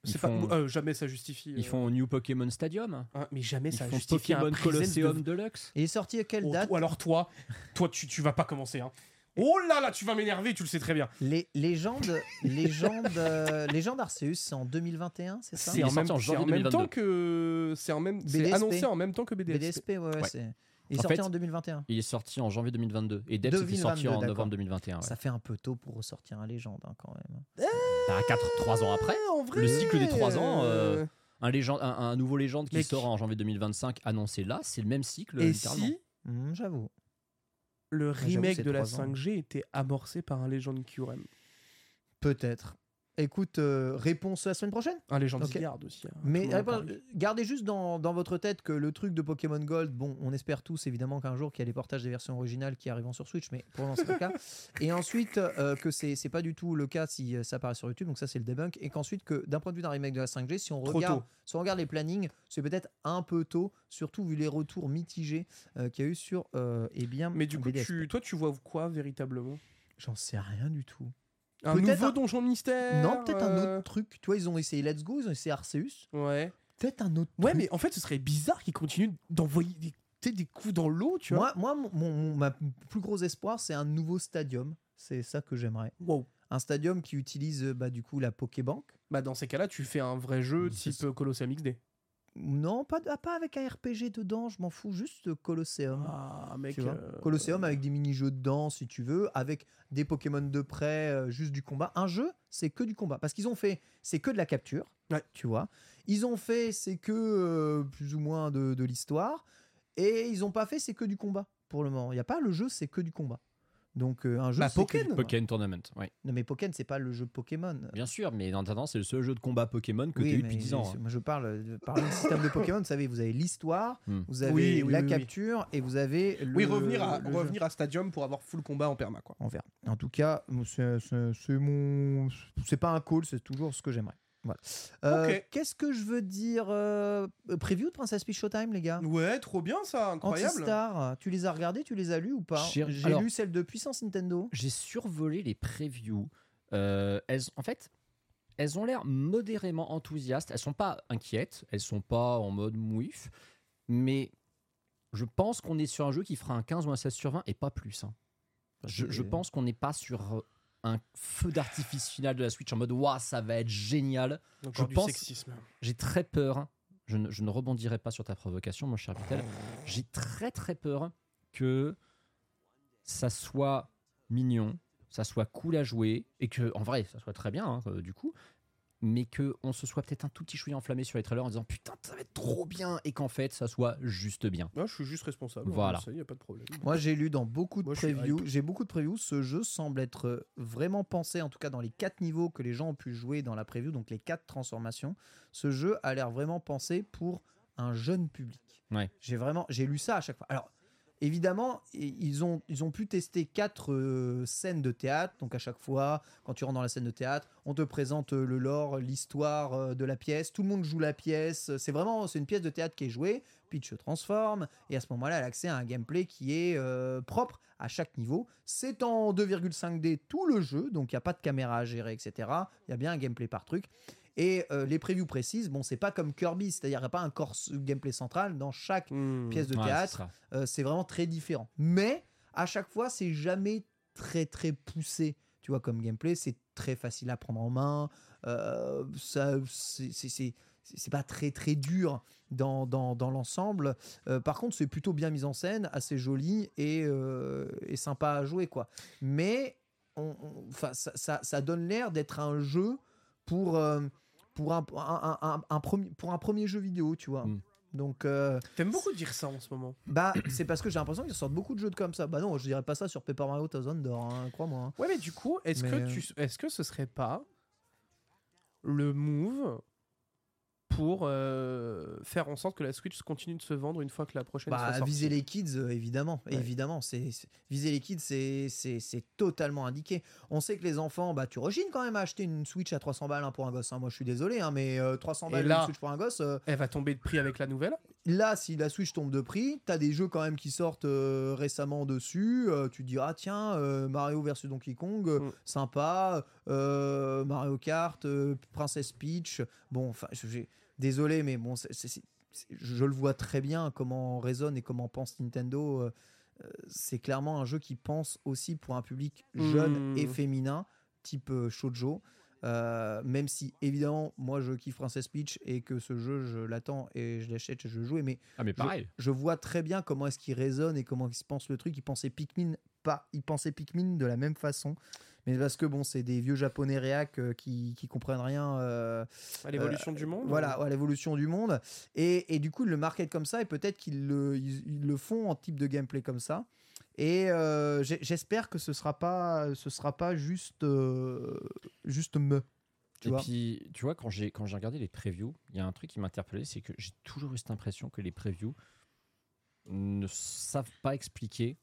Ils
C'est pas-
font-
euh, jamais ça justifie.
Ils
euh,
font New Pokémon Stadium.
hein, mais jamais
Ils
ça
font
justifie un
Pokémon
Presents de-
Colosseum Deluxe.
Il est sorti à quelle
Oh,
date
ou alors toi, toi tu, tu vas pas commencer. Hein. Oh là là, tu vas m'énerver, tu le sais très bien.
Les légendes, légendes, euh, légendes Arceus, c'est en 2021, c'est ça
C'est Il est en- sorti
c'est
janvier
en même
2022.
temps que c'est en même c'est
BDSP.
annoncé en même temps que BDSP.
BDSP, ouais, ouais,
Ouais.
c'est. Il est
En
sorti
fait,
en 2021.
Il est sorti en janvier 2022 et Depth était sorti
2022,
en
d'accord.
novembre 2021. ah ouais.
Ça fait un peu tôt pour ressortir un légende hein, quand même.
Bah, 4, 3 ans après,
en vrai,
Le cycle des trois ans, euh,
euh,
un, légende, un, un nouveau légende qui
Mais qui-
sort en janvier 2025 annoncé là, c'est le même cycle.
et
littéralement.
si
Hum, J'avoue.
le
j'avoue,
remake
c'est
de la
trois ans.
5G était amorcé par un légende QRM,
Peut-être. Écoute, euh, réponse la semaine prochaine.
un légende
Ok.
Zygarde aussi. hein, tout
Mais
le monde en
attends,
parle.
gardez juste dans, dans votre tête que le truc de Pokémon Gold, bon, on espère tous évidemment qu'un jour qu'il y a les portages des versions originales qui arriveront sur Switch, mais pour l'instant c'est pas le cas. Et ensuite euh, que c'est c'est pas du tout le cas si euh, ça apparaît sur YouTube, donc ça c'est le debunk. Et qu'ensuite que d'un point de vue d'un remake de la 5G, si on
Trop
regarde,
tôt.
si on regarde les plannings, c'est peut-être un peu tôt, surtout vu les retours mitigés euh, qu'il y a eu sur euh, eh bien.
mais du coup,
BDSP.
tu, toi, tu vois quoi véritablement
j'en sais rien du tout.
Un
Peut-être
nouveau
un-
donjon mystère
non, peut-être un
euh,
autre truc. Tu vois, ils ont essayé Let's Go, ils ont essayé Arceus.
Ouais.
Peut-être un autre.
Ouais,
truc.
mais en fait, ce serait bizarre qu'ils continuent d'envoyer des, tu sais, des coups dans l'eau, tu vois.
Moi, moi mon, mon- mon- ma plus gros espoir, c'est un nouveau stadium. C'est ça que j'aimerais.
Wow.
Un stadium qui utilise euh, bah, du coup la Pokébank.
Bah, dans ces cas-là, tu fais un vrai jeu type euh, Colosseum XD.
Non, pas, de- ah, pas avec un RPG dedans, je m'en fous, juste euh, Colosseum.
Ah, mec.
tu vois.
euh,
Colosseum avec des mini-jeux dedans, si tu veux, avec des Pokémon de près, euh, juste du combat. Un jeu, c'est que du combat. Parce qu'ils ont fait, c'est que de la capture,
Ouais.
tu vois. Ils ont fait, c'est que euh, plus ou moins de, de l'histoire. Et ils n'ont pas fait, c'est que du combat pour le moment. Il n'y a pas le jeu, c'est que du combat. Donc euh, un jeu.
Bah,
c'est que du
Pokken.
combat.
Pokémon Tournament, oui.
Non mais Pokken, c'est pas le jeu Pokémon.
Bien sûr, mais en attendant, c'est le seul jeu de combat Pokémon que
Oui,
tu as eu depuis
mais
10 ans. hein.
Moi, je parle de parler du système de Pokémon. Vous savez, vous avez l'histoire,
Hmm.
vous avez
Oui, oui,
la
oui, oui.
capture et vous avez le.
Oui, revenir, à,
le jeu.
revenir à Stadium pour avoir full combat en perma, quoi.
On verra. En tout cas, c'est c'est- c'est mon. C'est pas un call, c'est toujours ce que j'aimerais. Voilà. Euh,
Ok.
Qu'est-ce que je veux dire euh, Preview de Princess Peach Showtime, les gars
Ouais, trop bien ça, incroyable.
Ah. Antistar, tu les as regardés, tu les as lus ou pas
J'ai-
J'ai
alors-
lu celle de Puissance Nintendo.
J'ai survolé les previews. Euh, elles, en fait, elles ont l'air modérément enthousiastes. Elles sont pas inquiètes. Elles sont pas en mode mouif. Mais je pense qu'on est sur un jeu qui fera un 15 ou un 16 sur 20 et pas plus. hein. Je, je
c'est-
pense qu'on n'est pas sur euh, un feu d'artifice final de la Switch en mode Waouh, ça va être génial.
Encore
Je
du
pense-
sexisme.
J'ai très peur. Je ne, je ne rebondirai pas sur ta provocation, mon cher Vitel. J'ai très très peur que ça soit mignon, ça soit cool à jouer, et que, en vrai, ça soit très bien, hein, euh, du coup, mais qu'on se soit peut-être un tout petit chouïa enflammé sur les trailers en disant putain, ça va être trop bien, et qu'en fait, ça soit juste bien.
Moi, je suis juste responsable. hein,
Voilà.
Ça y est, y a pas de problème.
Moi, j'ai lu dans beaucoup de
Moi, je suis
previews.
hype.
J'ai beaucoup de previews. Ce jeu semble être euh, vraiment pensé, en tout cas dans les quatre niveaux que les gens ont pu jouer dans la preview, donc les quatre transformations. Ce jeu a l'air vraiment pensé pour un jeune public.
Ouais.
J'ai vraiment, j'ai lu ça à chaque fois. Alors. Évidemment, i- ils ont, ils ont pu tester quatre euh, scènes de théâtre. Donc à chaque fois, quand tu rentres dans la scène de théâtre, on te présente euh, le lore, l'histoire euh, de la pièce. Tout le monde joue la pièce. C'est vraiment, c'est une pièce de théâtre qui est jouée. Peach se transforme et à ce moment-là, elle a accès à un gameplay qui est euh, propre à chaque niveau. C'est en 2,5D tout le jeu, donc il n'y a pas de caméra à gérer, etc. Il y a bien un gameplay par truc. Et euh, les previews précises, bon, c'est pas comme Kirby, c'est-à-dire il n'y a pas un corps gameplay central dans chaque
Hmm.
pièce de
Mmh, Ouais,
théâtre.
c'est ça.
Euh, c'est vraiment très différent. Mais à chaque fois, c'est jamais très très poussé. Tu vois, comme gameplay, c'est très facile à prendre en main. Euh, ça, c'est- c'est c'est- c'est pas très très dur dans, dans, dans l'ensemble. Euh, par contre, c'est plutôt bien mis en scène, assez joli et, euh, et sympa à jouer, quoi. Mais on, on- enfin, ça, ça, ça donne l'air d'être un jeu pour, euh, pour, un, un- un- un- un premier, pour un premier jeu vidéo, tu vois.
Mm.
Donc, euh,
T'aimes beaucoup dire ça en ce moment.
bah, c'est parce que j'ai l'impression qu'ils sortent beaucoup de jeux de comme ça. Bah non, je dirais pas ça sur Paper Mario Thousand Door, hein, crois-moi. hein.
Ouais, mais du coup, est-ce
Mais,
que,
euh,
tu... est que ce serait pas le move pour euh, faire en sorte que la Switch continue de se vendre une fois que la prochaine sera
Bah,
sortie
viser les kids, euh, évidemment.
Ouais.
Évidemment, c'est c'est- viser les kids, c'est c'est- c'est totalement indiqué. On sait que les enfants, bah, tu rechines quand même à acheter une Switch à 300 balles hein, pour un gosse. hein. Moi, je suis désolé, hein, mais euh, 300
Et
balles
là-
une Switch pour un gosse. euh,
Elle va tomber de prix avec la nouvelle
là, si la Switch tombe de prix, t'as des jeux quand même qui sortent euh, récemment dessus. euh, tu te dis, ah tiens, euh, Mario versus Donkey Kong, euh,
Mm.
sympa. euh, Mario Kart, euh, Princess Peach. Bon, enfin, je- j'ai- désolé, mais bon, c'est- c'est- c'est- c'est- je le vois très bien comment résonne et comment pense Nintendo. euh, euh, c'est clairement un jeu qui pense aussi pour un public jeune
Mm.
et féminin, type euh, shoujo. Euh, même si évidemment moi je kiffe Princess Peach et que ce jeu je l'attends et je l'achète et je joue mais
Ah, mais
je-
pareil.
je, vois très bien comment est-ce qu'il résonne et comment il se pense le truc il pensait Pikmin pas il pensait Pikmin de la même façon mais parce que bon c'est des vieux japonais réac euh, qui, qui comprennent rien euh,
à l'évolution du
Oh.
monde
voilà à l'évolution du monde et, et du coup ils le marketent comme ça et peut-être qu'ils le, ils, ils le font en type de gameplay comme ça et euh, j'ai- j'espère que ce sera pas ce sera pas juste euh, juste me tu
et
vois.
puis, tu vois, quand j'ai quand j'ai regardé les previews, il y a un truc qui m'interpellait, c'est que j'ai toujours eu cette impression que les previews ne savent pas expliquer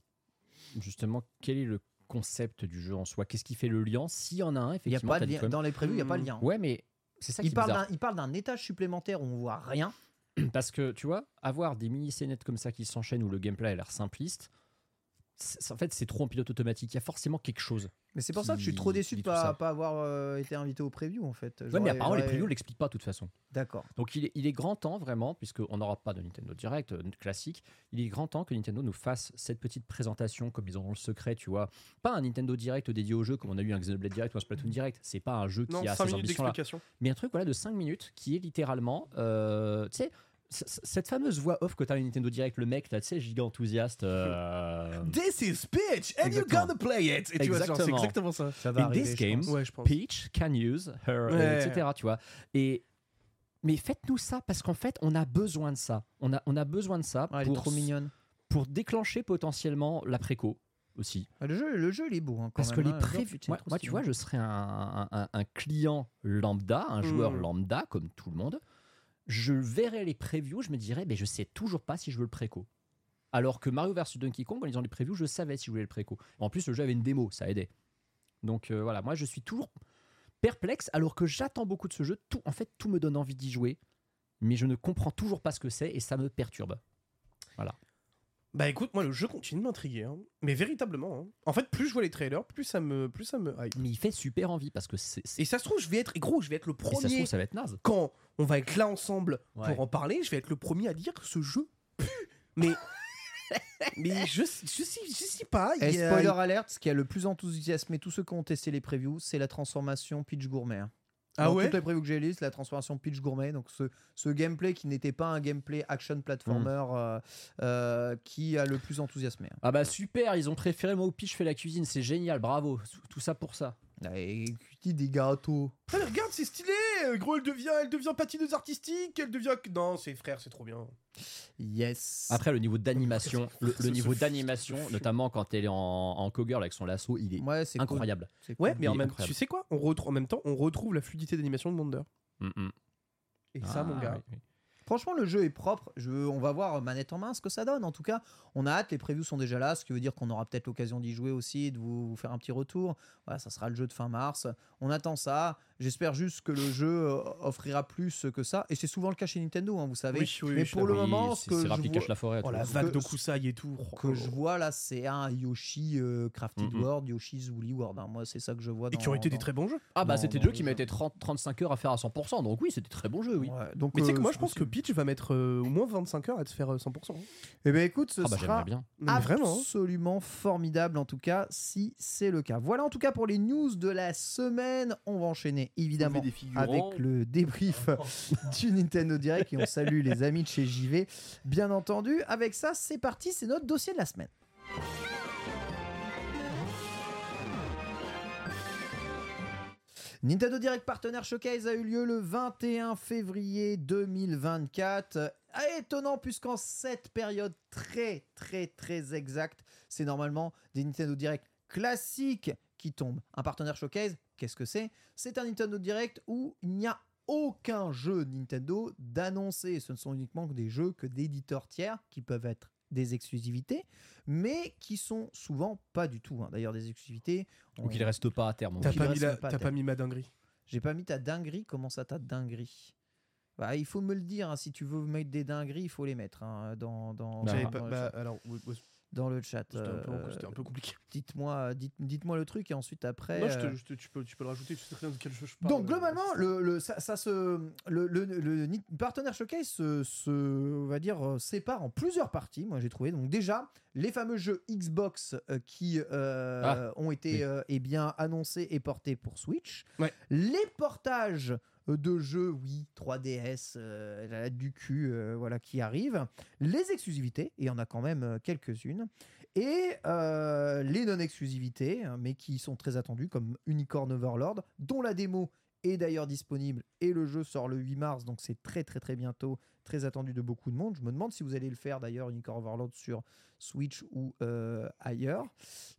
justement quel est le concept du jeu en soi, qu'est-ce qui fait le lien, s'il y en a un,
Il y a
effectivement.
pas de
t'as dit
lien.
toi-même.
Dans les prévus, il n'y a pas de
Hmm.
lien.
Ouais, mais c'est ça qui
Il
est
parle,
bizarre.
d'un, il parle d'un étage supplémentaire où on voit rien.
Parce que, tu vois, avoir des mini-scénettes comme ça qui s'enchaînent où le gameplay a l'air simpliste, c'est- en fait, c'est trop en pilote automatique. Il y a forcément quelque chose.
Mais c'est pour ça que je suis
Qui
trop déçu de
dit tout
pas,
ça.
pas avoir euh, été invité au preview en fait.
Ouais, mais
J'aurais-
apparemment, les
j'aurais-
previews ne l'expliquent pas de toute façon.
D'accord.
Donc il est, il est grand temps vraiment, puisqu'on n'aura pas de Nintendo Direct euh, classique, il est grand temps que Nintendo nous fasse cette petite présentation comme ils ont dans le secret, tu vois. Pas un Nintendo Direct dédié au jeu comme on a eu un Xenoblade Direct ou un Splatoon Direct, c'est pas un jeu
Non,
qui a
5
ces
minutes
ambitions-là.
d'explication.
Mais un truc voilà, de 5 minutes qui est littéralement, euh, tu sais, c- c- cette fameuse voix off que t'as à Nintendo Direct, le mec, là, tu sais, giga enthousiaste. euh,
This is pitch and
you Exactement. gotta
play it. Et tu vois, genre, c'est
Exactement.
exactement ça.
Ça va
In
arriver.
this
je
game,
pense.
euh,
Ouais, je pense.
Peach can use her,
Ouais.
etc. Tu vois. Et mais faites-nous ça parce qu'en fait, on a besoin de ça. On a, on a besoin de ça
Ah, elle est
pour,
trop mignonne.
pour déclencher potentiellement la préco aussi.
Ah, le, jeu, le jeu, il est beau. hein, quand
Parce que
même,
les
hein. Le jeu,
pré...
putain,
Moi,
trop
moi, tu
stylé.
vois, je serais un, un- un- un client lambda, un joueur
Mm.
lambda, comme tout le monde. Je verrais les previews, je me dirais, mais je sais toujours pas si je veux le préco. Alors que Mario vs Donkey Kong, en lisant les previews, je savais si je voulais le préco. En plus, le jeu avait une démo, ça aidait. Donc euh, voilà, moi, je suis toujours perplexe, alors que j'attends beaucoup de ce jeu. Tout, en fait, tout me donne envie d'y jouer, mais je ne comprends toujours pas ce que c'est et ça me perturbe.
Bah écoute, moi le jeu continue de m'intriguer, hein. mais véritablement. hein. En fait, plus je vois les trailers, plus ça me, plus ça me hype.
Mais il fait super envie parce que c'est. c'est-
Et ça se trouve, je vais être, et gros, je vais être le
et ça se
premier.
trouve, ça va être naze.
Quand on va être là ensemble
Ouais.
pour en parler, je vais être le premier à dire que ce jeu pue. Mais, mais je, je sais, je sais pas. il
Et
y a-
spoiler alert, ce qui a le plus enthousiasmé tous ceux qui ont testé les previews, c'est la transformation Peach Gourmet. hein.
Ah
Dans
ouais
Toutes les previews que j'ai lues, c'est la transformation Peach Gourmet. Donc ce, ce gameplay qui n'était pas un gameplay action platformer
Hmm.
euh, euh, qui a le plus enthousiasmé. hein.
Ah bah super, ils ont préféré moi au pitch je fais la cuisine, c'est génial, bravo, tout- tout ça pour ça.
hein. Et qui dit des gâteaux
Ah, mais regarde, c'est stylé. euh, Gros, elle devient, elle devient patineuse artistique. Elle devient. Non, c'est frère, c'est trop bien.
Yes.
Après le niveau d'animation, le, le
Ce-
niveau
ce-
d'animation,
ce-
notamment quand elle est en, en Cougar avec son lasso, il est
ouais, c'est cool,
incroyable.
c'est cool.
Ouais, mais en
Il est
même,
incroyable.
tu sais quoi on retrouve, En même temps, on retrouve la fluidité d'animation de Wonder.
Mm, mm.
Et ça, mon
Ah,
gars.
oui, oui.
Franchement, le jeu est propre. Je, on va voir euh, manette en main ce que ça donne. En tout cas, on a hâte. Les previews sont déjà là, ce qui veut dire qu'on aura peut-être l'occasion d'y jouer aussi, de vous, vous faire un petit retour. Voilà, ça sera le jeu de fin mars. On attend ça. J'espère juste que le jeu euh, offrira plus que ça. Et c'est souvent le cas chez Nintendo, hein, vous savez.
Oui, oui,
Mais
je
pour le
Oui,
moment, ce
c'est
que
c'est
je,
rare qu'il
vois,
cache la forêt. à
Oh
tout
la
le monde.
vague
que-
d'Okusai et tout. oh,
que je
oh.
vois là, c'est un Yoshi euh, Crafted
Mhm.
World, Yoshi's Woolly World. hein. Moi, c'est ça que je vois.
oh. Et qui ont
dans-
été des
dans-
très bons jeux.
Ah bah
Non,
c'était
non,
deux qui
oui.
mettaient 30, 35 heures à faire à 100%, donc oui, c'était très bon jeu, oui.
Ouais, donc,
Mais tu sais que
euh,
moi,
c'est
je pense que
possible.
Peach va mettre euh, au moins 25 heures à te faire euh, 100%. hein.
Eh ben écoute, ce
Ah bah
sera
j'aimerais bien.
Non, mais vraiment. hein.
absolument formidable en tout cas si c'est le cas. Voilà en tout cas pour les news de la semaine. On va enchaîner évidemment
Trouver des figurants.
avec le débrief du Nintendo Direct et on salue les amis de chez JV bien entendu. Avec ça c'est parti, c'est notre dossier de la semaine. Nintendo Direct Partner Showcase a eu lieu le 21 février 2024. Euh, Étonnant puisqu'en cette période très très très exacte, c'est normalement des Nintendo Direct classiques qui tombent. Un Partner Showcase, qu'est-ce que c'est C'est un Nintendo Direct où il n'y a aucun jeu Nintendo d'annoncé. Ce ne sont uniquement que des jeux que d'éditeurs tiers qui peuvent être des exclusivités, mais qui sont souvent pas du tout. hein. D'ailleurs, des exclusivités. on-
Ou qu'il reste pas à terme. en
T'as
fait.
qu'il
pas,
reste
mis la-
même pas à
t'as
terre.
pas mis ma dinguerie.
j'ai pas mis ta dinguerie, comment ça ta dinguerie Bah, il faut me le dire, hein, si tu veux mettre des dingueries, il faut les mettre hein, dans, dans,
Bah,
dans,
J'avais
ouais.
pas-
le
bah,
chat.
alors, ouais, ouais,
Dans le chat.
c'était un peu-
euh,
c'était un peu compliqué.
Dites-moi dites, dites-moi le truc et ensuite après.
Moi, je te-
euh,
je te- tu, peux, tu peux le rajouter, tu sais très bien de quel jeu je parle. Euh,
Donc globalement, le, le- ça, ça se, le, le, le Ni- Partner Showcase se, se- on va dire, euh, sépare en plusieurs parties, moi j'ai trouvé. Donc déjà, les fameux jeux Xbox euh, qui euh,
Ah,
ont été
oui.
euh, eh bien, annoncés et portés pour Switch.
Ouais.
Les portages euh, de jeux, oui, 3DS, euh, la- du cul, euh, voilà, qui arrivent. Les exclusivités, et il y en a quand même euh, quelques-unes. Et euh, les non-exclusivités, hein, mais qui sont très attendues, comme Unicorn Overlord, dont la démo est d'ailleurs disponible et le jeu sort le 8 mars, donc c'est très très très bientôt, très attendu de beaucoup de monde. Je me demande si vous allez le faire d'ailleurs, Unicorn Overlord, sur Switch ou euh, ailleurs.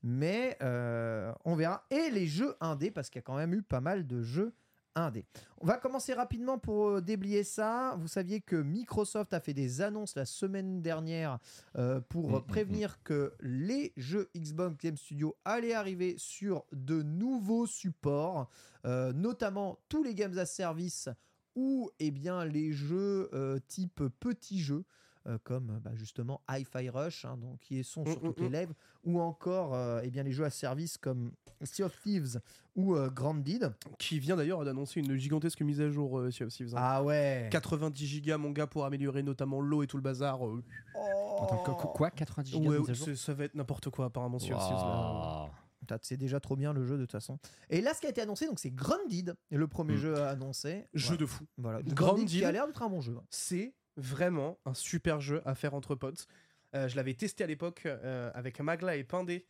Mais euh, on verra. Et les jeux indés, parce qu'il y a quand même eu pas mal de jeux indés. On va commencer rapidement pour euh, déblayer ça. Vous saviez que Microsoft a fait des annonces la semaine dernière euh, pour
Mm, mm,
prévenir que les jeux Xbox Game Studio allaient arriver sur de nouveaux supports, euh, notamment tous les games à service ou eh bien les jeux euh, type petits jeux. euh, comme euh, bah, justement Hi-Fi Rush, hein, donc, qui sont sur
Mm,
toutes
mm,
les
mm.
lèvres, ou encore euh, eh bien, les jeux à service comme Sea of Thieves ou euh, Grand Deed.
Qui vient d'ailleurs d'annoncer une gigantesque mise à jour, euh, Sea of Thieves, hein.
Ah ouais
90 gigas, mon gars, pour améliorer notamment l'eau et tout le bazar. euh,
Attends,
Oh.
qu- qu- quoi 90 gigas de
ouais,
mise à jour
c'est- ça va être n'importe quoi, apparemment, Sea of Thieves. là.
Waouh.
Putain, C'est déjà trop bien le jeu de toute façon. Et là, ce qui a été annoncé, donc c'est Grounded, le premier
Mm.
jeu annoncé.
Jeu
Voilà.
de fou.
voilà.
Grounded.
Grounded qui a l'air d'être un bon jeu. hein.
C'est vraiment un super jeu à faire entre potes. Euh, je l'avais testé à l'époque euh, avec Magla et Pindé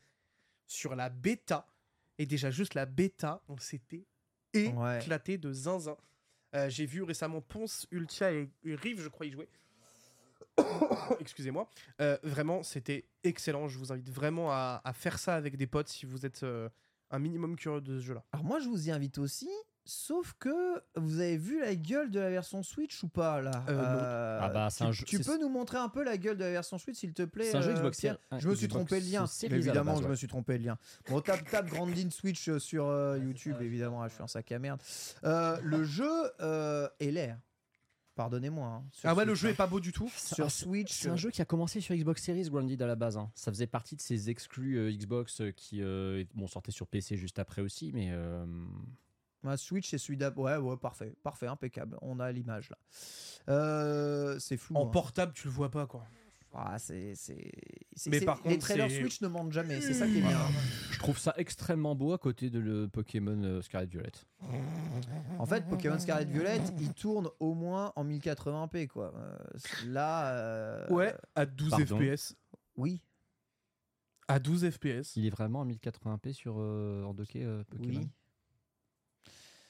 sur la bêta. Et déjà, juste la bêta, on s'était
Ouais.
éclaté de zinzin. Euh, J'ai vu récemment Ponce, Ultia et, et Rive, je crois, y jouer. Excusez-moi. Euh, vraiment, c'était excellent. Je vous invite vraiment à, à faire ça avec des potes si vous êtes euh, un minimum curieux de ce jeu-là.
Alors moi, je vous y invite aussi. Sauf que vous avez vu la gueule de la version Switch ou pas là
Euh, non.
Ah bah, c'est
tu,
un jeu-
Tu
c'est-
peux nous montrer un peu la gueule de la version Switch s'il te plaît
C'est un jeu
euh,
Xbox
Pierre
Series-
Je me
un
suis
Xbox
trompé le lien.
Series
Mais
à la
évidemment,
base,
je
ouais.
me suis trompé le lien. Bon, tape, tape Grandin Switch euh, sur euh, YouTube évidemment. Ah, je suis un sac à merde. Euh, le jeu euh, est l'air. Pardonnez-moi. hein, sur
Ah ouais, le
Switch,
jeu
hein.
est pas beau du tout.
sur Switch. euh,
C'est un jeu qui a commencé sur Xbox Series Grounded à la base. hein. Ça faisait partie de ces exclus euh, Xbox euh, qui euh, bon, sortaient sur PC juste après aussi, mais euh,
Ma Switch, c'est celui d'ab. Ouais, ouais, parfait, parfait, impeccable. On a l'image là. Euh, c'est flou.
En
hein.
portable, tu le vois pas, quoi.
Ah, c'est, c'est... c'est-
Mais
c'est-
par
les
contre,
trailers
c'est-
Switch ne mentent jamais, c'est ça qui est bien. hein.
je trouve ça extrêmement beau à côté de le Pokémon euh, Scarlet Violet.
En fait, Pokémon Scarlet Violet, il tourne au moins en 1080p quoi. Euh, c'est- là, euh,
Ouais, à 12
Pardon.
FPS.
oui,
À 12 FPS.
Il est vraiment à 1080p sur euh, en 2K euh, Pokémon.
oui.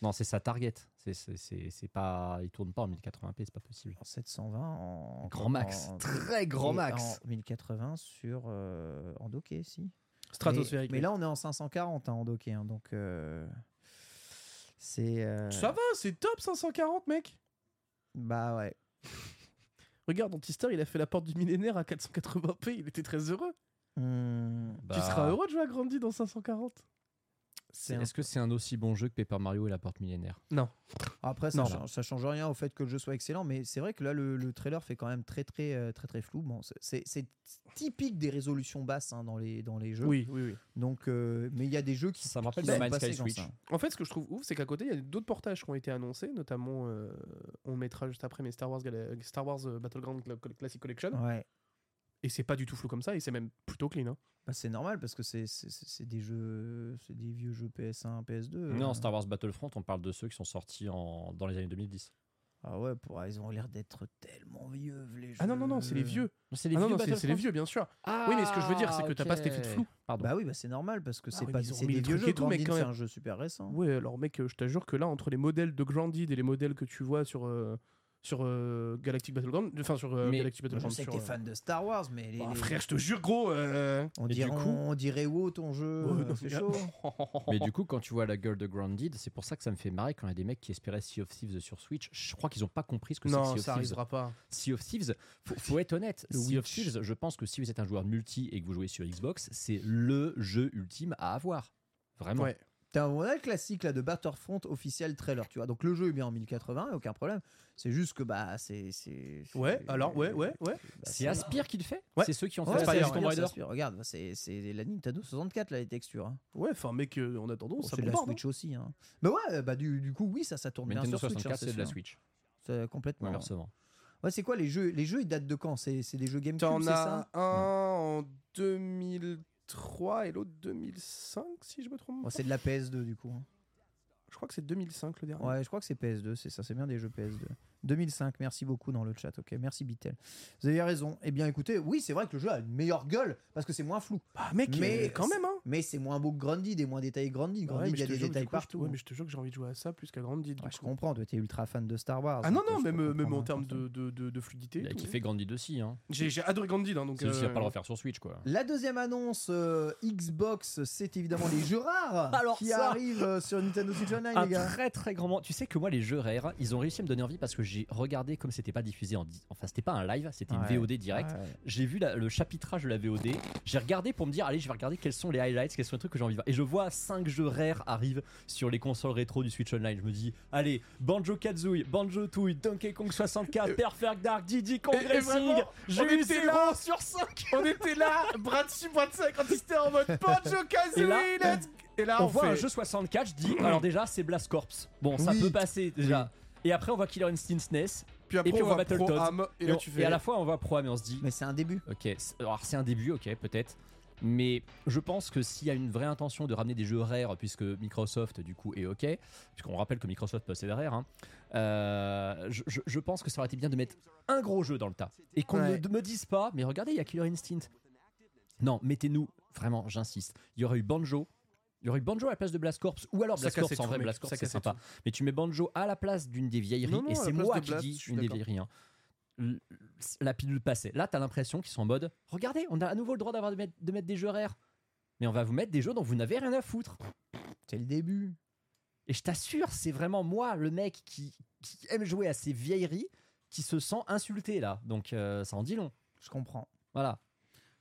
Non, c'est sa target. C'est c'est- c'est c'est pas, il tourne pas en 1080p, c'est pas possible.
En 720 en
Grand max,
en-
très grand
et
max.
En 1080 sur euh, en docké, si.
Stratosphérique.
Mais, mais là, on est en 540 hein, en docké, hein, donc euh, c'est. euh,
Ça va, c'est top 540, mec.
Bah ouais.
Regarde, Antistar, il a fait la porte du millénaire à 480p, il était très heureux.
Hmm.
Bah,
Tu seras heureux de jouer à Grandi dans 540.
c'est- Est-ce que c'est un aussi bon jeu que Paper Mario et la porte millénaire
Après, ça,
Non.
change, ça change rien au fait que le jeu soit excellent, mais c'est vrai que là, le, le trailer fait quand même très, très, euh, très, très flou. Bon, c'est- c'est c'est typique des résolutions basses hein, dans, les, dans les jeux.
Oui, oui, oui.
Donc, euh, mais il y a des jeux qui.
Ça me rappelle
qui sont
No Man's
passés
Sky
dans
Switch.
ça.
En fait, ce que je trouve ouf, c'est qu'à côté, il y a d'autres portages qui ont été annoncés, notamment, euh, on le mettra juste après, mais Star Wars, Gala- Star Wars euh, Battleground Cla- Classic Collection.
Ouais.
Et c'est pas du tout flou comme ça, et c'est même plutôt clean. hein.
Bah, c'est normal parce que c'est- c'est c'est- c'est des jeux. C'est des vieux jeux PS1, PS2.
Non,
euh.
Star Wars Battlefront, on parle de ceux qui sont sortis en, dans les années 2010.
Ah ouais, pour, ils ont l'air d'être tellement vieux, les jeux.
Ah non, non, non, c'est les vieux.
C'est
Ah non, non, c'est c'est les vieux, bien sûr. oui, mais ce que je veux dire, c'est que t'as pas cet
Ah,
effet de flou.
Pardon.
Bah oui, bah, c'est normal parce que c'est
oui,
pas
mais ils ont
c'est
mis
des
le
vieux
truc
jeux.
et tout, mais
Grandin,
quand
c'est
même.
un jeu super récent.
Ouais, alors mec, euh, je t'assure que là, entre les modèles de Grandid et les modèles que tu vois sur, euh, sur euh, Galactic Battleground, enfin sur euh,
Mais-
Galactic
Moi, Je
Battleground,
sais que
sur,
t'es
euh,
fan de Star Wars, mais les,
oh,
les-
frère, je te jure, gros. euh,
on,
Et du
dirait,
coup-
on dirait wow ton jeu,
ouais,
euh,
non,
c'est
mais-
chaud.
Bah, Mais du coup, quand tu vois la gueule de Grounded, c'est pour ça que ça me fait marrer quand il y a des mecs qui espéraient Sea of Thieves sur Switch. Je crois qu'ils ont pas compris ce que c'est que Sea
non,
of
ça
Thieves.
arrivera pas.
Sea of Thieves, faut, faut être honnête,
Le
Sea of
Witch.
Thieves, je pense que si vous êtes un joueur multi et que vous jouez sur Xbox, c'est le jeu ultime à avoir. Vraiment.
Ouais.
T'as- on a le classique là de Battlefront officiel trailer, tu vois. Donc le jeu est bien en 1080, aucun problème. C'est juste que bah c'est c'est- c'est-
Ouais, alors, ouais, ouais, ouais.
bah,
C'est Aspire qui le fait
Ouais.
C'est ceux qui ont fait
Ouais,
Aspire,
ça
Aspire
Aspire,
inspire,
Tomb
ça
Raider
inspire. Regarde, bah, c'est c'est la Nintendo 64 là les textures. hein.
Ouais, enfin, mec, euh, en attendant, ça
Oh, c'est de la
bombarde.
Switch aussi. Hein. Bah ouais, euh, bah du, du coup oui ça ça tourne bien
Nintendo
sur Switch.
64,
hein,
c'est de la
sûr.
Switch.
C'est complètement. Ouais,
Inversement.
c'est quoi les jeux Les jeux ils datent de quand C'est c'est des jeux GameCube
T'en
c'est
as
ça
un en 2003 et l'autre 2005, si je me trompe.
Bon,
pas.
C'est de la PS2 du coup. hein.
Je crois que c'est 2005 le dernier.
Ouais, je crois que c'est PS2, c'est ça, c'est bien des jeux PS2. 2005, merci beaucoup dans le chat, ok, merci Bitel. Vous avez raison. Eh bien écoutez, oui, c'est vrai que le jeu a une meilleure gueule, parce que c'est moins flou,
Bah, mec,
Mais-
mais quand même, hein.
mais c'est moins beau que Grandid et moins détaillé que Grandid.
Bah
Grandid,
ouais, mais
il y
je
a
te
des
jure que
détails
du coup, je te-
partout.
ouais, mais je te jure que j'ai envie de jouer à ça plus qu'à Grandid.
Ouais, je comprends, toi t'es ultra fan de Star Wars.
Ah non,
donc,
non,
je peux
même, même
comprendre,
en termes
hein,
de, de, de, de fluidité. et
Il a
tout, hein.
kiffé Grounded aussi. Hein.
J'ai j'ai adoré Grandid, hein, donc.
C'est juste qu'il
euh,
va pas le refaire sur Switch, quoi.
La deuxième annonce euh, Xbox, c'est évidemment les jeux rares
Alors
qui
ça-
arrivent euh, sur Nintendo Switch
Ah,
Online,
un
les gars.
très très grand moment. Tu sais que moi les jeux rares, ils ont réussi à me donner envie parce que j'ai regardé comme c'était pas diffusé en di- enfin c'était pas un live, c'était une
Ouais.
VOD direct.
Ouais.
J'ai vu la- le chapitrage de la VOD, j'ai regardé pour me dire allez, je vais regarder quels sont les highlights, quels sont les trucs que j'ai envie de voir. Et je vois 5 jeux rares arrivent sur les consoles rétro du Switch Online. Je me dis allez, Banjo Kazooie, Banjo Tooie, Donkey Kong 64, Perfect Dark, Diddy Kong
Euh, et- et
Racing.
vraiment,
J'ai
on
eu
était
0
là.
sur 5.
On était là, bras dessus, bras dessus, quand il était en mode Banjo Kazooie,
Et là,
let's Et là,
on,
on,
voit
fait...
un jeu 64, je dis alors déjà c'est Blast Corps. Bon, ça
Oui.
peut passer déjà. Et après on voit Killer Instinct SNES.
Puis après,
et puis on
on, va
voit Battletoads.
Pro-Am, Et, là,
on-
tu fais.
à la fois on voit Pro mais on se dit
Mais c'est un début.
ok c'est- alors c'est un début ok peut-être mais je pense que s'il y a une vraie intention de ramener des jeux rares puisque Microsoft du coup est ok puisqu'on rappelle que Microsoft possède rare hein, euh, je, je- je pense que ça aurait été bien de mettre un gros jeu dans le tas et qu'on
Ouais.
ne me dise pas mais regardez il y a Killer Instinct non mettez-nous vraiment j'insiste il y aurait eu Banjo Il y aurait Banjo à la place de Blast Corps, ou alors
Ça
Blast
cassait
Corps en
tout,
vrai,
mec.
Blast
Ça
Corps, c'est
cassait
sympa.
tout.
Mais tu mets Banjo à la place d'une des vieilleries,
Non, non,
et
à la
c'est
place de
moi qui
Blast,
dis
je suis
une des
d'accord.
vieilleries. hein. L- La pilule passée. Là, t'as l'impression qu'ils sont en mode Regardez, on a à nouveau le droit d'avoir de mettre, de mettre des jeux rares, mais on va vous mettre des jeux dont vous n'avez rien à foutre.
C'est le début.
Et je t'assure, c'est vraiment moi, le mec qui, qui aime jouer à ces vieilleries, qui se sent insulté là. Donc euh, ça en dit long.
Je comprends.
Voilà.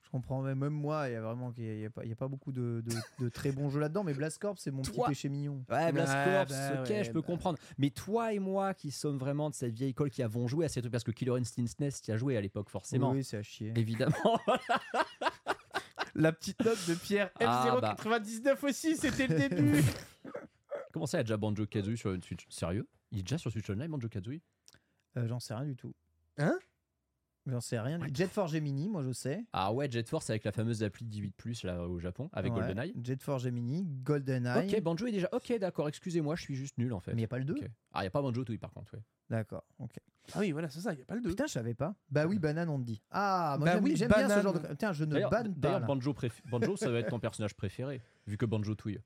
Je comprends. Mais même moi, il y a vraiment qu'il y a- il y a, pas- il y a pas beaucoup de, de- de très bons jeux là-dedans. Mais Blast Corps, c'est mon petit
Toi-
péché mignon.
Ouais, Blast Corps,
bah
ok,
ouais,
je peux
bah.
comprendre. Mais toi et moi, qui sommes vraiment de cette vieille école qui avons joué à ces trucs, parce que Killer Instinct SNES, qui a joué à l'époque, forcément.
Oui, c'est à chier.
Évidemment.
La petite note de Pierre
Ah,
F099 aussi, c'était le début.
Comment ça, il y a déjà Banjo Kazooie sur une Switch Sérieux Il est déjà sur Switch Online, Banjo Kazooie
Euh, J'en sais rien du tout.
Hein
J'en sais rien. Jet for Gemini, moi je sais.
Ah ouais, Jet Force avec la fameuse appli 18 là au Japon, avec
Ouais.
GoldenEye.
Jet for Gemini, GoldenEye.
Ok, Banjo est déjà. Ok, d'accord, excusez-moi, je suis juste nul en fait.
mais il n'y a pas le 2.
Ok. Ah, il n'y a pas Banjo Tooie par contre, ouais.
D'accord. ok.
ah oui, voilà, c'est ça, il n'y a pas le 2.
Putain, je savais pas. Bah oui, banane, on te dit. Ah, moi
Bah
j'aime,
oui,
j'aime bien ce
banane.
genre de. Putain, je ne
D'ailleurs,
banne pas.
d'ailleurs,
là.
Banjo, préf- Banjo, ça va être ton personnage préféré, vu que Banjo Tooie.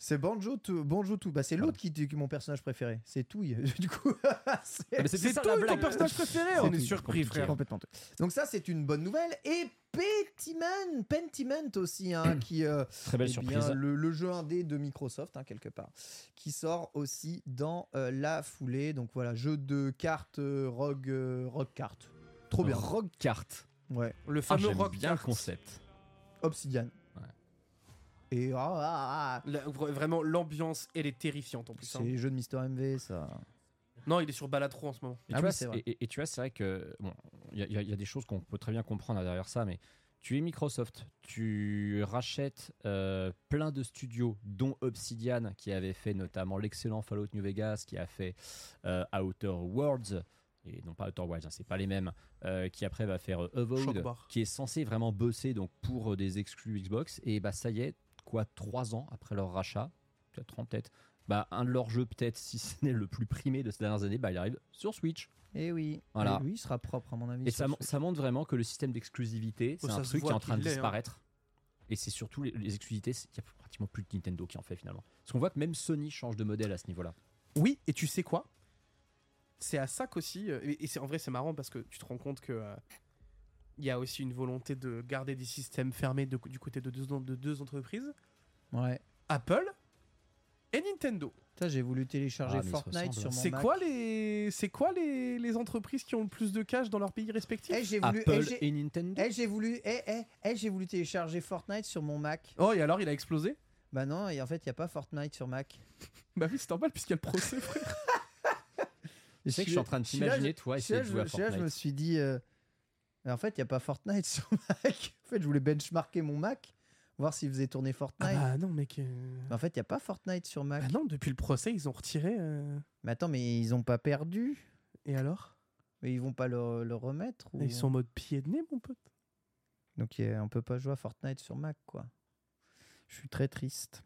C'est Banjo tout. Banjo tout. Bah, c'est
Voilà.
l'autre qui, qui est mon personnage préféré. C'est Touille. Du coup, c'est,
mais c'était
C'est
ça,
tout
la
ton
blague.
personnage préféré, hein. on est
Touille.
surpris,
Compliqué,
frère.
Complètement. Donc, ça, c'est une bonne nouvelle. Et Pentiment, Pentiment aussi, hein, qui. euh,
Très belle
eh
surprise.
bien, le, le jeu indé de Microsoft, hein, quelque part, qui sort aussi dans euh, la foulée. Donc voilà, jeu de cartes euh, Rogue, euh, Rogue Cart. Trop bien.
Rogue Cart.
Ouais,
Le
Ah,
fameux
j'aime
rock
bien le concept.
Obsidian.
Ouais.
Et ah, ah, ah,
La- vra- vraiment, l'ambiance, elle est terrifiante en plus.
c'est
hein.
les jeux de Mister MV, ça.
Non, il est sur Balatro en ce moment.
Et,
Ah
tu
oui,
vois,
c'est
c'est-
vrai.
et- et- et tu vois, c'est vrai que bon, il y, a- il y a- il y a des choses qu'on peut très bien comprendre derrière ça, mais tu es Microsoft, tu rachètes euh, plein de studios, dont Obsidian, qui avait fait notamment l'excellent Fallout New Vegas, qui a fait euh, Outer Worlds, et non pas Outer Worlds, hein, c'est pas les mêmes, euh, qui après va faire euh, Evold,
Shockbar.
qui est censé vraiment bosser donc pour euh, des exclus Xbox, et bah ça y est, quoi, trois ans après leur rachat, peut-être ans peut-être. Bah, un de leurs jeux, peut-être, si ce n'est le plus primé de ces dernières années, bah, il arrive sur Switch.
Et Eh oui.
Voilà.
Et lui, il sera propre, à mon avis.
Et
sur
ça, mon-
ce-
ça montre vraiment que le système d'exclusivité, c'est
Oh, ça
un
se
truc qui
voit
est en train de
qu'il l'est, hein.
disparaître. Et c'est surtout les, les exclusivités, c'est- il n'y a pratiquement plus de Nintendo qui en fait finalement. Parce qu'on voit que même Sony change de modèle à ce niveau-là.
Oui, et tu sais quoi C'est à ça qu'aussi. euh, Et, et c'est en vrai, c'est marrant parce que tu te rends compte que. euh, il y a aussi une volonté de garder des systèmes fermés de- du côté de deux, en- de deux entreprises,
Ouais.
Apple et Nintendo.
Ça, j'ai voulu télécharger
Ah, mais ils se
Fortnite
ressemblent,
sur
hein.
mon
C'est
Mac.
quoi, les, c'est quoi les, les entreprises qui ont le plus de cash dans leurs pays respectifs
Eh, j'ai voulu. eh,
Apple
j'ai-
et Nintendo.
eh, j'ai voulu. Eh, eh, eh, j'ai voulu télécharger Fortnite sur mon Mac.
Oh, et alors il a explosé
Bah non, et en fait, il n'y a pas Fortnite sur Mac.
Bah oui, c'est normal puisqu'il y a le procès, frère.
Tu sais que je suis en train de
suis là,
t'imaginer, toi,
Je suis
essayer
là,
de
je,
jouer à
je suis là, je me
Fortnite.
suis dit, euh, mais en fait, il n'y a pas Fortnite sur Mac. En fait, je voulais benchmarker mon Mac, voir s'il faisait tourner Fortnite.
Ah non, mec.
bah.
euh,
Mais en fait, il n'y a pas Fortnite sur Mac.
Bah non, depuis le procès, ils ont retiré. euh,
Mais attends, mais ils n'ont pas perdu
Et alors
mais ils vont pas le, le remettre ou...
Ils sont en mode pied de nez, mon pote.
Donc euh, on peut pas jouer à Fortnite sur Mac, quoi. Je suis très triste.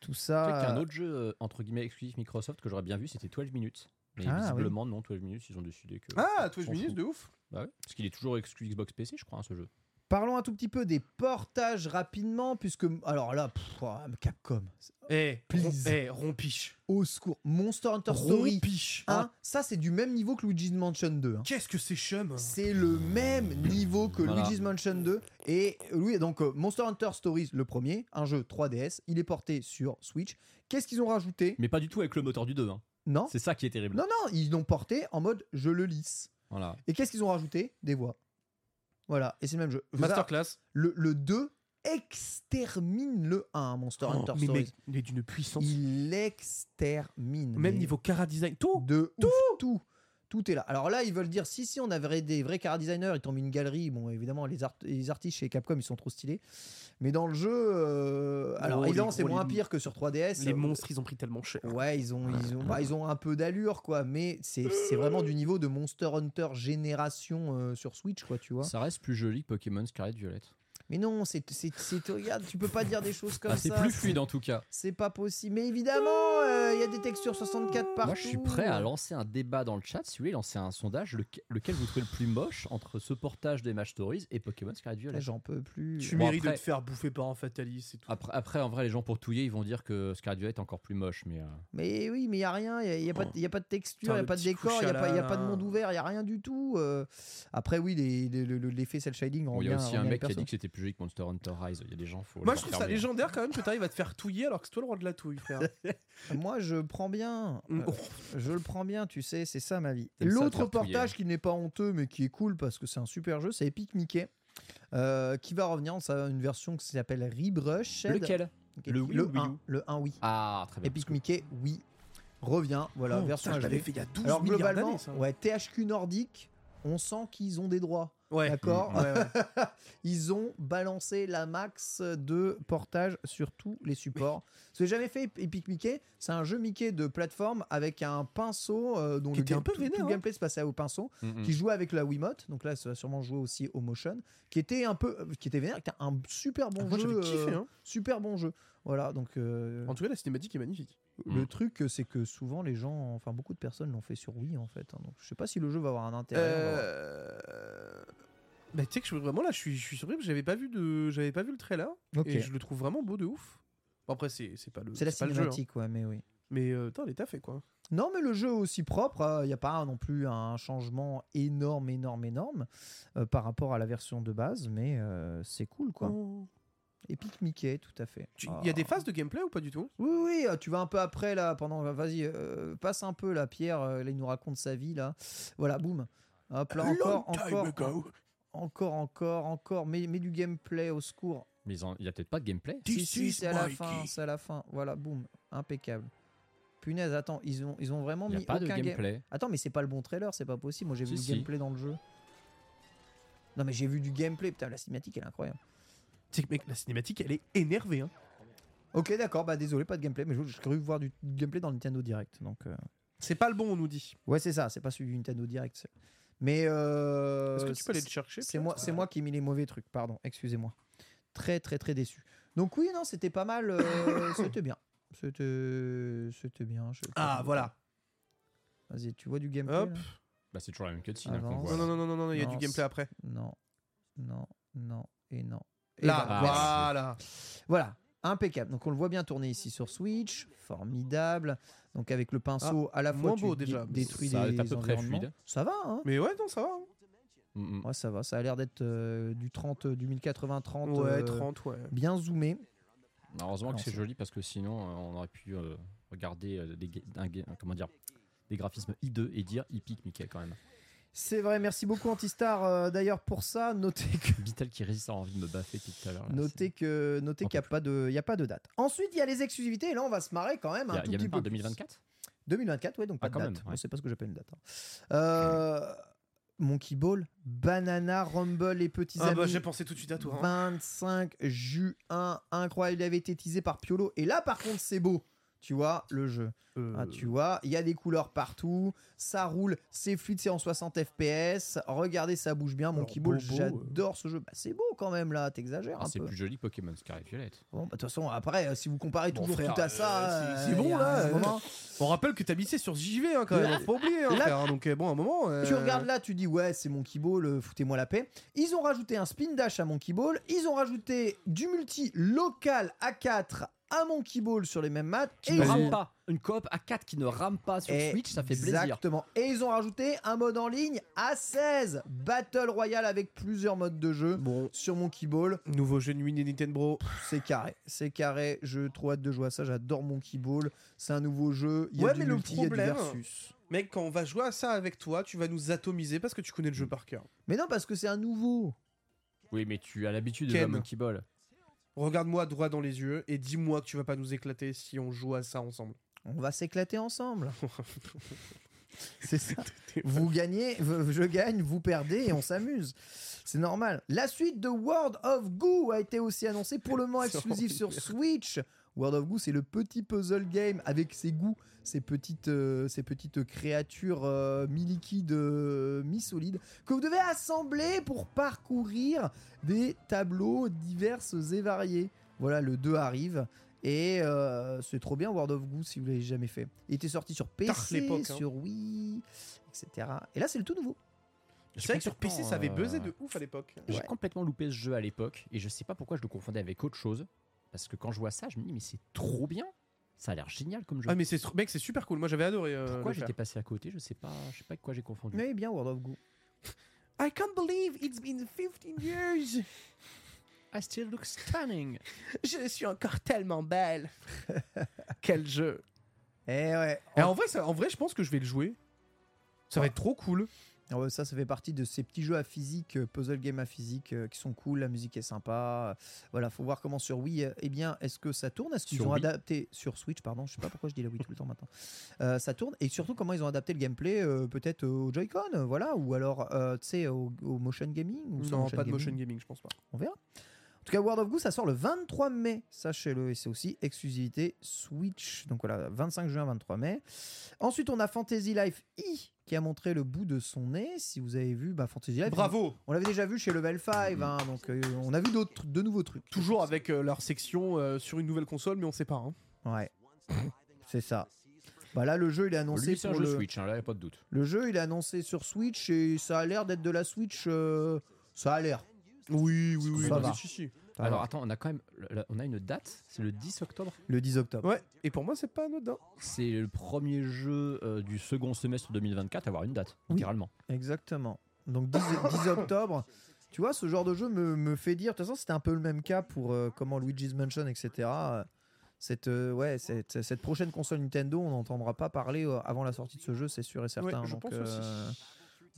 Tout ça...
Ah.
Tu sais qu'il y a un autre jeu, euh, entre guillemets, exclusif Microsoft que j'aurais bien vu, c'était 12 minutes. Mais
Ah,
visiblement, non, 12 minutes, ils ont décidé que.
Ah,
on
toi, je
s'en
minutes
fout.
de ouf.
Bah ouais, Parce qu'il est toujours exclu Xbox PC, je crois, hein, ce jeu.
Parlons un tout petit peu des portages rapidement, puisque... Alors là, pff, oh, Capcom,
Eh,
Please.
rom- eh, rompiche.
au secours. Monster Hunter Story
Rompiche.
1, ça c'est du même niveau que Luigi's Mansion 2. hein.
Ah, Qu'est-ce que c'est chum
C'est le même niveau que
Voilà.
Luigi's Mansion 2 et euh, oui donc euh, Monster Hunter Stories le premier, un jeu 3DS, il est porté sur Switch. Qu'est-ce qu'ils ont rajouté
Mais pas du tout avec le moteur du 2. hein.
Non.
C'est ça qui est terrible.
Non non, ils l'ont porté en mode je le lisse.
Voilà.
Et qu'est-ce qu'ils ont rajouté Des voix. Voilà, et c'est le même jeu.
Masterclass.
Le, le 2 extermine le 1 Monster Hunter
Oh, mais
Stories.
mec, il est d'une puissance.
il extermine.
Même
mais
niveau cara design, tout.
de tout, tout, tout est là. Alors là, ils veulent dire si, si, on avait des vrais car designers, ils t'ont mis une galerie. Bon, évidemment, les, art- les artistes chez Capcom, ils sont trop stylés. Mais dans le jeu, euh, alors
Oh, les
évidemment, c'est
gros,
moins
les-
pire que sur 3DS.
Les
Euh,
monstres, ils ont pris tellement cher.
Ouais, ils ont, ils ont, bah, ils ont un peu d'allure, quoi. Mais c'est c'est vraiment du niveau de Monster Hunter Génération euh, sur Switch, quoi, tu vois.
Ça reste plus joli que Pokémon Scarlet Violet.
Mais non, c'est, c'est, c'est- regarde, tu peux pas dire des choses comme
Ah, c'est
ça.
plus fluide en tout cas.
C'est pas possible. Mais évidemment, euh, il y a des textures 64 partout.
Moi, je suis prêt à lancer un débat dans le chat. Si vous voulez lancer un sondage, leque- lequel vous trouvez le plus moche entre ce portage des Match Stories et Pokémon Scarlet
Là,
Violet
j'en peux plus. euh.
Tu
Bon,
mérites de
après-
te faire bouffer par un fataliste, c'est tout.
après, après, en vrai, les gens pour touiller, ils vont dire que Scarlet Violet est encore plus moche. Mais euh,
Mais oui, mais il y a rien, il y a, y a pas de- y a pas de texture,
Putain,
il y a
le
pas de
petit
décor, il y a
couche à
pas y a
la-
pas de monde ouvert, il y a rien du tout. euh. Après oui, les- les- le- le- l'effet cel shading
bon,
rend
il y a
bien-
aussi
rend
un
bien
mec
le
qui a dit
perso.
que c'était plus joli que Monster Hunter Rise. Il y a des gens, faut.
Moi,
leur
je trouve ça
fermer.
légendaire quand même que t'arrives à te faire touiller alors que c'est toi le roi de la touille, frère.
Moi, je prends bien.
Mm.
Euh, je le prends bien, tu sais, c'est ça ma vie.
T'aimes ça, te
L'autre
faire
portage
touiller.
qui n'est pas honteux, mais qui est cool parce que c'est un super jeu, c'est Epic Mickey. euh, qui va revenir dans une version qui s'appelle Rebrush
Lequel
Ok,
Le Wii ou Wii U
1, le 1 oui.
Ah, très bien.
Epic Mickey, oui. Revient, voilà,
Oh,
version
putain, je l'avais
HD.
fait il y a 12
Alors
milliards
globalement,
d'années, ça.
ouais, THQ Nordique, on sent qu'ils ont des droits.
Ouais.
D'accord
Ouais, ouais.
Ils ont balancé la max de portage sur tous les supports. Ce que j'ai jamais fait Epic Mickey, c'est un jeu Mickey de plateforme avec un pinceau euh, dont
Qui
le,
était un peu
tout- tout
vénère,
le
hein. Hmm.
gameplay se passait au pinceau,
Mhm.
qui jouait avec la Wiimote, donc là ça va sûrement jouer aussi au motion, qui était un peu, euh, qui était vénère, qui était un super bon
Moi,
jeu,
j'avais kiffé,
euh,
hein.
super bon jeu. Voilà, donc euh,
En tout cas, la cinématique est magnifique.
le
Mm.
truc, euh, c'est que souvent, les gens, enfin beaucoup de personnes l'ont fait sur Wii en fait. hein. donc je sais pas si le jeu va avoir un intérêt. on va voir.
Euh... Bah, tu sais que je, vraiment là, je suis, je suis surpris parce que j'avais pas vu de, j'avais pas vu le trailer
Ok.
et je le trouve vraiment beau de ouf. Bon, après, c'est, c'est pas le,
C'est la
pas le jeu, hein.
cinématique, ouais, mais oui.
Mais euh, putain, elle est fait quoi.
Non, mais le jeu est aussi propre, il n'y a pas non plus un changement énorme, énorme, énorme euh, par rapport à la version de base, mais euh, c'est cool
Mm.
quoi. Epic Mickey, tout à fait.
Il
Ah.
y a des phases de gameplay ou pas du tout
Oui, oui, euh, tu vas un peu après là, pendant. Vas-y, euh, passe un peu là, Pierre, euh, là, il nous raconte sa vie là. Voilà, boum. Hop là, encore, encore, encore, encore, encore, mais, mais du gameplay au secours.
Mais ils ont- il y a peut-être pas de gameplay.
Si, si, c'est à la fin, c'est à la fin. Voilà, boum, impeccable. Punaise, attends, ils ont, ils ont vraiment
Il n'y a
mis
pas de
aucun game-
gameplay.
Attends, mais c'est pas le bon trailer, c'est pas possible. Moi, j'ai
Si,
vu
si.
du gameplay dans le jeu. Non, mais j'ai vu du gameplay. Putain, la cinématique, elle est incroyable.
C'est que, mec, la cinématique, elle est énervée. Hein.
Ok, d'accord, bah désolé, pas de gameplay, mais je, je cru voir du du gameplay dans le Nintendo Direct. Donc, euh,
C'est pas le bon, on nous dit.
ouais, c'est ça, c'est pas celui du Nintendo Direct. c'est- Mais. euh,
Est-ce que tu peux
c'est-
aller le chercher
C'est moi, c'est moi qui ai mis les mauvais trucs, pardon, excusez-moi. Très, très, très déçu. Donc, oui, non, c'était pas mal, euh, c'était bien. C'était c'était bien. je-
Ah, voilà.
Vas-y, tu vois du gameplay
Hop.
là
Bah, c'est toujours la même cutscene.
Ah
hein, qu'on
non.
voit.
Non, non, non, non, non, non, il y a
Non,
du
c'est-
gameplay après.
Non, non, non, et non. Et
Là,
bah,
voilà.
voilà.
Voilà, impeccable. Donc on le voit bien tourner ici sur Switch, formidable. Donc avec le pinceau à la fois
moins
tu
Ah, beau
dé-
déjà, mais
détruis
ça
des
est à peu près
environnements.
fluide.
Ça va, hein
Mais ouais, non, ça va. hein.
Mm, mm.
Ouais, ça va. Ça a l'air d'être euh, du 30, du 1080 30,
Ouais,
euh,
30, ouais.
bien zoomé.
Bah, Heureusement que
Non,
c'est
ça-
joli parce que sinon euh, on aurait pu euh, regarder euh, des, ga- un ga- comment dire, des graphismes hideux et dire il pique Mickey quand même.
C'est vrai. Merci beaucoup Antistar. euh, D'ailleurs pour ça, notez que
Bitel qui résiste à envie de me baffer depuis tout à l'heure. là,
notez que notez
On
qu'il n'y a pas de il y a pas de date. Ensuite il y a les exclusivités. Et là on va se marrer quand même. un
c'est- Il y a,
tout
il y a
petit
même pas
peu
un
plus.
2024
2024, ouais, donc pas
Ah,
de
quand
date.
même, ouais.
On sait pas ce que j'appelle une date. hein. Euh, Monkey Ball, Banana, Rumble, les petits
Ah
amis.
bah, j'ai pensé tout de suite à toi. hein.
25 juin, incroyable, il avait été teasé par Piolo. Et là, par contre, c'est beau. Tu vois, le jeu.
Euh,
Ah, tu vois, il y a des couleurs partout. Ça roule, c'est fluide, c'est en 60 FPS. Regardez, ça bouge bien. Monkey
beau,
Ball,
beau,
j'adore ce jeu. Bah, c'est beau quand même, là, t'exagères
Ah,
un
C'est
peu.
plus joli que Pokémon Scarlet Violet.
Bon, bah, de toute façon, après, euh, si vous comparez
Bon,
toujours
frère,
tout à ça.
euh,
euh,
c'est- c'est bon,
il y a
là,
un
euh,
moment-
On rappelle que t'as mixé sur JV hein, quand même,
Là-
faut pas oublier. hein,
là-
frère, hein. donc euh, bon, à un moment. euh,
Tu regardes là, tu dis ouais, c'est Monkey Ball, euh, foutez-moi la paix. Ils ont rajouté un spin dash à Monkey Ball, ils ont rajouté du multi local à 4 à Monkey Ball sur les mêmes maths.
Qui
et
ne
ils
rame
ont-
pas. Une coop à 4 qui ne rame pas sur
Et-
Switch, ça fait plaisir.
Exactement. Et ils ont rajouté un mode en ligne à 16 Battle Royale avec plusieurs modes de jeu.
Bon,
Sur Monkey Ball,
nouveau jeu de Win et Nintendo Bro.
Pff, c'est carré, c'est carré. Je trop hâte de jouer à ça. J'adore Monkey Ball. C'est un nouveau jeu. Il y a
Ouais,
du
mais le
multi, il y a du
problème-
versus.
Mec, quand on va jouer à ça avec toi, tu vas nous atomiser parce que tu connais le jeu par cœur.
Mais non, parce que c'est un nouveau.
Oui, mais tu as l'habitude de la
Ken.
Monkey Ball.
Regarde-moi droit dans les yeux et dis-moi que tu vas pas nous éclater si on joue à ça ensemble.
On va s'éclater ensemble. C'est ça. Vous gagnez, v- je gagne, vous perdez et on s'amuse. C'est normal. La suite de World of Goo a été aussi annoncée pour le moment
C'est
exclusif sur Switch. World of Goo, c'est le petit puzzle game avec ses goûts, ses petites, euh, ses petites créatures euh, mi-liquides, euh, mi-solides, que vous devez assembler pour parcourir des tableaux diverses et variés. Voilà, le 2 arrive. Et euh, c'est trop bien World of Goo si vous l'avez jamais fait. Il était sorti sur PC,
l'époque, hein.
sur Wii, etc. Et là, c'est le tout nouveau. euh,
C'est vrai que sur PC, ça avait buzzé de ouf à l'époque.
euh, J'ai
Ouais.
complètement loupé ce jeu à l'époque et je sais pas pourquoi je le confondais avec autre chose. Parce que quand je vois ça, je me dis, mais c'est trop bien! Ça a l'air génial comme jeu.
Ah mais c'est mec c'est super cool moi j'avais adoré euh,
Pourquoi
le faire.
j'étais passé à côté Je sais pas, je sais pas avec quoi j'ai confondu.
Mais bien World of Goo.
I can't believe it's been 15 years
I still look stunning.
Je suis encore tellement belle Quel jeu
Eh ouais.
Et en vrai, ça- en vrai je pense que je vais le jouer. Ça va être trop cool.
Ah ouais, ça, ça fait partie de ces petits jeux à physique, euh, puzzle game à physique, euh, qui sont cool. La musique est sympa. Euh, Voilà, faut voir comment sur Wii. euh, Eh bien, est-ce que ça tourne Est-ce qu'ils
Sur
ont
Wii.
adapté sur Switch Pardon, je sais pas pourquoi je dis la Wii tout le temps maintenant. Euh, ça tourne et surtout comment ils ont adapté le gameplay, euh, peut-être au Joy-Con, euh, voilà, ou alors euh, tu sais au, au motion gaming ou sans
Non, pas de motion gaming, je pense pas.
On verra. En tout cas, World of Goo, ça sort le 23 mai, sachez-le, et c'est aussi exclusivité Switch. Donc voilà, 25 juin, 23 mai. Ensuite, on a Fantasy Life I qui a montré le bout de son nez. Si vous avez vu, bah, Fantasy Life.
Bravo Mm-hmm.
On l'avait déjà vu chez Level 5, hein, donc euh, on a vu d'autres, de nouveaux trucs.
Toujours avec euh, leur section euh, sur une nouvelle console, mais on sait pas. hein.
Ouais. C'est ça. Bah là, le jeu, il est annoncé
Lui, c'est
sur
un jeu
le...
Switch, hein, là, y a pas de doute.
Le jeu, il est annoncé sur Switch et ça a l'air d'être de la Switch. euh, Ça a l'air.
Oui, oui, oui.
Ça
non,
va.
mais si, si.
Ça
Alors
va.
attends, on a quand même, là, on a une date, c'est le 10 octobre.
le 10 octobre.
Ouais, et pour moi, c'est pas anodin.
C'est le premier jeu euh, du second semestre 2024 à avoir une date,
Oui.
littéralement.
Exactement. Donc 10, 10 octobre. Tu vois, ce genre de jeu me, me fait dire. De toute façon, c'était un peu le même cas pour euh, comment Luigi's Mansion, etc. Euh, Cette, euh, ouais, cette, cette prochaine console Nintendo, on n'entendra pas parler euh, avant la sortie de ce jeu, c'est sûr et certain.
Ouais, je
donc,
pense
euh,
aussi.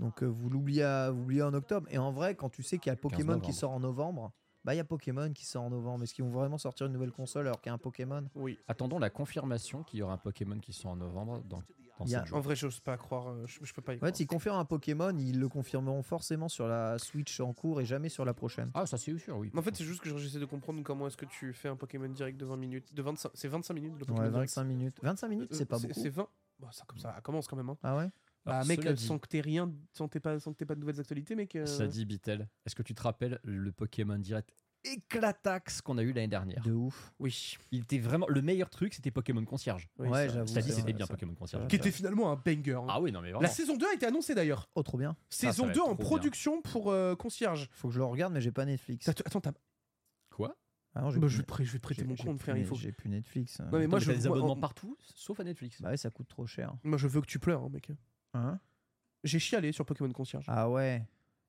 donc euh, vous l'oubliez à- vous l'oubliez en octobre. Et en vrai, quand tu sais qu'il y a Pokémon qui
novembre.
sort en novembre, bah il y a Pokémon qui sort en novembre. Est-ce qu'ils vont vraiment sortir une nouvelle console alors qu'il y a un Pokémon
Oui.
Attendons la confirmation qu'il y aura un Pokémon qui sort en novembre dans, dans
Il y a-
cette
En vrai, j'ose pas croire. euh, Je, je peux pas y
En
croire.
fait, s'ils confirment un Pokémon, ils le confirmeront forcément sur la Switch en cours et jamais sur la prochaine.
Ah, ça c'est sûr, oui.
En fait, c'est juste que genre, j'essaie de comprendre comment est-ce que tu fais un Pokémon direct de 20 minutes. De 25, c'est 25 minutes le Pokémon
Ouais,
direct.
25 minutes. 25 minutes,
Euh,
c'est pas beaucoup.
C'est 20. Bah, ça, comme ça, ça commence quand même. Hein.
Ah ouais
Alors,
Bah, mec,
cela
euh,
dit-
sans que t'aies rien, sans que t'aies pas, sans que t'aies pas de nouvelles actualités, mec. euh,
Ça dit Bitel, est-ce que tu te rappelles le Pokémon Direct éclatax qu'on a eu l'année dernière
De ouf.
Oui.
Il était vraiment le meilleur truc, c'était Pokémon Concierge.
Oui,
ouais,
ça-
j'avoue.
Cela dit,
c'est
c'était
vrai,
bien
ça.
Pokémon Concierge.
Qui était finalement un banger. hein.
Ah oui, non mais
La
vraiment.
saison 2 a été annoncée d'ailleurs.
Oh, trop bien.
va
Saison
être
2 en
trop bien.
production pour euh, Concierge.
Faut que je le regarde, mais j'ai pas Netflix.
T'as- Attends, t'as-
Quoi
Ah non, j'ai
Bah,
plus
je, vais
Net-
te prêter- je vais te prêter
j'ai-
mon
j'ai
compte,
plus
frère. Il
Net-
faut. Bah
J'ai plus Netflix. hein.
Non, mais moi, je
t'as des
vois-
abonnements
en-
partout, sauf à Netflix.
Bah ouais, ça coûte trop cher.
Moi, je veux que tu pleures, hein, mec.
Hein
J'ai chialé sur Pokémon Concierge.
ah ouais.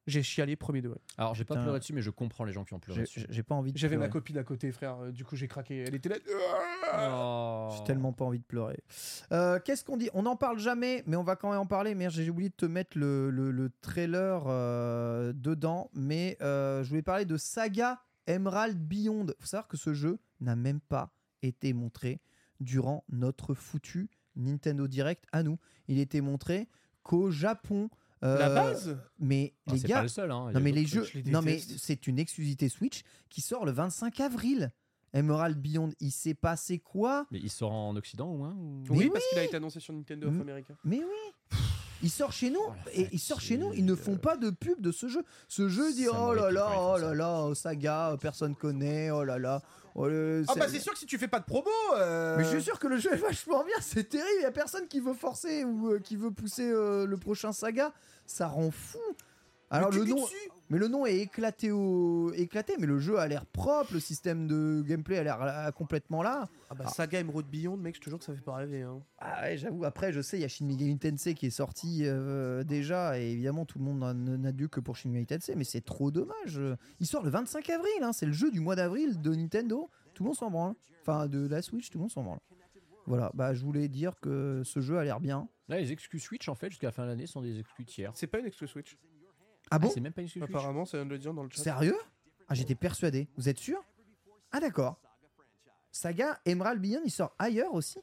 J'ai chialé premier degré.
Alors j'ai pas
Putain.
pleuré dessus, mais je comprends les gens qui ont pleuré
J'ai-
dessus.
J'ai j'ai pas envie de
J'avais ma
pleurer.
copine à côté, frère. euh, Du coup, j'ai craqué. Elle était là.
Oh.
J'ai Ah, tellement pas envie de pleurer. Euh, Qu'est-ce qu'on dit On n'en parle jamais, mais on va quand même en parler. Merde, j'ai oublié de te mettre le, le- le trailer euh, dedans. Mais euh, je voulais parler de Saga Emerald Beyond. faut savoir que ce jeu n'a même pas été montré durant notre foutu Nintendo Direct à nous. Il était montré qu'au Japon. Euh,
La base
Mais
Ah,
les
c'est pas
gars,
le seul. Hein. il y
non
a
mais les
d'autres
jeux,
trucs.
je les
non mais
déteste.
c'est une exclusivité Switch qui sort le 25 avril. Emerald Beyond, il s'est passé quoi
Mais il sort en Occident au moins ou...
Mais
oui,
oui.
parce qu'il a été annoncé sur Nintendo
Mm.
of America.
Mais oui Il sort chez nous
Oh, la
et il sort chez nous, ils ne
fatigue.
font pas de pub de ce jeu. Ce jeu dit
Ça
oh
m'aurait
là
plu
là,
quand ils
oh
font
là
ça.
là, saga, personne connaît, oh là là. oh le-
Ah bah c'est sûr que si tu fais pas de promo. euh,
Mais je suis sûr que le jeu est vachement bien, c'est terrible, il y a personne qui veut forcer ou euh, qui veut pousser euh, le prochain saga, ça rend fou. Alors
tu
le
cliques
nom,
dessus.
mais le nom est éclaté au éclaté, mais le jeu a l'air propre, le système de gameplay a l'air euh, complètement là.
Ah bah Saga Emerald Beyond, mec, je te jure que ça fait pas rêver. Hein.
Ah ouais, j'avoue, après, je sais, il y a Shin Megami Tensei qui est sorti euh, déjà, et évidemment, tout le monde n'en- n'a dû que pour Shin Megami Tensei, mais c'est trop dommage. Euh, Il sort le 25 avril, hein, c'est le jeu du mois d'avril de Nintendo, tout le monde s'en branle. Enfin, de la Switch, tout le monde s'en branle. Voilà, bah je voulais dire que ce jeu a l'air bien.
Là, les exclus Switch, en fait, jusqu'à la fin de l'année, sont des exclus tiers.
C'est pas une exclu Switch.
Ah bon
C'est même pas une exclus Switch.
Apparemment, ça vient de le dire dans le chat.
Sérieux Ah, j'étais persuadé. Vous êtes sûr Ah, d'accord. Saga Emerald Beyond, il sort ailleurs aussi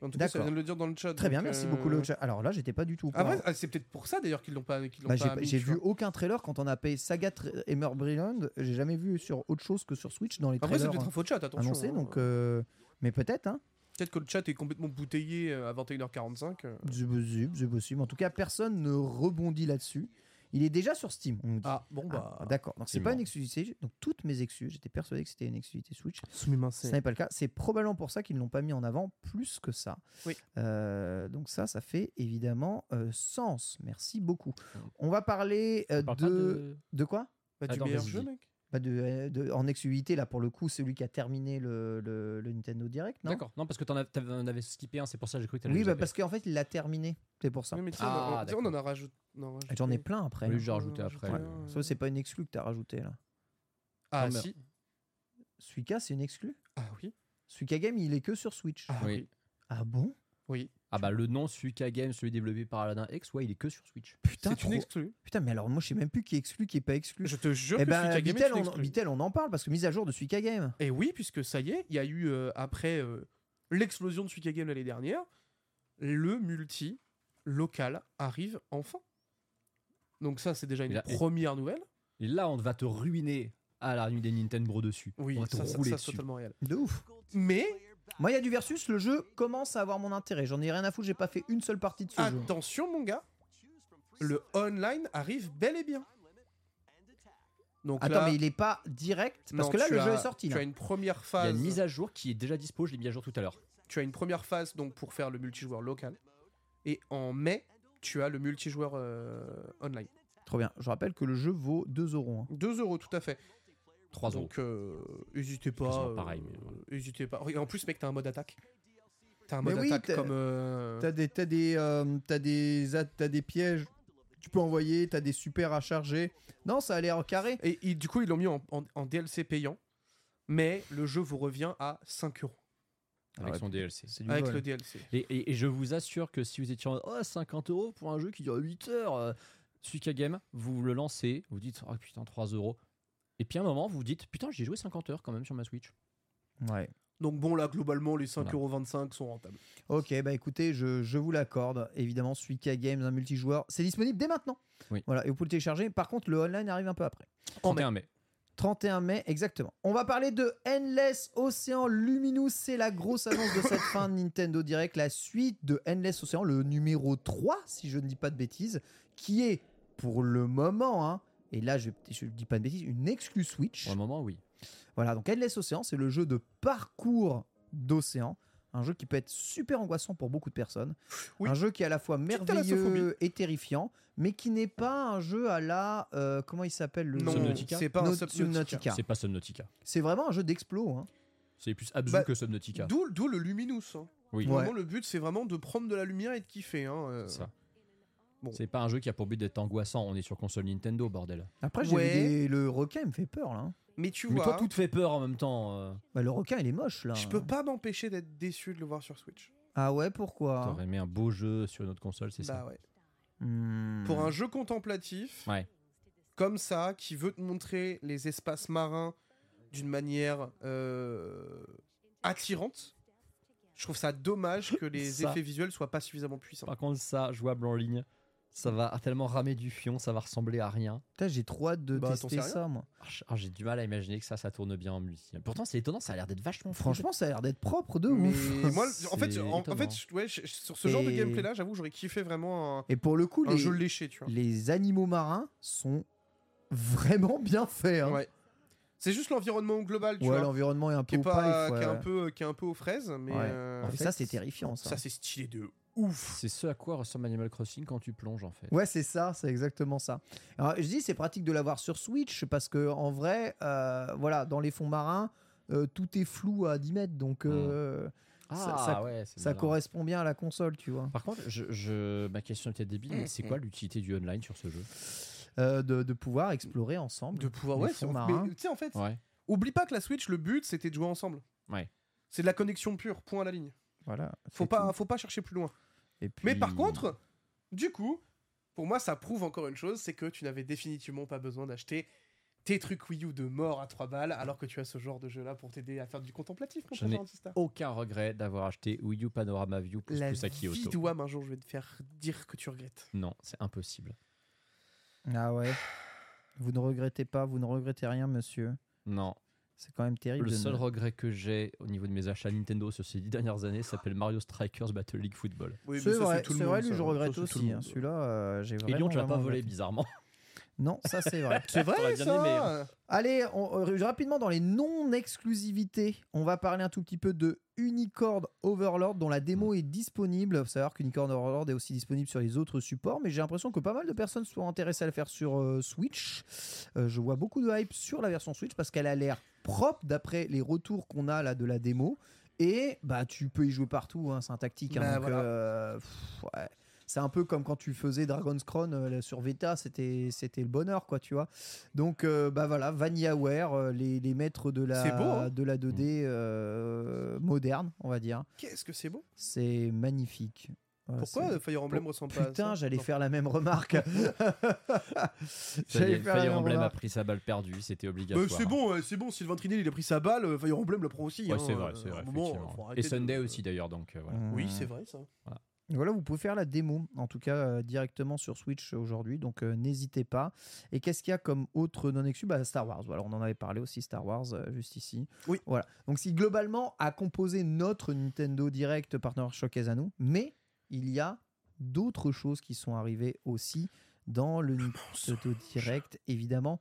En tout cas, ça
D'accord.
vient de le dire dans le chat.
Très bien,
donc,
merci
euh,
beaucoup le chat. Alors là, j'étais pas du tout. au
Ah ouais,
courant.
ah, c'est peut-être pour ça d'ailleurs qu'ils l'ont pas. qu'ils l'ont
Bah,
pas
j'ai pas-
mis,
j'ai
tu
vu
vois.
aucun trailer quand on a payé Saga tra- Emerald Brilland. J'ai jamais vu sur autre chose que sur Switch dans les
Après, c'est
trailers euh,
peut-être un faux chat, attention.
annoncés.
hein.
Donc, euh, mais peut-être. Hein.
Peut-être que le chat est complètement bouteillé euh, à 21h45. euh.
C'est possible, c'est possible. En tout cas, personne ne rebondit là-dessus. Il est déjà sur Steam. On nous dit.
Ah, bon, bah.
Ah, d'accord. Donc c'est pas
Absolument.
une exclusivité. Donc toutes mes exclus, j'étais persuadé que c'était une exclusivité Switch. Ce
Sous-mincé.
n'est pas le cas. C'est probablement pour ça qu'ils ne l'ont pas mis en avant plus que ça.
Oui.
Euh, donc ça, ça fait évidemment euh, sens. Merci beaucoup. On va parler euh,
On parle
de...
pas
de quoi
Bah, du
Attends,
meilleur
vas-y.
jeu, mec.
Bah, de, euh, de- en exclusivité là pour le coup, celui qui a terminé le, le- le Nintendo Direct. Non
D'accord. Non, parce que t'en av- t'avais- on avait skippé un, c'est pour ça que j'ai cru que t'allais
oui,
nous
bah,
appeler.
parce qu'en fait, il l'a terminé. C'est pour ça.
Oui, mais tu sais, on
Ah,
en- on- tu sais, on en a
d'accord.
rajouté.
J'en ai plein après.
Oui,
hein.
j'ai rajouté après.
Ouais.
le-
Ça, c'est pas une exclue que t'as rajouté là.
Ah,
Non, mais-
si.
Suika, c'est une exclue
Ah, oui.
Suika Game, il est que sur Switch.
Ah,
Oui.
Ah bon
Oui.
Ah bah le nom Suika Game, celui développé par Aladdin X, ouais, il est que sur Switch.
Putain,
C'est une
trop-
exclue.
Putain, mais alors moi, je sais même plus qui est exclu, qui est pas exclu.
Je te jure
Eh
que
ben,
Suika Game est
Vitel,
une
on,
exclue.
Vitel, on en parle parce que mise à jour de Suika Game.
Et oui, puisque ça y est, il y a eu euh, après euh, l'explosion de Suika Game l'année dernière, le multi local arrive enfin. Donc ça, c'est déjà une
Et là- et-
première nouvelle.
Et là, on va te ruiner à la nuit des Nintendo dessus.
Oui,
on va te
ça, ça-
rouler
ça, c'est
dessus.
totalement réel.
De ouf.
Mais
Moi, il y a du versus, le jeu commence à avoir mon intérêt. J'en ai rien à foutre, j'ai pas fait une seule partie de
Ah,
ce jeu.
attention, mon gars, le online arrive bel et bien. Donc
Attends,
là,
mais il est pas direct parce
non,
que là,
tu
le jeu
as-
est sorti.
Tu
là.
as une première
Il y a
phase.
une mise à jour qui est déjà dispo, je l'ai mis à jour tout à l'heure.
tu as une première phase donc pour faire le multijoueur local et en mai tu as le multijoueur euh, online
Trop bien. Je rappelle que le jeu vaut 2 euros. hein.
2 euros tout à fait
3 euros.
donc euh, n'hésitez pas
quasiment
euh,
pareil, mais voilà.
n'hésitez pas et en plus mec t'as un mode attaque t'as un
Mais
mode
oui,
attaque
t'as-
comme euh,
T'as des, t'as des, euh, t'as des, a- t'as des pièges. Tu peux envoyer, t'as des super à charger. Non, ça a l'air carré.
et, ils- du coup ils l'ont mis en, en- en DLC payant mais le jeu vous revient à 5 euros
Avec
ouais,
son DLC.
C'est du
avec
vol.
le DLC
Et, et- et je vous assure que si vous étiez en oh, 50 euros pour un jeu qui dure 8 heures, euh, Suika Game, vous le lancez, vous dites oh putain 3 euros. Et puis à un moment, vous vous dites putain, j'ai joué 50 heures quand même sur ma Switch.
Ouais.
donc bon là globalement les 5,25
Voilà.
euros sont rentables
Ok, bah écoutez, je, je vous l'accorde. Évidemment, Suika Games, un multijoueur, c'est disponible dès maintenant.
Oui.
Voilà, et vous pouvez le télécharger. Par contre, le online arrive un peu après.
En mai.
31 mai, exactement. On va parler de Endless Ocean Luminous. C'est la grosse annonce de cette fin de Nintendo Direct. La suite de Endless Ocean, le numéro 3, si je ne dis pas de bêtises, qui est pour le moment, hein, et là je ne dis pas de bêtises, une exclus Switch.
Pour le moment, oui.
Voilà, donc Endless Ocean, c'est le jeu de parcours d'océan. Un jeu qui peut être super angoissant pour beaucoup de personnes.
Oui.
Un jeu qui est à la fois
thalassophobie.
merveilleux et terrifiant, mais qui n'est pas un jeu à la. euh, comment il s'appelle le jeu
non
Subnautica
c'est pas un
No-
Subnautica
Subnautica.
C'est pas Subnautica.
C'est vraiment un jeu d'explo. hein.
C'est plus Abzu
Bah,
que Subnautica.
D'où d'où le Luminous. hein.
Oui.
Ouais.
Vraiment, le but, c'est vraiment de prendre de la lumière et de kiffer. hein, euh.
C'est ça.
Bon.
C'est pas un jeu qui a pour but d'être angoissant. On est sur console Nintendo, bordel.
Après, j'ai
Ouais.
vu des- le requin, il me fait peur là. hein.
Mais tu
Mais
vois,
toi, tout te fait peur en même temps. euh.
Bah, le requin, il est moche là.
je peux pas m'empêcher d'être déçu de le voir sur Switch.
Ah ouais, pourquoi
T'aurais aimé un beau jeu sur notre console, c'est
Bah
ça.
ouais.
Hmm.
Pour un jeu contemplatif,
Ouais.
comme ça, qui veut te montrer les espaces marins d'une manière euh, attirante, je trouve ça dommage que les
Ça.
effets visuels soient pas suffisamment puissants.
Par contre, ça, jouable en ligne, ça va tellement ramer du fion, ça va ressembler à rien.
Putain, j'ai trop hâte de
Bah, t'en
tester
sais rien.
ça, moi.
Ah, je- ah, j'ai du mal à imaginer que ça, ça tourne bien en multi. Pourtant, c'est étonnant, ça a l'air d'être vachement fluide.
Franchement, ça a l'air d'être propre de
Mais
ouf.
moi, en fait,
C'est
en, en
étonnant.
fait, je- ouais, je- sur ce genre de
Et-
gameplay-là, j'avoue, j'aurais kiffé vraiment un,
Et pour le coup,
un
les,
jeu léché, tu vois.
les animaux marins sont vraiment bien faits. hein.
Ouais. C'est juste l'environnement global, tu
Ouais,
vois,
l'environnement est un
qui
peu
est, pas,
opaque,
qui est un
ouais.
peu, qui est un peu aux fraises, mais
Ouais.
euh,
En fait,
fait,
ça, c'est terrifiant, ça.
ça c'est stylé de ouf.
C'est ce à quoi ressemble Animal Crossing quand tu plonges, en fait.
Ouais, c'est ça, c'est exactement ça. Alors, je dis, c'est pratique de l'avoir sur Switch parce que en vrai, euh, voilà, dans les fonds marins, euh, tout est flou à 10 mètres, donc euh,
Ah,
ça- ça-
ouais, c'est
ça
malin.
correspond bien à la console, tu vois.
Par contre, je, je- ma question est peut-être débile, mais c'est quoi l'utilité du online sur ce jeu
Euh, de, de pouvoir explorer ensemble.
De pouvoir,
Les
ouais,
fonds
c'est-
marins.
mais tu sais en fait,
Ouais.
oublie pas que la Switch, le but c'était de jouer ensemble.
Ouais.
C'est de la connexion pure, point à la ligne.
Voilà.
Faut
c'est
pas,
tout.
faut pas chercher plus loin.
Et puis-
Mais par contre, du coup, pour moi, ça prouve encore une chose, c'est que tu n'avais définitivement pas besoin d'acheter tes trucs Wii U de mort à 3 balles, alors que tu as ce genre de jeu là pour t'aider à faire du contemplatif, mon
Je
cher
n'ai
Jean-Baptiste.
Aucun regret d'avoir acheté Wii U Panorama View plus
La
plus à Kyoto.
vie d'Ouham, un jour, je vais te faire dire que tu regrettes.
Non, c'est impossible.
Ah ouais. Vous ne regrettez pas, vous ne regrettez rien, monsieur.
Non.
C'est quand même terrible.
Le
de
seul
ne-
regret que j'ai au niveau de mes achats Nintendo sur ces dix dernières années s'appelle Mario Strikers Battle League Football.
c'est vrai, c'est vrai, lui, je regrette aussi. hein. Celui-là, euh, j'ai
Et
vraiment.
Lyon, tu l'as pas
vraiment
volé,
regretté.
bizarrement.
Non, ça c'est vrai.
C'est
T'aurais
vrai,
bien
ça
aimé, hein.
Allez, on- euh, rapidement dans les non-exclusivités, on va parler un tout petit peu de Unicorn Overlord dont la démo est disponible. Faut savoir qu'Unicorn Overlord est aussi disponible sur les autres supports, mais j'ai l'impression que pas mal de personnes sont intéressées à le faire sur euh, Switch. Euh, je vois beaucoup de hype sur la version Switch parce qu'elle a l'air propre d'après les retours qu'on a là de la démo. Et bah tu peux y jouer partout, hein, c'est un tactique. hein,
Bah,
donc,
voilà.
euh, pff, ouais. C'est un peu comme quand tu faisais Dragon's Crown euh, sur Veta, c'était c'était le bonheur quoi, tu vois. Donc euh, bah voilà, VanillaWare, euh, les, les maîtres de la
C'est beau, hein
de la 2D euh, moderne, on va dire.
Qu'est-ce que c'est beau
C'est magnifique. Ouais,
Pourquoi
c'est-
euh, Fire Emblem ressemble pas à
Putain,
ça
j'allais
Non.
faire la même remarque.
Ça y est,
j'allais faire la
Fire
même
Emblem a
remarque.
pris sa balle perdue, c'était
Bah,
obligatoire.
c'est bon, euh, c'est bon. Sylvain Trinel, il a pris sa balle. euh, Fire Emblem le prend aussi.
hein. Ouais,
hein,
c'est vrai,
euh,
c'est
à un
vrai.
moment,
effectivement.
faut arrêter
Et
de-
Sunday aussi d'ailleurs, donc euh, voilà.
Oui, c'est vrai ça.
Voilà, vous pouvez faire la démo, en tout cas euh, directement sur Switch aujourd'hui, donc euh, n'hésitez pas. Et qu'est-ce qu'il y a comme autre non-exu bah, Star Wars, voilà, on en avait parlé aussi, Star Wars, euh, juste ici.
Oui.
Voilà, donc si globalement a composé notre Nintendo Direct Partner Showcase à nous, mais il y a d'autres choses qui sont arrivées aussi dans le, Nintendo Direct, évidemment,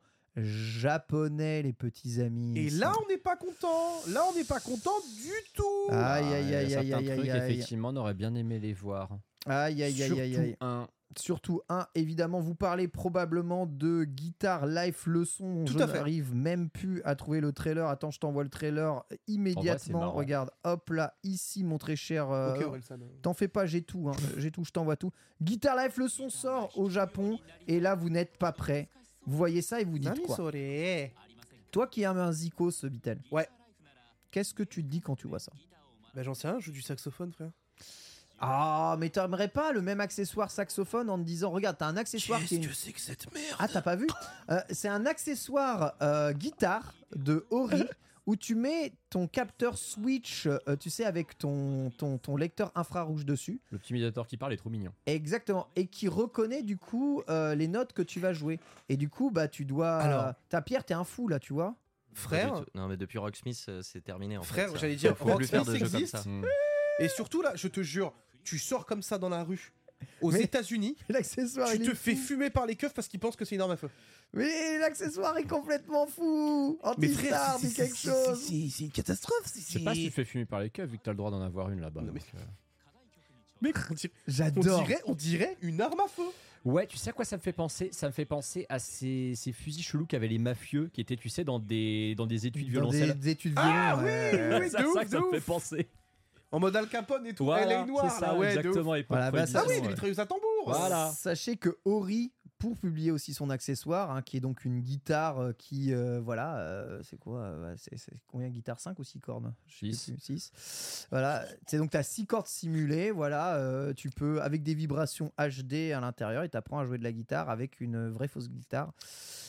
japonais, les petits amis.
Et là, on n'est pas content. Là, on n'est pas content du tout.
Aïe,
Ah, il
aïe,
y a
aïe, aïe,
certains
aïe, aïe,
trucs,
aïe,
effectivement, on aurait bien aimé les voir.
aïe, aïe, aïe, aïe, aïe.
Surtout un
Surtout un, évidemment, vous parlez probablement de guitare life leçon.
Tout
je
à fait.
n'arrive même plus à trouver le trailer. Attends, je t'envoie le trailer immédiatement.
marrant.
Regarde, hop là, ici, mon très cher. euh,
Ok, Orelsan.
T'en fais pas, j'ai tout, hein, j'ai tout, je t'envoie tout. Guitar Life, le son sort au Japon, et là vous n'êtes pas prêt. Vous voyez ça et vous dites
Nani
quoi
sore. Bah,
Toi qui aimes un Zico, ce Bitel.
Ouais.
Qu'est-ce que tu te dis quand tu vois ça
Bah, j'en sais rien, je joue du saxophone, frère.
Ah, mais t'aimerais pas le même accessoire saxophone en te disant, regarde, t'as un accessoire qui est une
c'est que cette merde
Ah, t'as pas vu Euh, C'est un accessoire euh, guitare de Ori où tu mets ton capteur Switch, euh, tu sais, avec ton, ton, ton lecteur infrarouge dessus.
L'optimisateur qui parle est trop mignon.
Exactement. Et qui reconnaît du coup euh, les notes que tu vas jouer. Et du coup, bah, tu dois.
Alors-
ta pierre, t'es un fou là, tu vois.
Pas
Frère,
du tout. Non, mais depuis Rocksmith, euh, c'est terminé. En
Frère,
fait, ça.
j'allais dire,
Faut plus faire de
Rocksmith
jeux comme
existe
ça.
Mm.
et surtout là, je te jure, tu sors comme ça dans la rue, aux
Mais-
États-Unis,
L'accessoire.
tu
il
te
est
fais
fou.
fumer par les keufs parce qu'ils pensent que c'est une arme à feu.
Mais l'accessoire est complètement fou. Anti-star, Oh, dis quelque chose.
c'est une catastrophe.
Je sais pas si tu te fais fumer par les keufs vu que t'as le droit d'en avoir une là-bas.
Non, mais-
donc, euh.
Mec, on dirait, on
J'adore.
dirait- on dirait une arme à feu.
Ouais, tu sais à quoi ça me fait penser Ça me fait penser à ces, ces fusils chelous qu'avaient les mafieux qui étaient, tu sais, dans des, dans des études
Dans des,
violoncelles.
des études
Ah
violon, ouais.
oui, oui,
C'est
de
à
ouf,
ça que ça
de
me fait
ouf.
penser.
En mode Al Capone et tout.
Voilà,
Elle est noire,
c'est
là,
ça,
ouais, de ouf.
exactement. époque
Voilà, bah ça,
Ah oui,
prohibition,
les
ouais.
mitrailleuses à tambour.
Voilà.
Sachez que Ori, pour publier aussi son accessoire, hein, qui est donc une guitare euh, qui, euh, voilà, euh, c'est quoi euh, c'est, c'est combien de guitare 5 ou 6 cordes
Six.
6. Voilà, c'est donc tu as 6 cordes simulées, voilà, euh, tu peux, avec des vibrations HD à l'intérieur, et t'apprends à jouer de la guitare avec une vraie fausse guitare.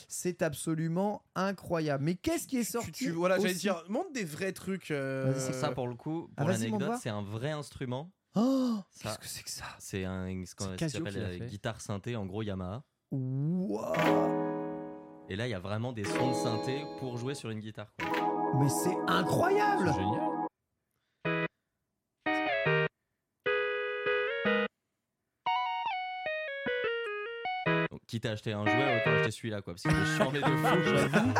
C'est absolument incroyable. Mais qu'est-ce qui est
Tu-
sorti
tu- voilà, j'allais
aussi
dire, montre des vrais trucs. euh,
Vas-y, c'est
Ça, pour le coup,
Ah,
pour
vas-y, montre
l'anecdote,
voir.
c'est un vrai instrument.
Oh,
Ça.
Qu'est-ce que c'est que ça
C'est un ce qu'on-
C'est
ce
Casio
qu'on
qui l'a
appelle
fait.
euh, guitare synthé, en gros Yamaha.
Wow.
Et là, il y a vraiment des sons de synthé pour jouer sur une guitare. quoi.
Mais c'est
C'est
incroyable
génial.
Donc, quitte à acheter un jouet, autant acheter celui-là, quoi. Parce que je chambé de fou, j'avoue.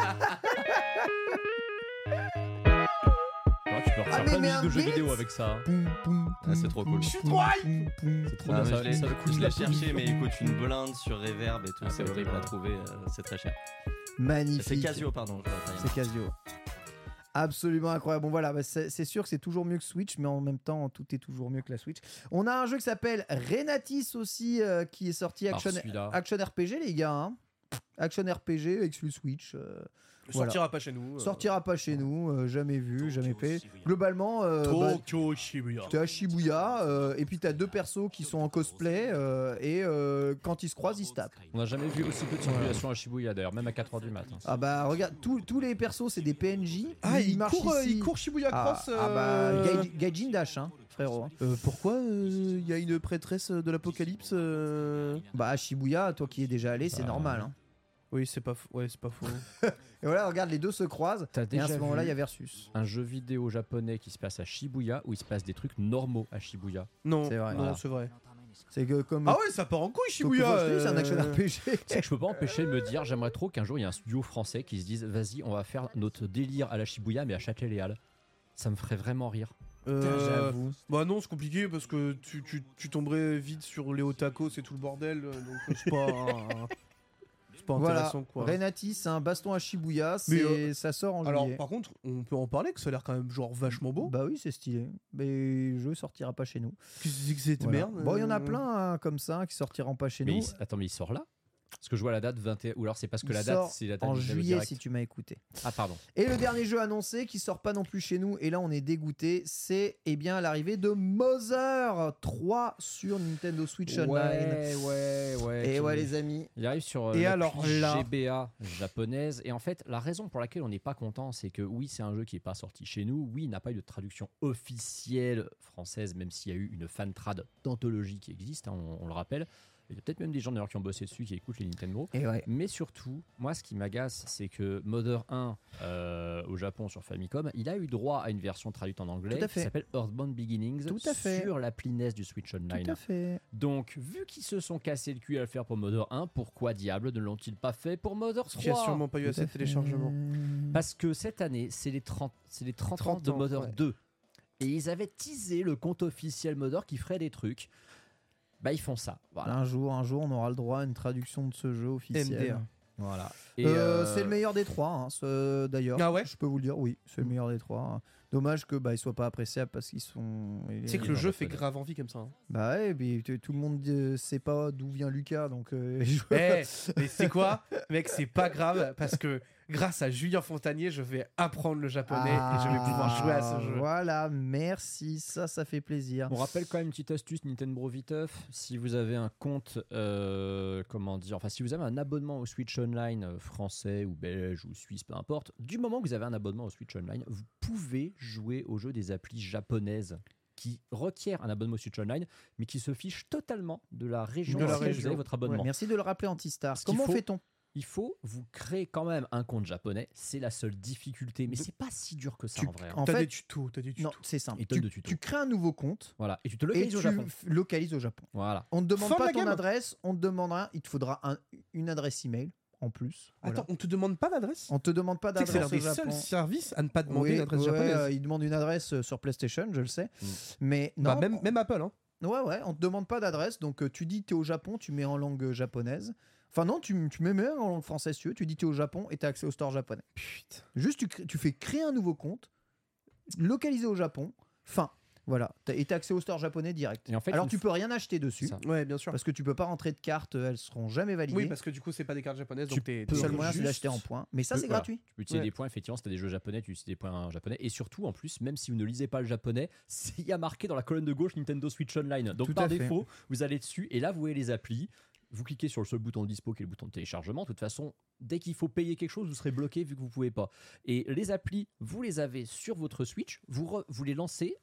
Ouais, tu peux
Ah,
refaire
mais-
plein de
mais
musiques de
un
jeux
beat
vidéo avec ça.
Ah, c'est trop cool.
Je suis trop hype.
C'est trop
Ah,
bien.
mais
Ça,
je l'ai-
ça coûte
je
la
l'ai cherché,
peau.
mais il coûte une blinde sur Reverb et tout.
Ah,
c'est
c'est
horrible
horrible.
à trouver, euh, c'est très cher.
Magnifique.
C'est Casio, pardon. je vois, ça y est.
C'est Casio. Absolument incroyable. Bon voilà, bah, c'est c'est sûr que c'est toujours mieux que Switch, mais en même temps, tout est toujours mieux que la Switch. On a un jeu qui s'appelle Renatis aussi, euh, qui est sorti
Alors,
action,
celui-là.
action RPG, les gars. hein. Action RPG, exclu Switch. euh, Voilà.
Sortira pas chez nous. euh,
Sortira pas chez nous, euh, jamais vu, jamais fait. Globalement, euh, bah,
Tokyo Shibuya.
T'es à Shibuya, euh, et puis t'as deux persos qui sont en cosplay, euh, et euh, quand ils se croisent, ils se tapent.
On n'a jamais vu aussi peu de circulation à Shibuya d'ailleurs, même à 4h du matin.
Ah bah regarde, tous- tous les persos c'est des PNJ.
Ah, il,
marchent
court, euh,
ici.
il court Shibuya
Ah,
Cross.
ah
euh,
bah, Gai- Gaijin Dash, hein, frérot. hein.
euh, pourquoi il y a une prêtresse de l'apocalypse euh,
Bah à Shibuya, toi qui es déjà allé, c'est normal. hein.
Bah, Oui, c'est pas, fou- ouais, c'est pas faux.
Et voilà, regarde, les deux se croisent,
T'as
et
déjà
à ce moment-là,
vu
il y a Versus.
Un jeu vidéo japonais qui se passe à Shibuya où il se passe des trucs normaux à Shibuya.
non,
C'est vrai.
non,
Voilà.
c'est vrai.
C'est que comme.
Ah ouais, ça part en couille
Tokyo
Shibuya.
Force Lui, c'est un action
euh,
C'est
RPG.
que je peux pas empêcher de me dire, j'aimerais trop qu'un jour il y ait un studio français qui se dise, vas-y, on va faire notre délire à la Shibuya mais à Châtelet-Léal. Ça me ferait vraiment rire.
euh,
J'avoue.
Bah non, c'est compliqué parce que tu, tu, tu tomberais vite sur les otakos c'est tout le bordel. euh, Donc euh, c'est pas, euh, c'est pas
Voilà,
intéressant quoi.
Renati, c'est un baston à Shibuya, c'est-
euh,
ça sort en
Alors
juillet.
par contre, on peut en parler que ça a l'air quand même genre vachement beau.
Bah oui, c'est stylé. Mais le jeu sortira pas chez nous.
Qu'est-ce que c'est que cette
Voilà.
merde
Bon, il y en a
euh,
plein hein, comme ça qui sortiront pas chez
Mais
nous.
il s- attends, mais il sort là Parce que je vois la date 21. Ou alors c'est parce que
Il
la date,
sort
c'est la date
en
du jeu
juillet
direct.
si tu m'as écouté.
Ah, pardon.
Et le dernier jeu annoncé qui sort pas non plus chez nous et là on est dégoûté, c'est eh bien l'arrivée de Mother 3 sur Nintendo Switch Online.
ouais,
Et ouais les amis,
Il arrive sur euh,
Et
l'appli
alors là-
GBA japonaise. Et en fait, la raison pour laquelle on n'est pas content, c'est que oui, c'est un jeu qui n'est pas sorti chez nous. Oui, il n'a pas eu de traduction officielle française, même s'il y a eu une fan trad d'anthologie qui existe, hein, on, on le rappelle. Il y a peut-être même des gens d'ailleurs qui ont bossé dessus, qui écoutent les Nintendo.
et ouais.
Mais surtout, moi, ce qui m'agace, c'est que Mother 1 euh, au Japon sur Famicom, il a eu droit à une version traduite en anglais
Tout à
qui
fait.
s'appelle Earthbound Beginnings
Tout à fait.
sur l'appli NES du Switch Online.
Tout à fait.
Donc, vu qu'ils se sont cassés le cul à le faire pour Mother 1, pourquoi diable ne l'ont-ils pas fait pour Mother
Qui a
3
sûrement pas eu assez de téléchargements.
Parce que cette année, c'est les 30, c'est les 30, ans
30
de
ans,
Mother
ouais.
2. Et ils avaient teasé le compte officiel Mother qui ferait des trucs. Bah, ils font ça. Voilà.
Un jour, un jour on aura le droit à une traduction de ce jeu officiel.
MDR.
voilà.
Euh, C'est le meilleur des trois, hein, ce- d'ailleurs.
Ah ouais
Je peux vous le dire, oui, c'est le meilleur des trois. hein. Dommage que bah, il soit pas appréciable parce qu'ils sont. il
Tu
est-
sais que
Il
le
est
jeu
en
fait
japonais.
grave envie comme ça. hein.
Bah ouais, puis t- tout le monde euh, sait pas d'où vient Lucas, donc euh, les joueurs-
Eh, mais c'est quoi Mec, c'est pas grave parce que grâce à Julien Fontanier, je vais apprendre le japonais et je vais pouvoir jouer à
Ah,
ce jeu.
Voilà, merci, ça, ça fait plaisir.
On rappelle quand même une petite astuce Nintendo Viteuf. Si vous avez un compte, euh, comment dire, enfin si vous avez un abonnement au Switch Online euh, français ou belge ou suisse, peu importe, du moment que vous avez un abonnement au Switch Online, vous pouvez jouer au jeu des applis japonaises qui requièrent un abonnement au Switch Online, mais qui se fichent totalement de la région
De
dans
la
laquelle vous
région.
avez votre
Ouais,
abonnement.
merci de le rappeler, Antistar.
Ce qu'il
Comment
faut-
fait-on
Il faut vous créer quand même un compte japonais. C'est la seule difficulté, mais c'est pas si dur que ça
Tu-
en vrai. hein.
en
T'as
fait-
des tutos, t'as des tutos.
Non, c'est simple.
Et tonnes
Tu,
de tutos.
tu crées un nouveau compte
Voilà, et tu te
et
localises
tu
au Japon.
f- localises au Japon.
Voilà.
On ne demande
Fin de
pas
la
ton
gamme.
adresse, on te demandera, il te faudra un- une adresse email en plus. Voilà.
Attends, on te demande pas d'adresse
On te demande pas
Tu sais que c'est l'un
d'adresse au
des
Japon.
seuls services à ne pas demander
Oui,
l'adresse
ouais,
japonaise.
euh, ils demandent une adresse euh, sur PlayStation, je le sais.
Mm.
Mais non,
Bah, même, même Apple, hein.
Ouais, ouais, on te demande pas d'adresse, donc euh, tu dis t'es au Japon, tu mets en langue euh, japonaise. Enfin non, tu, tu mets même en langue française, si tu veux, tu dis t'es au Japon et t'as accès au store japonais.
Putain.
Juste, tu, crées- tu fais créer un nouveau compte, localisé au Japon, fin. Voilà, T'as- et t'as accès au store japonais direct.
Et en fait,
Alors
une
tu peux rien acheter dessus,
Ça.
Ouais, bien sûr.
parce que tu peux pas rentrer de cartes, elles seront jamais validées.
Oui, parce que du coup, c'est pas des cartes japonaises,
Tu
donc t'es.
le
t'es
seul moyen c'est
juste-
d'acheter en points. Mais ça
peux-
c'est
voilà.
gratuit.
Tu peux utiliser
Ouais.
des points, effectivement, si t'as des jeux japonais, tu utilises des points japonais. Et surtout, en plus, même si vous ne lisez pas le japonais, c'est- il y a marqué dans la colonne de gauche Nintendo Switch Online. Donc
Tout à
par
fait.
défaut, vous allez dessus et là, vous voyez les applis. Vous cliquez sur le seul bouton de dispo qui est le bouton de téléchargement. De toute façon, dès qu'il faut payer quelque chose, vous serez bloqué vu que vous pouvez pas. Et les applis, vous les avez sur votre Switch, vous, re- vous les lancez.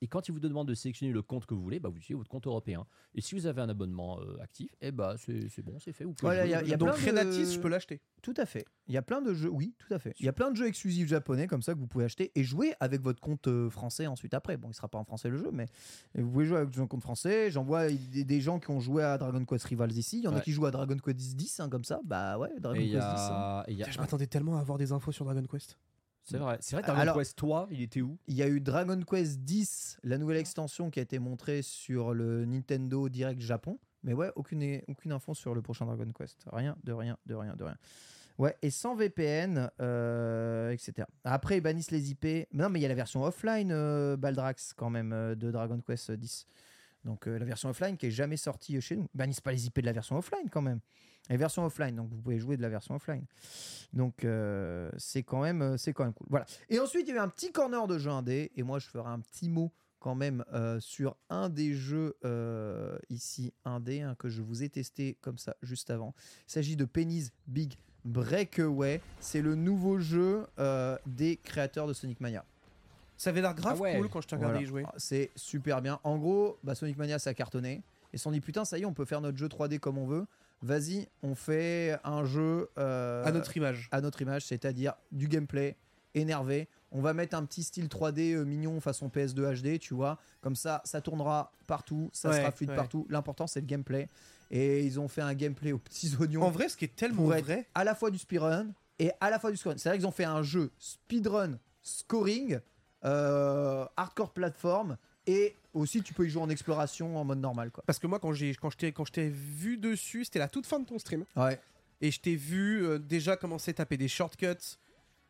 Et quand ils vous demandent de sélectionner le compte que vous voulez, bah, vous utilisez votre compte européen. Et si vous avez un abonnement euh, actif, eh bah, c'est c'est bon, c'est fait. Vous pouvez
Voilà,
jouer
y
au
y a
jeu.
Donc
plein de-
Renatis, je peux l'acheter.
Tout à fait. Il y a plein de jeux, oui, tout à fait. Il y a plein de jeux exclusifs japonais comme ça que vous pouvez acheter et jouer avec votre compte euh, français ensuite après. Bon, il sera pas en français le jeu, mais et vous pouvez jouer avec votre compte français. J'en vois des, des gens qui ont joué à Dragon Quest Rivals ici. Il y en a
Ouais.
qui jouent à Dragon Quest 10 hein, comme ça. Bah ouais, Dragon
Et il
Quest
y
10.
a- et il y a
Putain, Je m'attendais tellement à avoir des infos sur Dragon Quest.
C'est vrai. C'est vrai, Dragon
Alors-
Quest 3, il était où
Il y a eu Dragon Quest 10, la nouvelle extension qui a été montrée sur le Nintendo Direct Japon. Mais ouais, aucune, aucune info sur le prochain Dragon Quest. Rien, de rien, de rien, de rien. Ouais, et sans VPN, euh, etc. Après, ils bannissent les IP. Mais Non, mais il y a la version offline euh, Baldrax quand même euh, de Dragon Quest 10. Donc euh, la version offline qui est jamais sortie chez nous. Bannissent pas les IP de la version offline quand même. Les versions offline, donc vous pouvez jouer de la version offline. Donc euh, c'est quand même euh, c'est quand même cool. Voilà. Et ensuite il y a eu un petit corner de jeu indé et moi je ferai un petit mot quand même euh, sur un des jeux euh, ici indé hein, que je vous ai testé comme ça juste avant. Il s'agit de Penny's Big Breakaway. C'est le nouveau jeu euh, des créateurs de Sonic Mania.
Ça avait l'air grave
Ah ouais.
cool quand je te regardais y jouer.
Voilà. Ah, C'est super bien. En gros, bah, Sonic Mania, ça a cartonné. Ils se sont dit, putain, ça y est, on peut faire notre jeu 3D comme on veut. Vas-y, on fait un jeu euh,
À notre image.
à notre image, c'est-à-dire du gameplay énervé. On va mettre un petit style 3D euh, mignon façon PS2 HD, tu vois. Comme ça, ça tournera partout, ça
Ouais,
sera fluide
ouais.
partout. L'important, c'est le gameplay. Et ils ont fait un gameplay aux petits oignons
En vrai, ce qui est tellement
pour être
vrai.
à la fois du speedrun et à la fois du scoring. C'est vrai qu'ils ont fait un jeu speedrun, scoring, euh, hardcore platform et aussi tu peux y jouer en exploration en mode normal quoi.
Parce que moi, quand j'ai quand je t'ai quand je t'ai vu dessus, c'était la toute fin de ton stream.
Ouais.
Et je t'ai vu euh, déjà commencer à taper des shortcuts.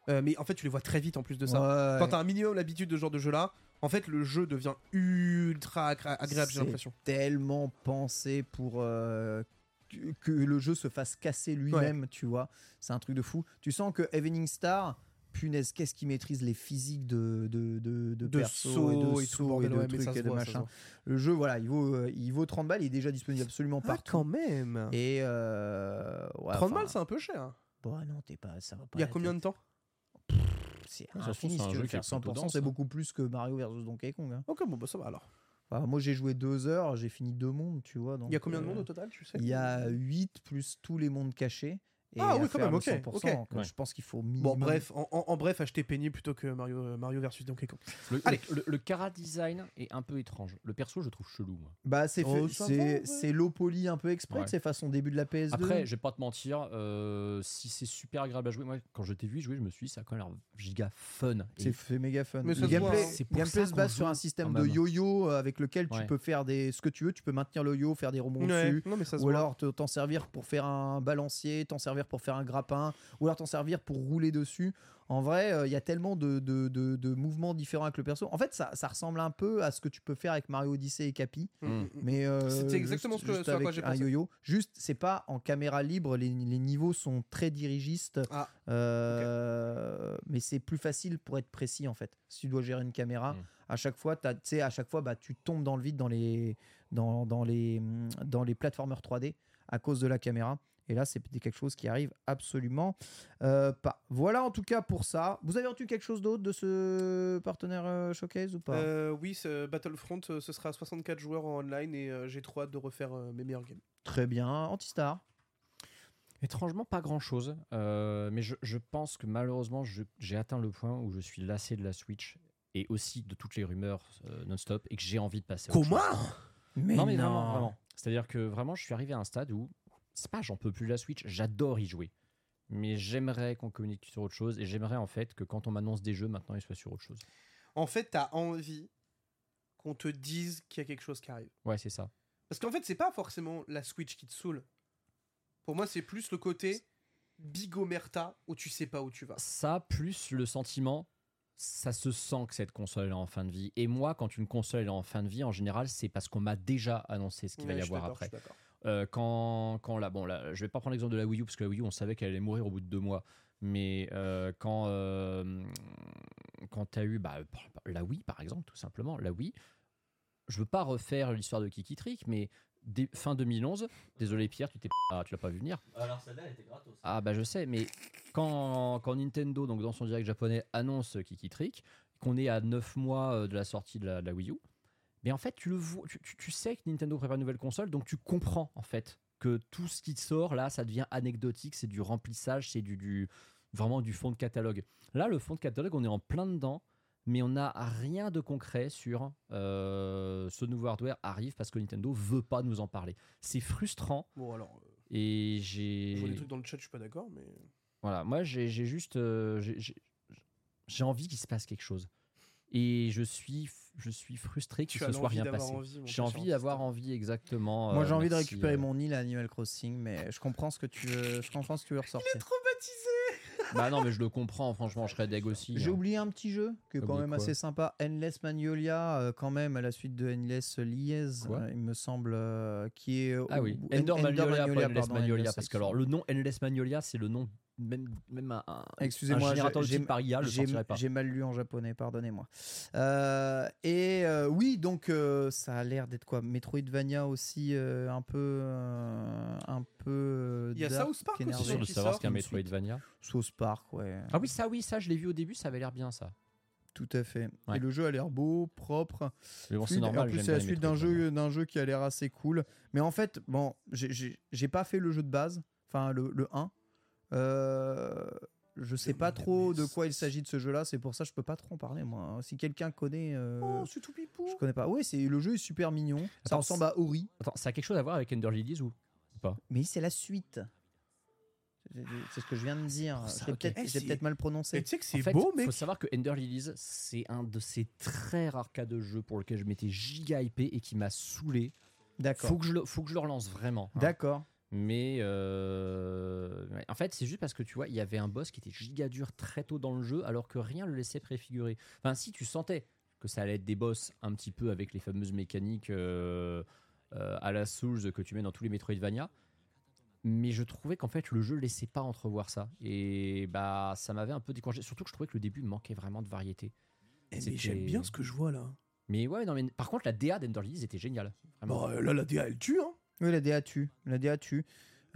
Euh, mais en fait, tu les vois très vite en plus de ça.
Ouais.
Quand t'as un minimum l'habitude de ce genre de jeu-là, en fait, le jeu devient ultra agréa- agréable, j'ai
C'est
l'impression.
Tellement pensé pour euh, que, que le jeu se fasse casser lui-même, tu vois. C'est un truc de fou. Tu sens que Evening Star, punaise, qu'est-ce qu'il maîtrise les physiques de de de, de,
De
perso
sauts
et de
et tout,
sauts et
bordel,
de
ouais, mais ça
trucs
se
et de
voit, ça se
machin.
voit.
Le jeu, voilà, il vaut euh, il vaut 30 balles. Il est déjà disponible absolument
Ah,
partout.
quand même
Et euh, ouais,
30
enfin,
balles, c'est un peu cher. hein.
Bon, non, t'es pas, ça va pas.
Il y a combien de temps
C'est
Ouais, ça se trouve,
infini,
c'est
si
un
tu veux
jeu
le
qui est
faire
plutôt
100%,
dense,
c'est
hein.
beaucoup plus que Mario versus Donkey Kong. hein.
Ok, bon, bah ça va alors.
Enfin, moi, j'ai joué deux heures, j'ai fini deux mondes, tu vois. donc,
Il y a combien de
euh,
monde au total, tu sais
Il y a 8 plus tous les mondes cachés. Et
Ah
à
oui, quand
faire
même,
le
ok,
100%,
ok.
donc Je pense qu'il faut minimum.
Bon, bref, en, en- en bref, acheter Penny plutôt que Mario, euh, Mario versus Donkey Kong.
Le,
Allez.
le, cara design est un peu étrange. Le perso, je le trouve chelou. moi.
Bah, c'est fait-
Oh, ça va,
c'est
ouais.
c'est low poly un peu exprès,
Ouais.
c'est façon début de la PS2.
Après, je vais pas te mentir, euh, si c'est super agréable à jouer, moi, quand je t'ai vu jouer, je me suis dit, ça a quand même l'air giga fun. Et
C'est fait méga fun.
Mais ça
le
se voit,
gameplay,
hein.
C'est pour
gameplay
ça
se
qu'on
base sur
joue,
un système
quand
de
même.
yo-yo euh, avec lequel tu
Ouais.
peux faire des ce que tu veux. Tu peux maintenir le yo, faire des rebonds
Ouais,
dessus.
Non, mais ça se
Ou
voit.
alors te- t'en servir pour faire un balancier, t'en servir pour faire un grappin, ou alors t'en servir pour rouler dessus. En vrai, euh, il y a tellement de, de- de- de mouvements différents avec le perso. En fait, ça, ça ressemble un peu à ce que tu peux faire avec Mario Odyssey et Capi.
Mm.
Mais euh,
C'était
juste-
exactement ce que-
juste
ce à quoi
avec
j'ai
un
pensé.
yo-yo. Juste, c'est pas en caméra libre. Les, les niveaux sont très dirigistes.
Ah,
Euh, Mais c'est plus facile pour être précis en fait. Si tu dois gérer une caméra,
Mm.
à chaque fois, t'as- tu sais, à chaque fois, bah, tu tombes dans le vide dans les dans, dans les dans les plateformers 3D à cause de la caméra. Et là, c'est quelque chose qui arrive absolument euh, pas. Voilà en tout cas pour ça. Vous avez entendu quelque chose d'autre de ce partenaire euh, showcase ou pas
euh, oui, ce Battlefront, euh, ce sera 64 joueurs en online et euh, j'ai trop hâte de refaire euh, mes meilleurs games.
Très bien. Antistar.
Étrangement, pas grand chose. mais je, je pense que malheureusement, je- j'ai atteint le point où je suis lassé de la Switch et aussi de toutes les rumeurs euh, non-stop et que j'ai envie de passer. à autre chose.
Mais
Non, mais vraiment, vraiment. C'est-à-dire que vraiment, je suis arrivé à un stade où c'est pas j'en peux plus de la Switch, j'adore y jouer. Mais j'aimerais qu'on communique sur autre chose et j'aimerais en fait que quand on m'annonce des jeux, maintenant ils soient sur autre chose.
En fait, t'as envie qu'on te dise qu'il y a quelque chose qui arrive.
Ouais, c'est ça.
Parce qu'en fait, c'est pas forcément la Switch qui te saoule. Pour moi, c'est plus le côté bigomerta où tu sais pas où tu vas.
Ça, plus le sentiment, ça se sent que cette console est en fin de vie. Et moi, quand une console est en fin de vie, en général, c'est parce qu'on m'a déjà annoncé ce qu'il
Ouais,
va y
je suis
avoir
d'accord,
après.
je suis d'accord.
Euh, quand, quand là, bon, là, je vais pas prendre l'exemple de la Wii U parce que la Wii U, on savait qu'elle allait mourir au bout de deux mois. Mais euh, quand, euh, quand tu as eu bah, par- par- la Wii, par exemple, tout simplement, la Wii, je veux pas refaire l'histoire de Kiki Trick, mais dès- fin 2011, désolé Pierre, tu t'es pas- tu l'as pas vu venir.
Alors celle-là, elle était gratos.
Ah bah je sais, mais quand, quand Nintendo, donc dans son direct japonais, annonce euh, Kiki Trick, qu'on est à 9 mois euh, de la sortie de la, de la Wii U, mais en fait tu le vois, tu, tu- tu sais que Nintendo prépare une nouvelle console, donc tu comprends en fait que tout ce qui sort là, ça devient anecdotique, c'est du remplissage, c'est du, du vraiment du fond de catalogue. Là, le fond de catalogue, on est en plein dedans. Mais on n'a rien de concret sur euh, ce nouveau hardware arrive parce que Nintendo veut pas nous en parler. C'est frustrant
Bon, alors, euh,
et j'ai.
je vois des trucs dans le chat, je suis pas d'accord, mais.
Voilà, moi j'ai j'ai juste. euh, j'ai- j'ai j'ai envie qu'il se passe quelque chose. Et je suis, je suis frustré qu'il
Tu
ne
as
soit
l'envie
rien
d'avoir
passé.
envie, mon hein,
J'ai
cher
envie d'avoir
Antistar.
envie, exactement.
Moi,
euh,
j'ai envie de
merci,
récupérer
euh,
mon île à Animal Crossing, mais je comprends ce que tu veux, je comprends ce que tu veux ressortir.
Traumatisé
Bah non, mais je le comprends, franchement, je serais deg aussi.
J'ai
hein.
oublié un petit jeu qui est
T'as
quand
oublié
même
Ah quoi
assez sympa. Endless Magnolia, euh, quand même, à la suite de Endless Liaise,
Quoi
euh, il me semble, euh, qui est. euh,
Ah oui,
ou-
Ender
Ender
Magnolia, pas Endless
pardon,
Magnolia,
Endless,
parce que alors le nom Endless Magnolia, c'est le nom même même un- un,
Excusez-moi,
un générateur de
j'ai-
type par IA, le
j'ai-
sortirait pas.
J'ai mal lu en japonais, pardonnez-moi. Euh, et euh, oui, donc euh, ça a l'air d'être quoi Metroidvania aussi, euh, un peu. euh, un peu. euh,
Il y a
dark
South Park aussi,
énervé.
sûr de
de
qui savoir sort
savoir ce
ce qu'est
qu'est
un
un
une Metroidvania.
Metroidvania.
South Park, ouais.
Ah oui, ça oui, ça je l'ai vu au début, ça avait l'air bien ça.
Tout à fait.
Ouais.
Et le jeu a l'air beau, propre.
Mais bon, c'est
fluide. Et
normal.
en plus,
j'aime
c'est la
bien les hein.
suite d'un
Metroidvania.
jeu, d'un jeu qui a l'air assez cool. Mais en fait, bon, j'ai- j'ai j'ai pas fait le jeu de base, enfin le, le 1. Euh, je sais pas trop de quoi il s'agit de ce jeu-là, c'est pour ça que je peux pas trop en parler, moi. hein. Si quelqu'un connaît. euh,
Oh, c'est tout pipou.
je connais pas. Oui, c'est le jeu est super mignon. ça
Attends,
ressemble à Ori,
Attends, ça a quelque chose à voir avec Ender Lilies ou
mais c'est la suite. C'est- C'est ce que je viens de dire.
pour Oh, ça,
J'ai
ok.
peut-être
Eh,
j'ai
c'est-
peut-être mal prononcé.
Et tu sais que c'est
En fait,
beau, mec.
Faut savoir que Ender Lilies, c'est un de ces très rares cas de jeu pour lequel je m'étais giga hypé et qui m'a saoulé.
D'accord.
Faut que je le, faut que je le relance vraiment. hein.
D'accord.
Mais euh, ouais. en fait, c'est juste parce que tu vois, il y avait un boss qui était giga dur très tôt dans le jeu, alors que rien le laissait préfigurer. Enfin, si tu sentais que ça allait être des boss un petit peu avec les fameuses mécaniques euh, euh, à la Souls que tu mets dans tous les Metroidvania, mais je trouvais qu'en fait le jeu laissait pas entrevoir ça. Et bah, ça m'avait un peu découragé. Surtout que je trouvais que le début manquait vraiment de variété.
Eh, mais
C'était-
j'aime bien ce que je vois là.
Mais ouais, non, mais par contre, la DA d'Ender Lilies était géniale. Vraiment.
Bah, euh, là, la DA, elle tue, hein.
Oui, la DA tue. La DA tue.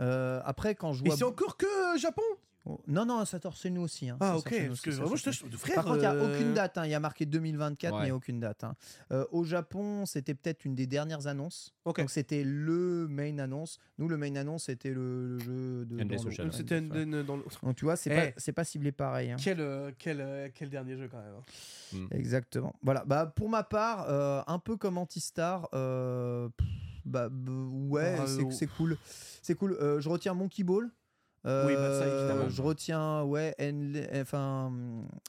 Euh, après, quand je
Mais
vois.
c'est encore que euh, Japon.
Oh, Non, non, ça torse nous aussi. hein.
Ah,
Ça
ok.
torse nous
Parce
aussi,
que
ça
vraiment, je
torse
te. Frère.
Par contre, il n'y a
euh,
aucune date. hein. Il y a marqué 2024, mais
Ouais.
aucune date. hein. Euh, au Japon, c'était peut-être une des dernières annonces.
Ok.
Donc, c'était le main annonce. Nous, le main annonce, c'était le, le jeu de.
Endless
dans le-
Ocean.
Endless
C'était
Ocean.
un- dans le.
Donc, tu vois, c'est
Eh.
pas c'est pas ciblé pareil. hein.
Quel, euh, quel, euh, quel dernier jeu quand même. hein.
Exactement. Voilà. Bah, pour ma part, euh, un peu comme Antistar. euh, pff, bah, b- ouais,
Ah,
c'est-
oh.
c'est cool. C'est cool. Euh, je retiens Monkey Ball. Euh,
Oui, bah, ça, évidemment.
Je retiens, ouais, Endle- enfin.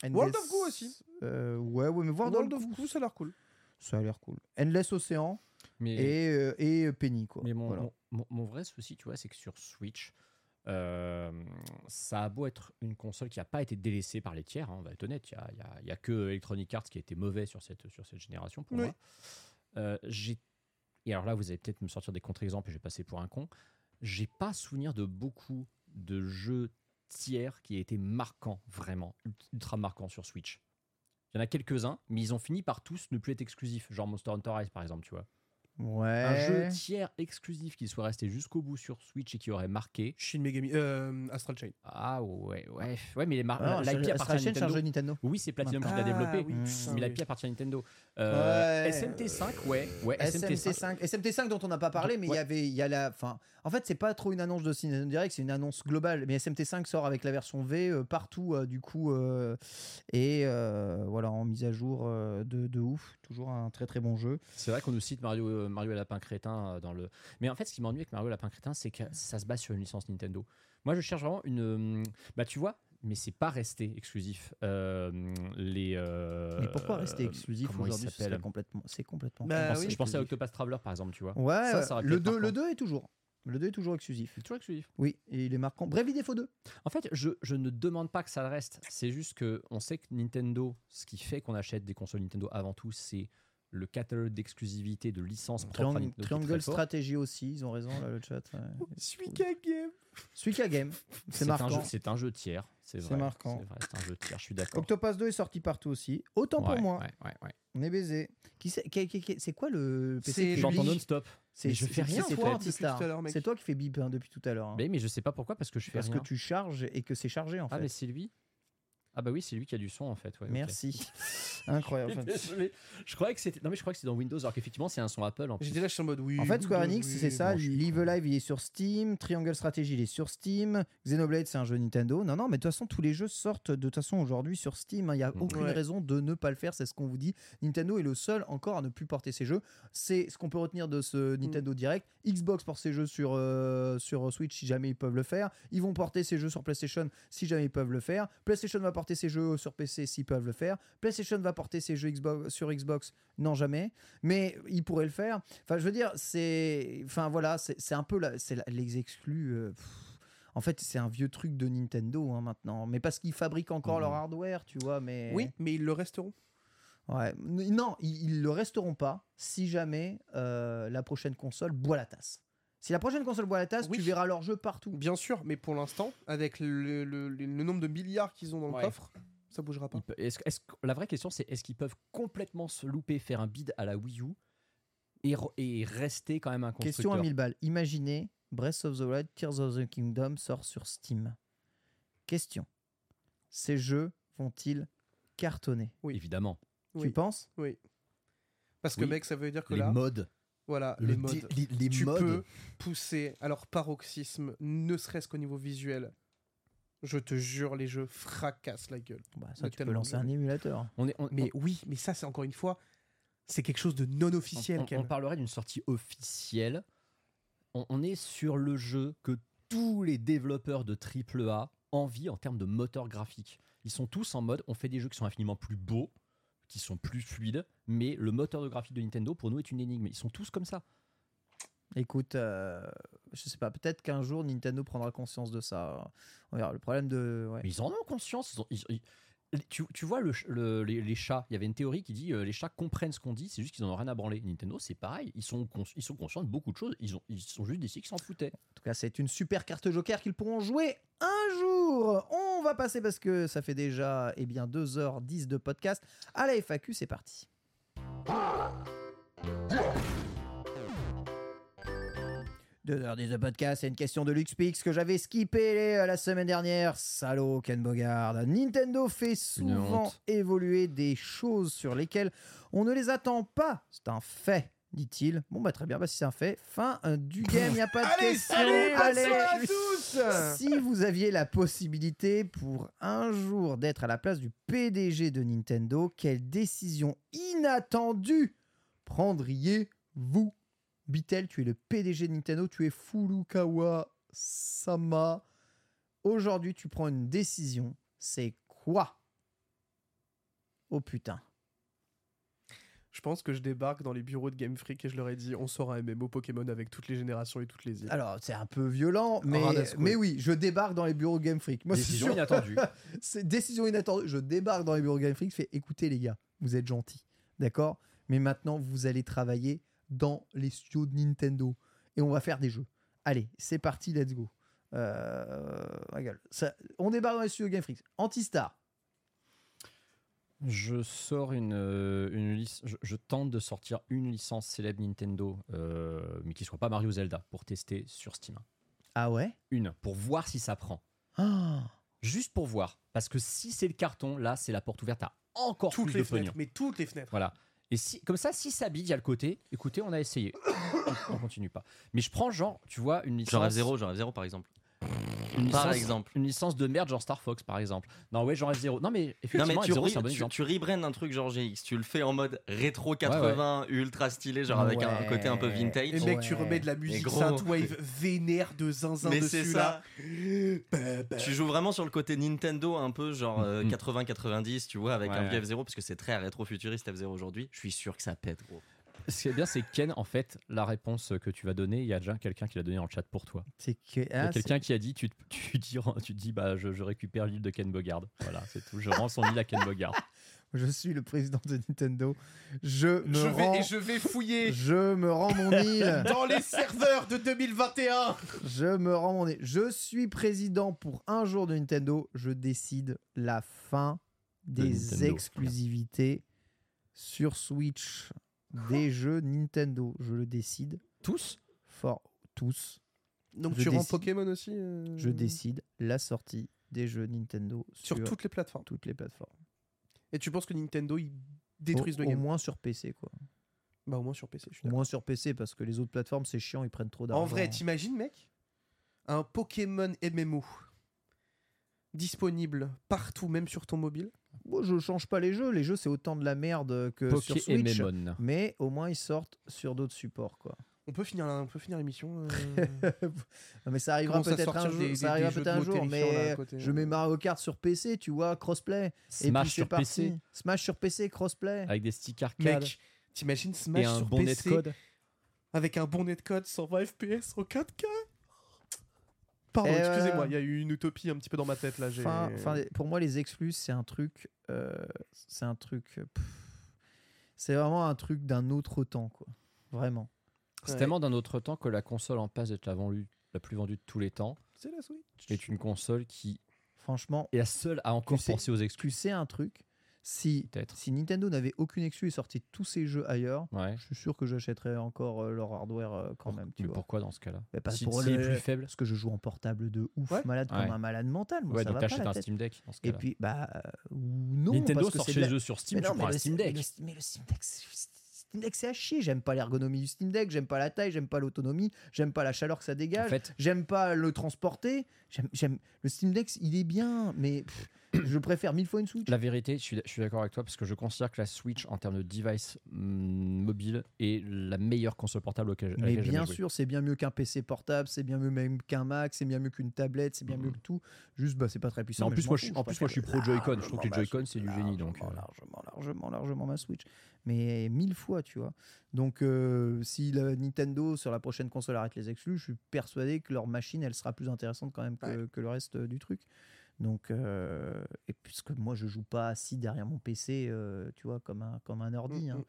Endless-
World of Goo aussi.
Euh, ouais, ouais, mais World,
World
of
of Goo, ça a l'air cool.
Ça a l'air cool. Endless Ocean
Mais-
et, euh, et Penny, quoi.
Mais mon,
Voilà.
mon- mon- mon vrai souci, tu vois, c'est que sur Switch, euh, ça a beau être une console qui n'a pas été délaissée par les tiers, hein, on va être honnête, il n'y a, il y a que Electronic Arts qui a été mauvais sur cette, sur cette génération pour
Oui.
moi. Euh, j'ai- et alors là, vous allez peut-être me sortir des contre-exemples et je vais passer pour un con. J'ai pas souvenir de beaucoup de jeux tiers qui aient été marquants, vraiment, ult- ultra marquants sur Switch. Il y en a quelques-uns, mais ils ont fini par tous ne plus être exclusifs, genre Monster Hunter Rise par exemple, tu vois.
Ouais.
Un jeu tiers exclusif qui soit resté jusqu'au bout sur Switch et qui aurait marqué.
Shin Megami. Euh, Astral Chain.
Ah ouais, ouais, ouais, mais les mar...
Ah,
l'IP
Astral
appartient à
Chain, c'est un
Nintendo.
jeu Nintendo.
Oui, c'est Platinum qui l'a
Ah,
développé,
oui, putain,
mais
oui.
l'IP appartient à Nintendo. Euh,
Ouais.
SMT5, ouais, ouais, SMT5.
SMT5, SMT5 dont on n'a pas parlé, mais il y
Ouais.
avait, il y a la, enfin, en fait, c'est pas trop une annonce de Cinézone Direct, c'est une annonce globale. Mais SMT5 sort avec la version V euh, partout, euh, du coup, euh, et euh, voilà, en mise à jour euh, de, de ouf. Toujours un très très bon jeu.
C'est vrai qu'on nous cite Mario, euh, Mario et Lapin Crétin euh, dans le. Mais en fait, ce qui m'ennuie avec Mario et Lapin Crétin, c'est que ça se base sur une licence Nintendo. Moi, je cherche vraiment une. hum, Bah, tu vois, mais c'est pas resté exclusif. Euh, les. euh,
mais pourquoi rester
euh,
exclusif
comment il
aujourd'hui ce serait
s'appelle
complètement, c'est complètement.
Bah
Je
Ah
pensais-
oui.
je pensais à Octopath Traveler par exemple, tu vois.
Ouais,
Ça, ça aurait pu
le
être
2 le
marquant.
2 est toujours. Le 2 est toujours exclusif.
C'est toujours exclusif.
Oui, et il est marquant. Bravely Default 2.
En fait, je, je ne demande pas que ça le reste. C'est juste que on sait que Nintendo, ce qui fait qu'on achète des consoles Nintendo avant tout, c'est le catalogue d'exclusivité de licences propres à
Triangle,
Nintendo qui est
Triangle
très fort.
Stratégie aussi, ils ont raison là le chat. ouais.
Suika Game.
Suika Game, c'est
C'est un
marquant.
jeu- C'est un jeu tiers. C'est
C'est
vrai,
marquant.
C'est vrai, c'est un jeu tiers. Je suis d'accord.
Octopass 2 est sorti partout aussi. Autant pour
Ouais,
moi,
ouais, ouais, ouais.
on est baisé. Qui c'est qui- qui- qui- c'est quoi le
C'est
PC
Jean
public
J'entends non-stop. mais je
c'est-
fais
c'est-
rien,
C'est
en
toi,
fait.
Antistar.
Depuis tout à l'heure, mec.
C'est toi qui fais bip hein, depuis tout à l'heure. hein.
Mais, mais je sais pas pourquoi parce que je fais
Parce
rien.
que tu charges et que c'est chargé en
Ah
fait.
mais c'est lui. Ah bah oui, c'est lui qui a du son en fait. ouais, ok.
Merci. Incroyable. Enfin,
Désolé. Je croyais que c'était. Non mais je crois que c'est dans Windows alors qu'effectivement c'est un son Apple en plus.
J'étais là, je suis en mode oui.
En fait,
oui,
Square
oui,
Enix,
oui,
c'est ça.
bon, je-
Live Live, il est sur Steam. Triangle Strategy, il est sur Steam. Xenoblade, c'est un jeu Nintendo. Non, non, mais de toute façon, tous les jeux sortent de toute façon aujourd'hui sur Steam. hein. Il n'y a
Mm.
aucune
Ouais.
raison de ne pas le faire. C'est ce qu'on vous dit. Nintendo est le seul encore à ne plus porter ses jeux. C'est ce qu'on peut retenir de
Mm.
ce Nintendo Direct. Xbox porte ses jeux sur, euh, sur Switch si jamais ils peuvent le faire. Ils vont porter ses jeux sur PlayStation si jamais ils peuvent le faire. PlayStation va porter ses jeux sur PC s'ils peuvent le faire. PlayStation va porter ses jeux Xbox, sur Xbox. Non, jamais. Mais ils pourraient le faire. Enfin, je veux dire, c'est. Enfin, voilà, c'est c'est un peu la- c'est la- les exclus. euh, pff. En fait, c'est un vieux truc de Nintendo hein, maintenant. Mais parce qu'ils fabriquent encore
Mhm.
leur hardware, tu vois. Mais
Oui, mais ils le resteront.
Ouais. N- Non, ils, ils le resteront pas si jamais euh, la prochaine console boit la tasse. Si la prochaine console boit la tasse,
Oui.
tu verras leur jeu partout.
Bien sûr, mais pour l'instant, avec le, le- le- le nombre de milliards qu'ils ont dans
Ouais.
le coffre, ça bougera pas.
Ils pe- est-ce- est-ce que- la vraie question, c'est est-ce qu'ils peuvent complètement se louper, faire un bid à la Wii U et, re- et rester quand même un constructeur
Question à 1000 balles. Imaginez Breath of the Wild, Tears of the Kingdom sort sur Steam. Question. Ces jeux vont-ils cartonner
Oui.
Évidemment.
Tu
Oui.
penses
Parce que,
Oui.
mec, ça veut dire que
Les
là,
modes.
voilà,
le
les
di-
modes.
les- les
tu
modes.
peux pousser à leur paroxysme, ne serait-ce qu'au niveau visuel. Je te jure, les jeux fracassent la gueule.
Bah,
Mais
Ça, tu peux
tellement
lancer un émulateur.
On est, on-
Mais oui, mais ça, c'est encore une fois, c'est quelque chose de non
on-
officiel.
on-
Ken.
on parlerait d'une sortie officielle. On, on est sur le jeu que tous les développeurs de AAA envient en termes de moteur graphique. Ils sont tous en mode on fait des jeux qui sont infiniment plus beaux, qui sont plus fluides, mais le moteur de graphique de Nintendo pour nous est une énigme. Ils sont tous comme ça.
Écoute, euh, je sais pas, peut-être qu'un jour Nintendo prendra conscience de ça. On verra. Le problème de. ouais.
Mais ils en ont conscience. ils ont- ils- ils- tu, tu vois, le ch- le- les, les chats, il y avait une théorie qui dit euh, les chats comprennent ce qu'on dit, c'est juste qu'ils en ont rien à branler. Nintendo, c'est pareil, ils sont, cons- ils sont conscients de beaucoup de choses, ils, ont, ils sont juste décidés qu'ils s'en foutaient.
En tout cas, c'est une super carte joker qu'ils pourront jouer un jour. On va passer parce que ça fait déjà eh bien 2h10 de podcast. À la FAQ, c'est parti. Deux heures 10 de podcast, c'est une question de LuxPix que j'avais skippé euh, la semaine dernière. Salaud Ken Bogard. Nintendo fait souvent
honte.
évoluer des choses sur lesquelles on ne les attend pas. C'est un fait, dit-il. Bon, bah très bien, bah, si c'est un fait, fin euh, du game, il n'y a pas de question. Allez. Si vous aviez la possibilité pour un jour d'être à la place du PDG de Nintendo, quelle décision inattendue prendriez-vous Bitel, tu es le PDG de Nintendo, tu es Furukawa Sama. Aujourd'hui, tu prends une décision. C'est quoi Oh putain.
Je pense que je débarque dans les bureaux de Game Freak et je leur ai dit on sort un MMO Pokémon avec toutes les générations et toutes les îles.
Alors, c'est un peu violent, mais,
Radasco.
mais oui, je débarque dans les bureaux de Game Freak. Moi, c'est
Décision
sûr.
inattendue.
c'est décision inattendue. Je débarque dans les bureaux de Game Freak, je fais écoutez les gars, vous êtes gentils, d'accord Mais maintenant, vous allez travailler dans les studios de Nintendo et on va faire des jeux. Allez, c'est parti, let's go. Euh, ma gueule. Ça- on débarque dans les studios de Game Freak. Antistar.
Je sors une, euh, une lic- je, je tente de sortir une licence célèbre Nintendo, euh, mais qui soit pas Mario ou Zelda, pour tester sur Steam.
Ah ouais
Une, pour voir si ça prend.
Ah.
Juste pour voir. Parce que si c'est le carton, là, c'est la porte ouverte à encore
toutes
plus
les
de pognon.
fenêtres, mais toutes les fenêtres.
Voilà. Et si, comme ça, si ça bide, il y a le côté, écoutez, on a essayé. on continue pas. Mais je prends genre, tu vois, une licence.
J'en rêve zéro, j'en rêve zéro par exemple.
une
par
licence-
exemple.
Une licence de merde, genre Star Fox, par exemple. Non, ouais, j'en rêve zéro. Non, mais
Non
effectivement,
mais
F
tu,
zéro,
re-
c'est un bon
tu,
exemple.
tu rebrandes un truc genre GX, tu le fais en mode rétro 80, ultra stylé, genre avec un
Ouais.
côté un peu vintage.
Et mec, tu
Ouais.
remets de la musique
gros.
synthwave vénère de zinzin
Mais c'est
dessus
ça.
là. Bah, bah.
Tu joues vraiment sur le côté Nintendo un peu genre euh,
Mhm.
80-90, tu vois, avec
Ouais,
un vieux
ouais.
F0 parce que c'est très rétro-futuriste F0 aujourd'hui. Je suis sûr que ça pète, gros.
Ce qui est bien, c'est Ken, en fait, la réponse que tu vas donner, il y a déjà quelqu'un qui l'a donnée en chat pour toi.
C'est que.
Il y a
ah,
quelqu'un qui a dit, tu, te- tu, dis, tu te dis, bah, je, je récupère l'île de Ken Bogard. Voilà, c'est tout. Je rends son île à Ken Bogard.
c'est- je suis le président de Nintendo. Je me
Je
rends.
vais, et je vais fouiller
je me rends mon île.
dans les serveurs de 2021.
Je me rends mon nez. Je suis président pour un jour de Nintendo. Je décide la fin
De
des
Nintendo.
exclusivités sur Switch des jeux Nintendo. Je le décide
Tous
for tous.
Donc
Je
tu rends
décide.
Pokémon aussi euh,
Mmh.
Je décide la sortie des jeux Nintendo sur,
sur toutes les plateformes.
toutes les plateformes.
Et tu penses que Nintendo ils
Au,
détruisent le
au
game
moins sur PC quoi.
Bah au moins sur PC, je suis
Au
d'accord.
moins sur PC parce que les autres plateformes c'est chiant, ils prennent trop d'argent.
En vrai, t'imagines mec Un Pokémon MMO disponible partout, même sur ton mobile.
Moi, je change pas les jeux, les jeux c'est autant de la merde que Euh, sur
Poké et
Switch.
Memon.
Mais au moins ils sortent sur d'autres supports quoi.
On peut finir, la- on peut finir l'émission. euh,
Non, mais ça arrivera
Commence à
peut-être un
sortir
jour.
des- des-
ça arrivera
des jeux
peut-être
de
un
mots
jour,
terrifiants, là,
mais
à côté.
je mets Mario Kart sur PC, tu vois, crossplay. Et puis,
Smash
c'est
sur
parti.
PC
Smash sur PC, crossplay.
avec des sticks arcade
Mec, t'imagines Smash
et un
sur
bon
PC
netcode.
avec un bon netcode 120 FPS en 4K Pardon,
Et
excusez-moi,
voilà.
il y a eu une utopie un petit peu dans ma tête là. j'ai-
Enfin, enfin, les- pour moi, les exclus, c'est un truc. euh, c'est un truc. euh, pff, C'est vraiment un truc d'un autre temps, quoi. Vraiment.
C'est
Ouais.
tellement d'un autre temps que la console en passe d'être la, vendue- la plus vendue de tous les temps
C'est la Switch.
est une console qui
Franchement,
est la seule à encore
Tu sais-
penser aux
tu
exclus.
sais un truc. Si,
Peut-être.
si Nintendo n'avait aucune exclus et sortait tous ses jeux ailleurs,
Ouais.
je suis sûr que j'achèterais encore euh, leur hardware euh, quand même. Tu
Mais
vois.
pourquoi dans ce cas-là
Mais parce
Si
pour
si il
le-
est plus faible,
Parce que je joue en portable de ouf,
Ouais.
malade
Ouais.
comme un malade mental. Moi,
ouais,
ça
donc
va pas
t'achètes
la
un
tête.
Steam Deck dans ce
Et
cas-là.
puis, bah, euh, non.
Nintendo
parce que
sort
c'est de
ses
la-
jeux sur Steam,
mais
tu
non, mais
prends un
le,
Steam
mais
Deck.
le Steam- mais le Steam Deck, c'est- Steam Deck, c'est à chier. J'aime pas l'ergonomie du Steam Deck, j'aime pas la taille, j'aime pas l'autonomie, j'aime pas la chaleur que ça
En
dégage,
fait,
j'aime pas le transporter. J'aime, j'aime le Steam Deck, il est bien, mais pff, je préfère mille fois une Switch.
la vérité, je suis, je suis d'accord avec toi parce que je considère que la Switch en termes de device mm, mobile est la meilleure console portable auquel à
mais
laquelle j'ai
bien
jamais joué.
sûr, c'est bien mieux qu'un PC portable, c'est bien mieux même qu'un Mac, c'est bien mieux qu'une tablette, c'est bien mieux que tout. Juste, bah, c'est pas très
Mais
puissant.
Mm. en
mais
plus,
je m'en
moi, je
fous,
suis- en plus, moi, je suis pro
préfère Ah,
Joy-Con. Je trouve que les
largement ma
Joy-Con,
Switch.
c'est du génie. Donc,
largement,
euh,
Ah, largement, largement, largement ma Switch. Mais mille fois, tu vois. Donc, euh, si la Nintendo sur la prochaine console arrête les exclus, je suis persuadé que leur machine, elle sera plus intéressante quand même que, que le reste euh, du truc. Donc, euh, et puisque moi, je joue pas assis derrière mon PC, euh, tu vois, comme un, comme un ordi. hein.
Mm, mm.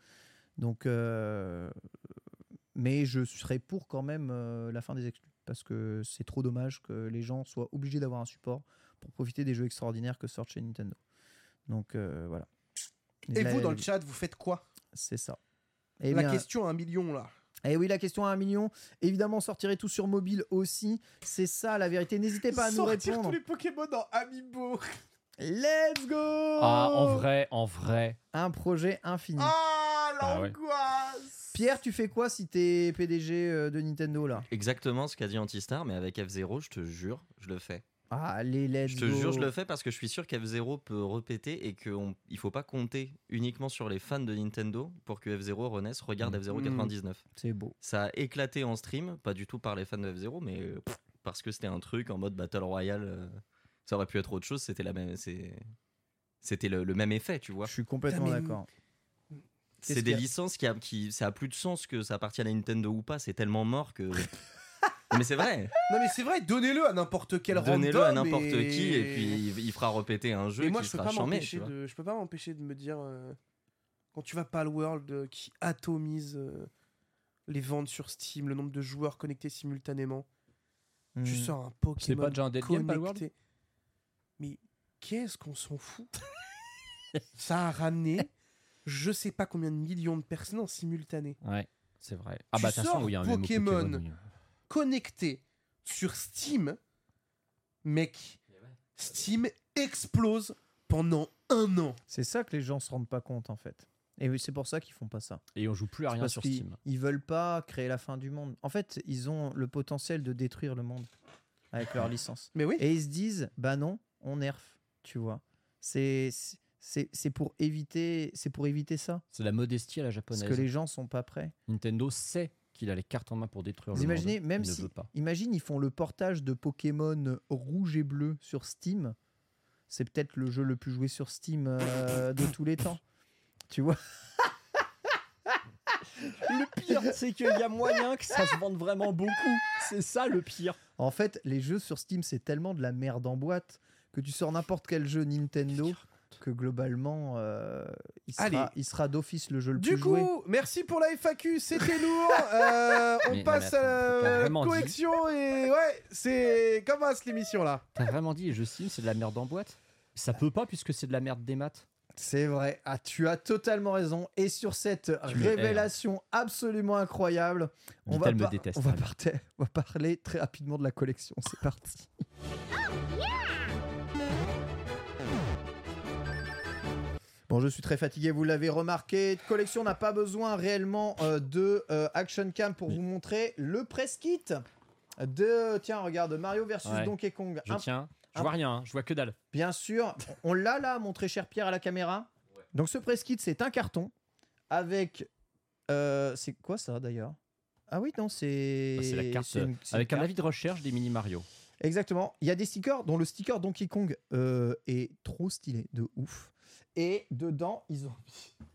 Donc, euh, mais je serais pour quand même euh, la fin des exclus parce que c'est trop dommage que les gens soient obligés d'avoir un support pour profiter des jeux extraordinaires que sortent chez Nintendo. Donc euh, voilà.
Et
Là,
vous, dans le chat, vous faites quoi
C'est ça. Eh
La
bien,
question à un million là.
eh oui, la question à un million. Évidemment, sortirez tout sur mobile aussi. C'est ça la vérité. N'hésitez pas à eh ben, nous
Sortir
répondre.
tous les Pokémon dans Amiibo.
Let's go
Ah, en vrai, en vrai.
Un projet infini.
Ah,
Ah ouais.
l'angoisse
Pierre, tu fais quoi si t'es PDG euh, de Nintendo là
Exactement ce qu'a dit Antistar, mais avec F0, je te jure, je le fais.
Ah, allez, let's
Je te
go.
jure, je le fais parce que je suis sûr qu'F0 peut repéter et qu'il ne faut pas compter uniquement sur les fans de Nintendo pour que F0 renaisse. Regarde F0
Mm-hmm.
99.
C'est beau.
Ça a éclaté en stream, pas du tout par les fans de F0, mais euh, pff, parce que c'était un truc en mode Battle Royale. euh, ça aurait pu être autre chose, c'était la même. c'est- C'était le, le même effet, tu vois.
Je suis complètement
Putain, mais-
d'accord.
C'est
qu'est-ce qu'il
des
y a
licences qui, a- qui. Ça a plus de sens que ça appartienne à Nintendo ou pas, c'est tellement mort que. Non, mais c'est vrai!
Non mais c'est vrai, donnez-le à n'importe quel random.
Donnez-le à n'importe
et-
qui et puis il, il fera repéter un jeu
Mais moi
qui
je peux
sera
pas
charmé.
m'empêcher de, je peux pas m'empêcher de me dire euh, quand tu vas pas à World euh, qui atomise euh, les ventes sur Steam, le nombre de joueurs connectés simultanément, tu
Hmm.
sors un Pokémon.
C'est pas déjà un dead game, Palworld
connecté. Mais qu'est-ce qu'on s'en fout Ça a ramené je sais pas combien de millions de personnes en simultané
Ouais, c'est vrai. Ah
Tu
bah, de toute façon,
sors
oui, il y a un MMO
Pokémon.
oui.
connectées sur Steam. Mec, Steam explose pendant un an.
C'est ça que les gens se rendent pas compte en fait. Et oui, c'est pour ça qu'ils font pas ça.
Et on joue plus à
C'est
rien
parce
sur
qu'ils-
Steam.
Ils veulent pas créer la fin du monde. En fait, ils ont le potentiel de détruire le monde avec leur licence.
Mais oui.
Et ils se disent, bah non, on nerf, tu vois. C'est c'est c'est pour éviter c'est pour éviter ça
C'est la modestie à la japonaise.
parce que les gens sont pas prêts.
Nintendo sait qu'il a les cartes en main pour détruire
Vous
le
imaginez,
monde.
même
Il
si-
ne veut pas.
Imagine, ils font le portage de Pokémon rouge et bleu sur Steam. C'est peut-être le jeu le plus joué sur Steam euh, de tous les temps. Tu vois
Le pire, c'est qu'il y a moyen que ça se vende vraiment beaucoup. C'est ça le pire.
En fait, les jeux sur Steam, c'est tellement de la merde en boîte que tu sors n'importe quel jeu Nintendo que globalement, euh, il
Allez.
sera, il sera d'office le jeu le
Du
plus
coup,
joué.
merci pour la FAQ, c'était lourd. Euh, on
Mais non,
passe
mais attends,
à
t'as
la
vraiment dit-
correction et ouais, c'est commence l'émission là.
T'as vraiment dit, je signe, c'est de la merde en boîte Ça peut pas puisque c'est de la merde des maths.
C'est vrai, ah, tu as totalement raison. Et sur cette
me hais.
révélation absolument incroyable, on va,
Vital me
par-
déteste.
on va parta- on va parler très rapidement de la collection. C'est parti. Bon, je suis très fatigué, vous l'avez remarqué. Collection n'a pas besoin réellement euh, de euh, Action Cam pour vous montrer le press kit de. Tiens, regarde, Mario versus
Ouais.
Donkey Kong.
Je
Un-
tiens, je
un-
vois rien, hein, je vois que dalle.
Bien sûr, on l'a là, montré cher Pierre à la caméra. Donc ce press kit, c'est un carton avec. euh, c'est quoi ça d'ailleurs Ah oui, non, c'est.
Bah, C'est la carte
c'est une- c'est une
avec un
carte.
avis de recherche des mini Mario.
Exactement. Il y a des stickers dont le sticker Donkey Kong euh, est trop stylé, de ouf. Et dedans, ils ont mis,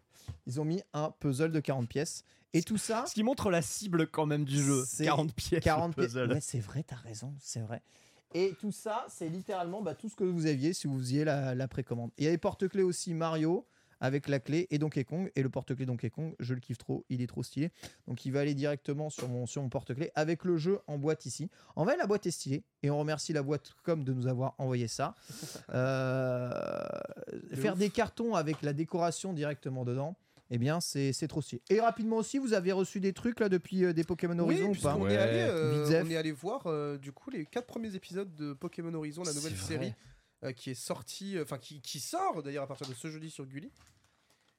ils ont mis un puzzle de 40 pièces. Et tout ça.
Ce qui montre la cible quand même du jeu.
C'est
40 pièces.
40
40
pièces.
puzzle.
Ouais, c'est vrai, t'as raison, c'est vrai. Et tout ça, c'est littéralement bah, tout ce que vous aviez si vous faisiez la, la précommande. Il y a les porte-clés aussi Mario avec la clé et Donkey Kong. Et le porte-clés Donkey Kong, je le kiffe trop, il est trop stylé. Donc il va aller directement sur mon, sur mon porte-clés avec le jeu en boîte ici. En vrai, la boîte est stylée. Et on remercie la boîte com de nous avoir envoyé ça. Euh, faire des cartons avec la décoration directement dedans. Eh bien, c'est c'est trop stylé. Et rapidement aussi, vous avez reçu des trucs là depuis euh, des Pokémon Horizon ou pas
on,
Ouais.
est allé, euh,
Bizef.
on est allé voir euh, du coup les quatre premiers épisodes de Pokémon Horizon, la
C'est
nouvelle
vrai.
série euh, qui est sortie, euh, enfin qui, qui sort d'ailleurs à partir de ce jeudi sur Gulli.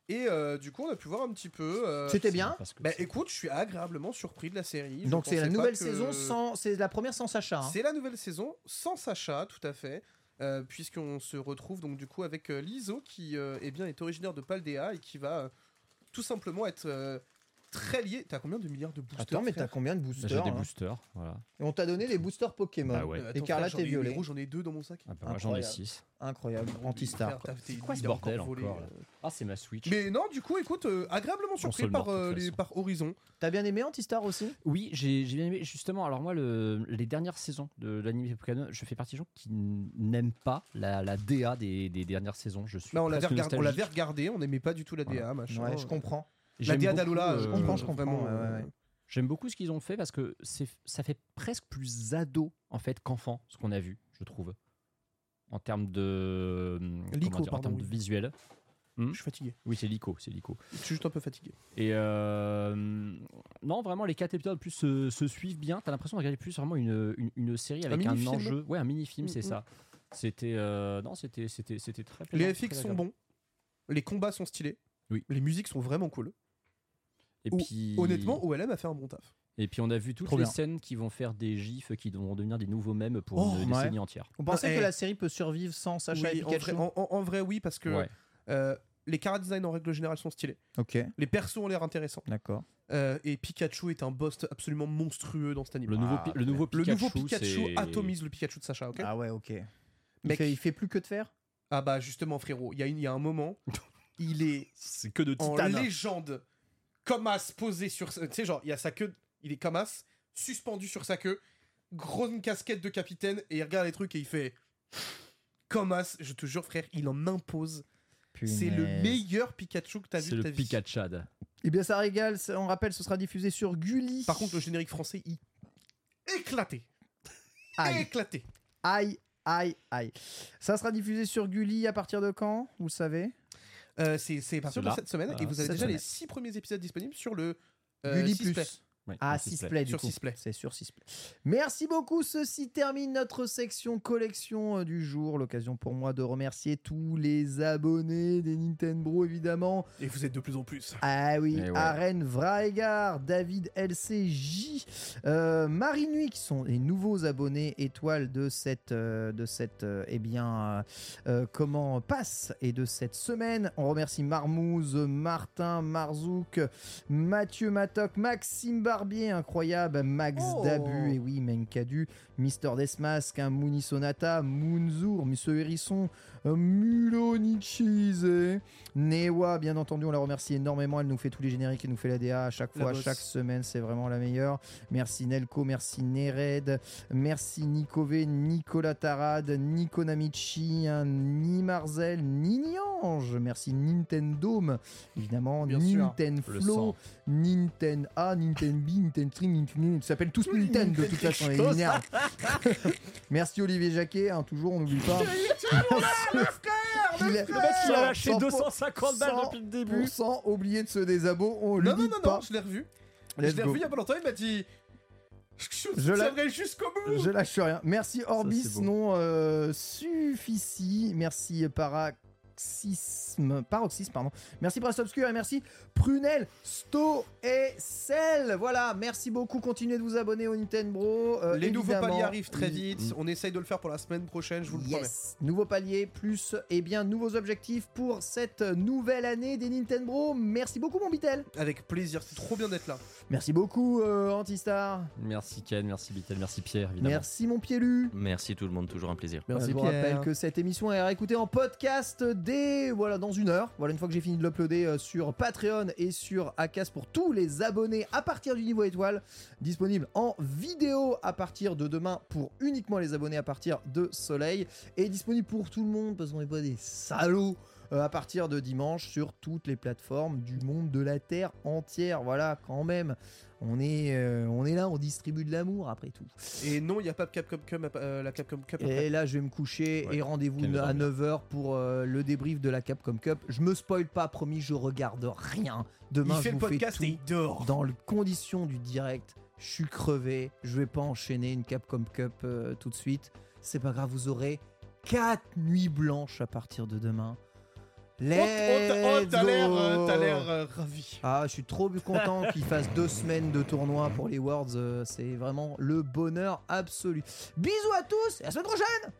Et euh, du coup, on a pu voir un petit peu. euh,
C'était bien.
Parce que
Bah
c'est-
écoute, je suis agréablement surpris de la série. Je
Donc c'est
pensais
la
pas
nouvelle
que-
saison sans, c'est la première sans Sacha. hein.
C'est la nouvelle saison sans Sacha, tout à fait. euh, puisqu'on se retrouve donc du coup avec euh, Lizo qui euh, eh bien, est originaire de Paldea et qui va euh, tout simplement être euh, très lié. T'as combien de milliards de boosters
Attends, mais t'as
frère
combien de
Bah,
boosters
J'ai des
hein
boosters, voilà.
Et on t'a donné les boosters Pokémon.
Bah ouais.
Euh, attends,
Écarlate
frère, j'en
et
ai eu mes
violet.
rouges, J'en ai deux dans mon sac.
Ah bah, moi, j'en ai
Incroyable.
6.
Incroyable. Anti-star.
Frère, t'as- t'es-
Quoi ce
il a
bordel
volé,
encore,
euh.
là Ah, c'est ma Switch.
Mais non, du coup, écoute, euh, agréablement surpris
Console
par,
morte, de
euh,
toute
les-
façon.
par Horizon.
T'as bien aimé Anti-star aussi
Bah,
Oui, j'ai j'ai bien aimé. Justement, alors moi, le- les dernières saisons de l'anime Pokémon, je fais partie des gens qui n- n'aiment pas la, la DA des, des dernières saisons. Je suis
Là, Bah, on l'avait
presque
regardé, on l'avait
nostalgique.
regardé, on n'aimait pas du tout la DA,
Voilà.
machin.
Ouais, je comprends.
La
J'aime
DA
beaucoup,
d'Alola,
euh,
je
Je comprends, je
euh,
comprends.
vraiment,
ouais, ouais, ouais.
J'aime beaucoup ce qu'ils ont fait parce que c'est ça fait presque plus ado en fait qu'enfant ce qu'on a vu, je trouve. En termes de hum, comment
Lico,
en
pardon,
termes de
oui.
visuel.
Je suis fatigué.
Oui, c'est Lico, c'est Lico.
Je suis juste un peu fatigué.
Et euh, non, vraiment les quatre épisodes en plus se, se suivent bien. T'as l'impression de regarder plus vraiment une, une, une série avec un,
mini-film.
enjeu. Ouais, un mini film,
Mm,
c'est
mm.
ça. C'était euh, non, c'était c'était c'était très.
Les
plaisant,
FX
très
sont
agréable.
bons, les combats sont stylés,
Oui.
les musiques sont vraiment cool.
Et
Ou-
puis
Honnêtement, OLM a fait un bon taf.
Et puis on a vu toutes
Trop
les
bien.
scènes qui vont faire des gifs qui vont devenir des nouveaux mèmes pour
Oh,
une
ouais.
décennie entière.
On pensait
Ah,
que
eh.
la série peut survivre sans Sacha
Oui,
et
en,
Pikachu.
vrai, en- en- en vrai, oui, parce que
Ouais.
euh, les chara-design en règle générale sont stylés.
Ok,
Les persos ont l'air intéressants.
d'accord.
Euh, et Pikachu est un boss absolument monstrueux dans cet anime.
Le nouveau,
Ah,
Pi- le nouveau
Le
Pikachu,
nouveau Pikachu
c'est-
atomise le Pikachu de Sacha, ok ah.
Ah ouais, ok. Il
Mec.
fait, il fait plus que de faire
bah justement, frérot, il y, a une- il y a un moment, il est
C'est que de
en
titane.
légende, comme as posé sur. Tu sais, genre, il y a sa queue, il est comme as, suspendu sur sa queue, grosse casquette de capitaine, et il regarde les trucs et il fait. Comme as, je te jure, frère, il en impose. C'est le meilleur Pikachu que t'as vu
C'est
de ta
le
vie.
Pikachad.
Eh bien, ça régale. ça- On rappelle, ce sera diffusé sur Gulli.
Par contre, le générique français, il. Éclaté
aïe,
Éclaté
aïe, aïe, aïe. Ça sera diffusé sur Gulli à partir de quand Vous le savez
Euh, C'est c'est à partir de
Là.
cette semaine, et
Voilà.
vous avez
Cette
déjà les
semaine.
six premiers épisodes disponibles sur le. euh,
Gulli
Sisplay.
Plus. Ah, 6 play du
Sur
coup.
Sisplay.
C'est sur 6 play. Merci beaucoup. Ceci termine notre section collection euh, du jour. L'occasion pour moi de remercier tous les abonnés des Nintendo, évidemment.
Et vous êtes de plus en plus.
Ah oui,
Eh ouais.
Arène Vraegar, David LCJ, euh, Marie Nuit, qui sont les nouveaux abonnés étoiles de cette, euh, de cette euh, eh bien, euh, euh, comment passe et de cette semaine. On remercie Marmouze, Martin, Marzouk, Mathieu Matoc, Maxime Barbier, incroyable, Max
Oh.
Dabu, et oui, Menkadu, Mister Desmask, hein, Mouni Sonata, Mounzour, Monsieur Hérisson, euh, Muloni Cheese, Newa, bien entendu, on la remercie énormément. Elle nous fait tous les génériques, elle nous fait la DA à chaque
La
fois, à
bosse.
chaque semaine. C'est vraiment la meilleure. Merci Nelco, merci Nered, merci Nikové, Nicolas Tarad, Nico Namichi, hein, ni Marzel, ni Niange. Merci Nintendo, évidemment,
Bien sûr.
Le
Nintenflo,
sang.
Nintendo A, Nintendo B, Nintendo String, Nintendo. Ils s'appellent tous Nintendo de toute façon, ils m'énervent. Merci Olivier Jacquet, hein, toujours, on n'oublie pas. Il a-
Il a lâché
100
250 balles
100
depuis le début.
pour cent, oublier de se désabonner. On lui
Non, non,
dit
non,
pas.
non, je l'ai revu.
Let's
je l'ai
go.
revu il y a pas longtemps, il m'a dit. Je
Je la-
tiendrai jusqu'au bout
Je lâche rien. Merci Orbis,
c'est beau.
non euh, suffici. Merci euh, Paroxysme, paroxysme, pardon. Merci Presse Obscure et merci Prunel, Sto et Sel. Voilà, merci beaucoup. Continuez de vous abonner au Nintendo. Bro. Euh,
Les nouveaux
évidemment,
paliers arrivent très
il-
vite. On essaye de le faire pour la semaine prochaine, je vous le promets.
Yes. Nouveau palier plus et bien nouveaux objectifs pour cette nouvelle année des Nintendo. Bro. Merci beaucoup mon Bitel.
Avec plaisir, c'est trop bien d'être là.
Merci beaucoup euh, Antistar.
Merci Ken, merci Bitel, merci Pierre, évidemment.
Merci mon Pielu.
Merci tout le monde, toujours un plaisir.
je vous rappelle que cette émission est réécoutée en podcast dès dès voilà dans une heure. Voilà une fois que j'ai fini de l'uploader euh, sur Patreon et sur Acas pour tous les abonnés à partir du niveau étoile, disponible en vidéo à partir de demain pour uniquement les abonnés à partir de Soleil et disponible pour tout le monde parce qu'on n'est pas des salauds. euh, à partir de dimanche sur toutes les plateformes du monde de la Terre entière. Voilà, quand même, on est, euh, on est là, on distribue de l'amour après tout.
Et non, il n'y a pas de Capcom Cup, à pa- euh, la Capcom Cup. après.
Et là, je vais me coucher
Ouais.
et rendez-vous
Quelle
à
ambiance.
9h pour euh, le débrief de la Capcom Cup. Je me spoil pas, promis, je regarde rien. Demain,
il
je
fait le
vous
podcast
fais
et
tout
il dort.
dans les conditions du direct. Je suis crevé, je vais pas enchaîner une Capcom Cup euh, tout de suite. C'est pas grave, vous aurez 4 nuits blanches à partir de demain.
Oh, oh,
Let's
t'as l'air,
go
euh, t'as l'air euh, ravi.
ah, je suis trop content qu'ils fassent deux semaines de tournoi pour les Worlds. euh, C'est vraiment le bonheur absolu. Bisous à tous et à la semaine prochaine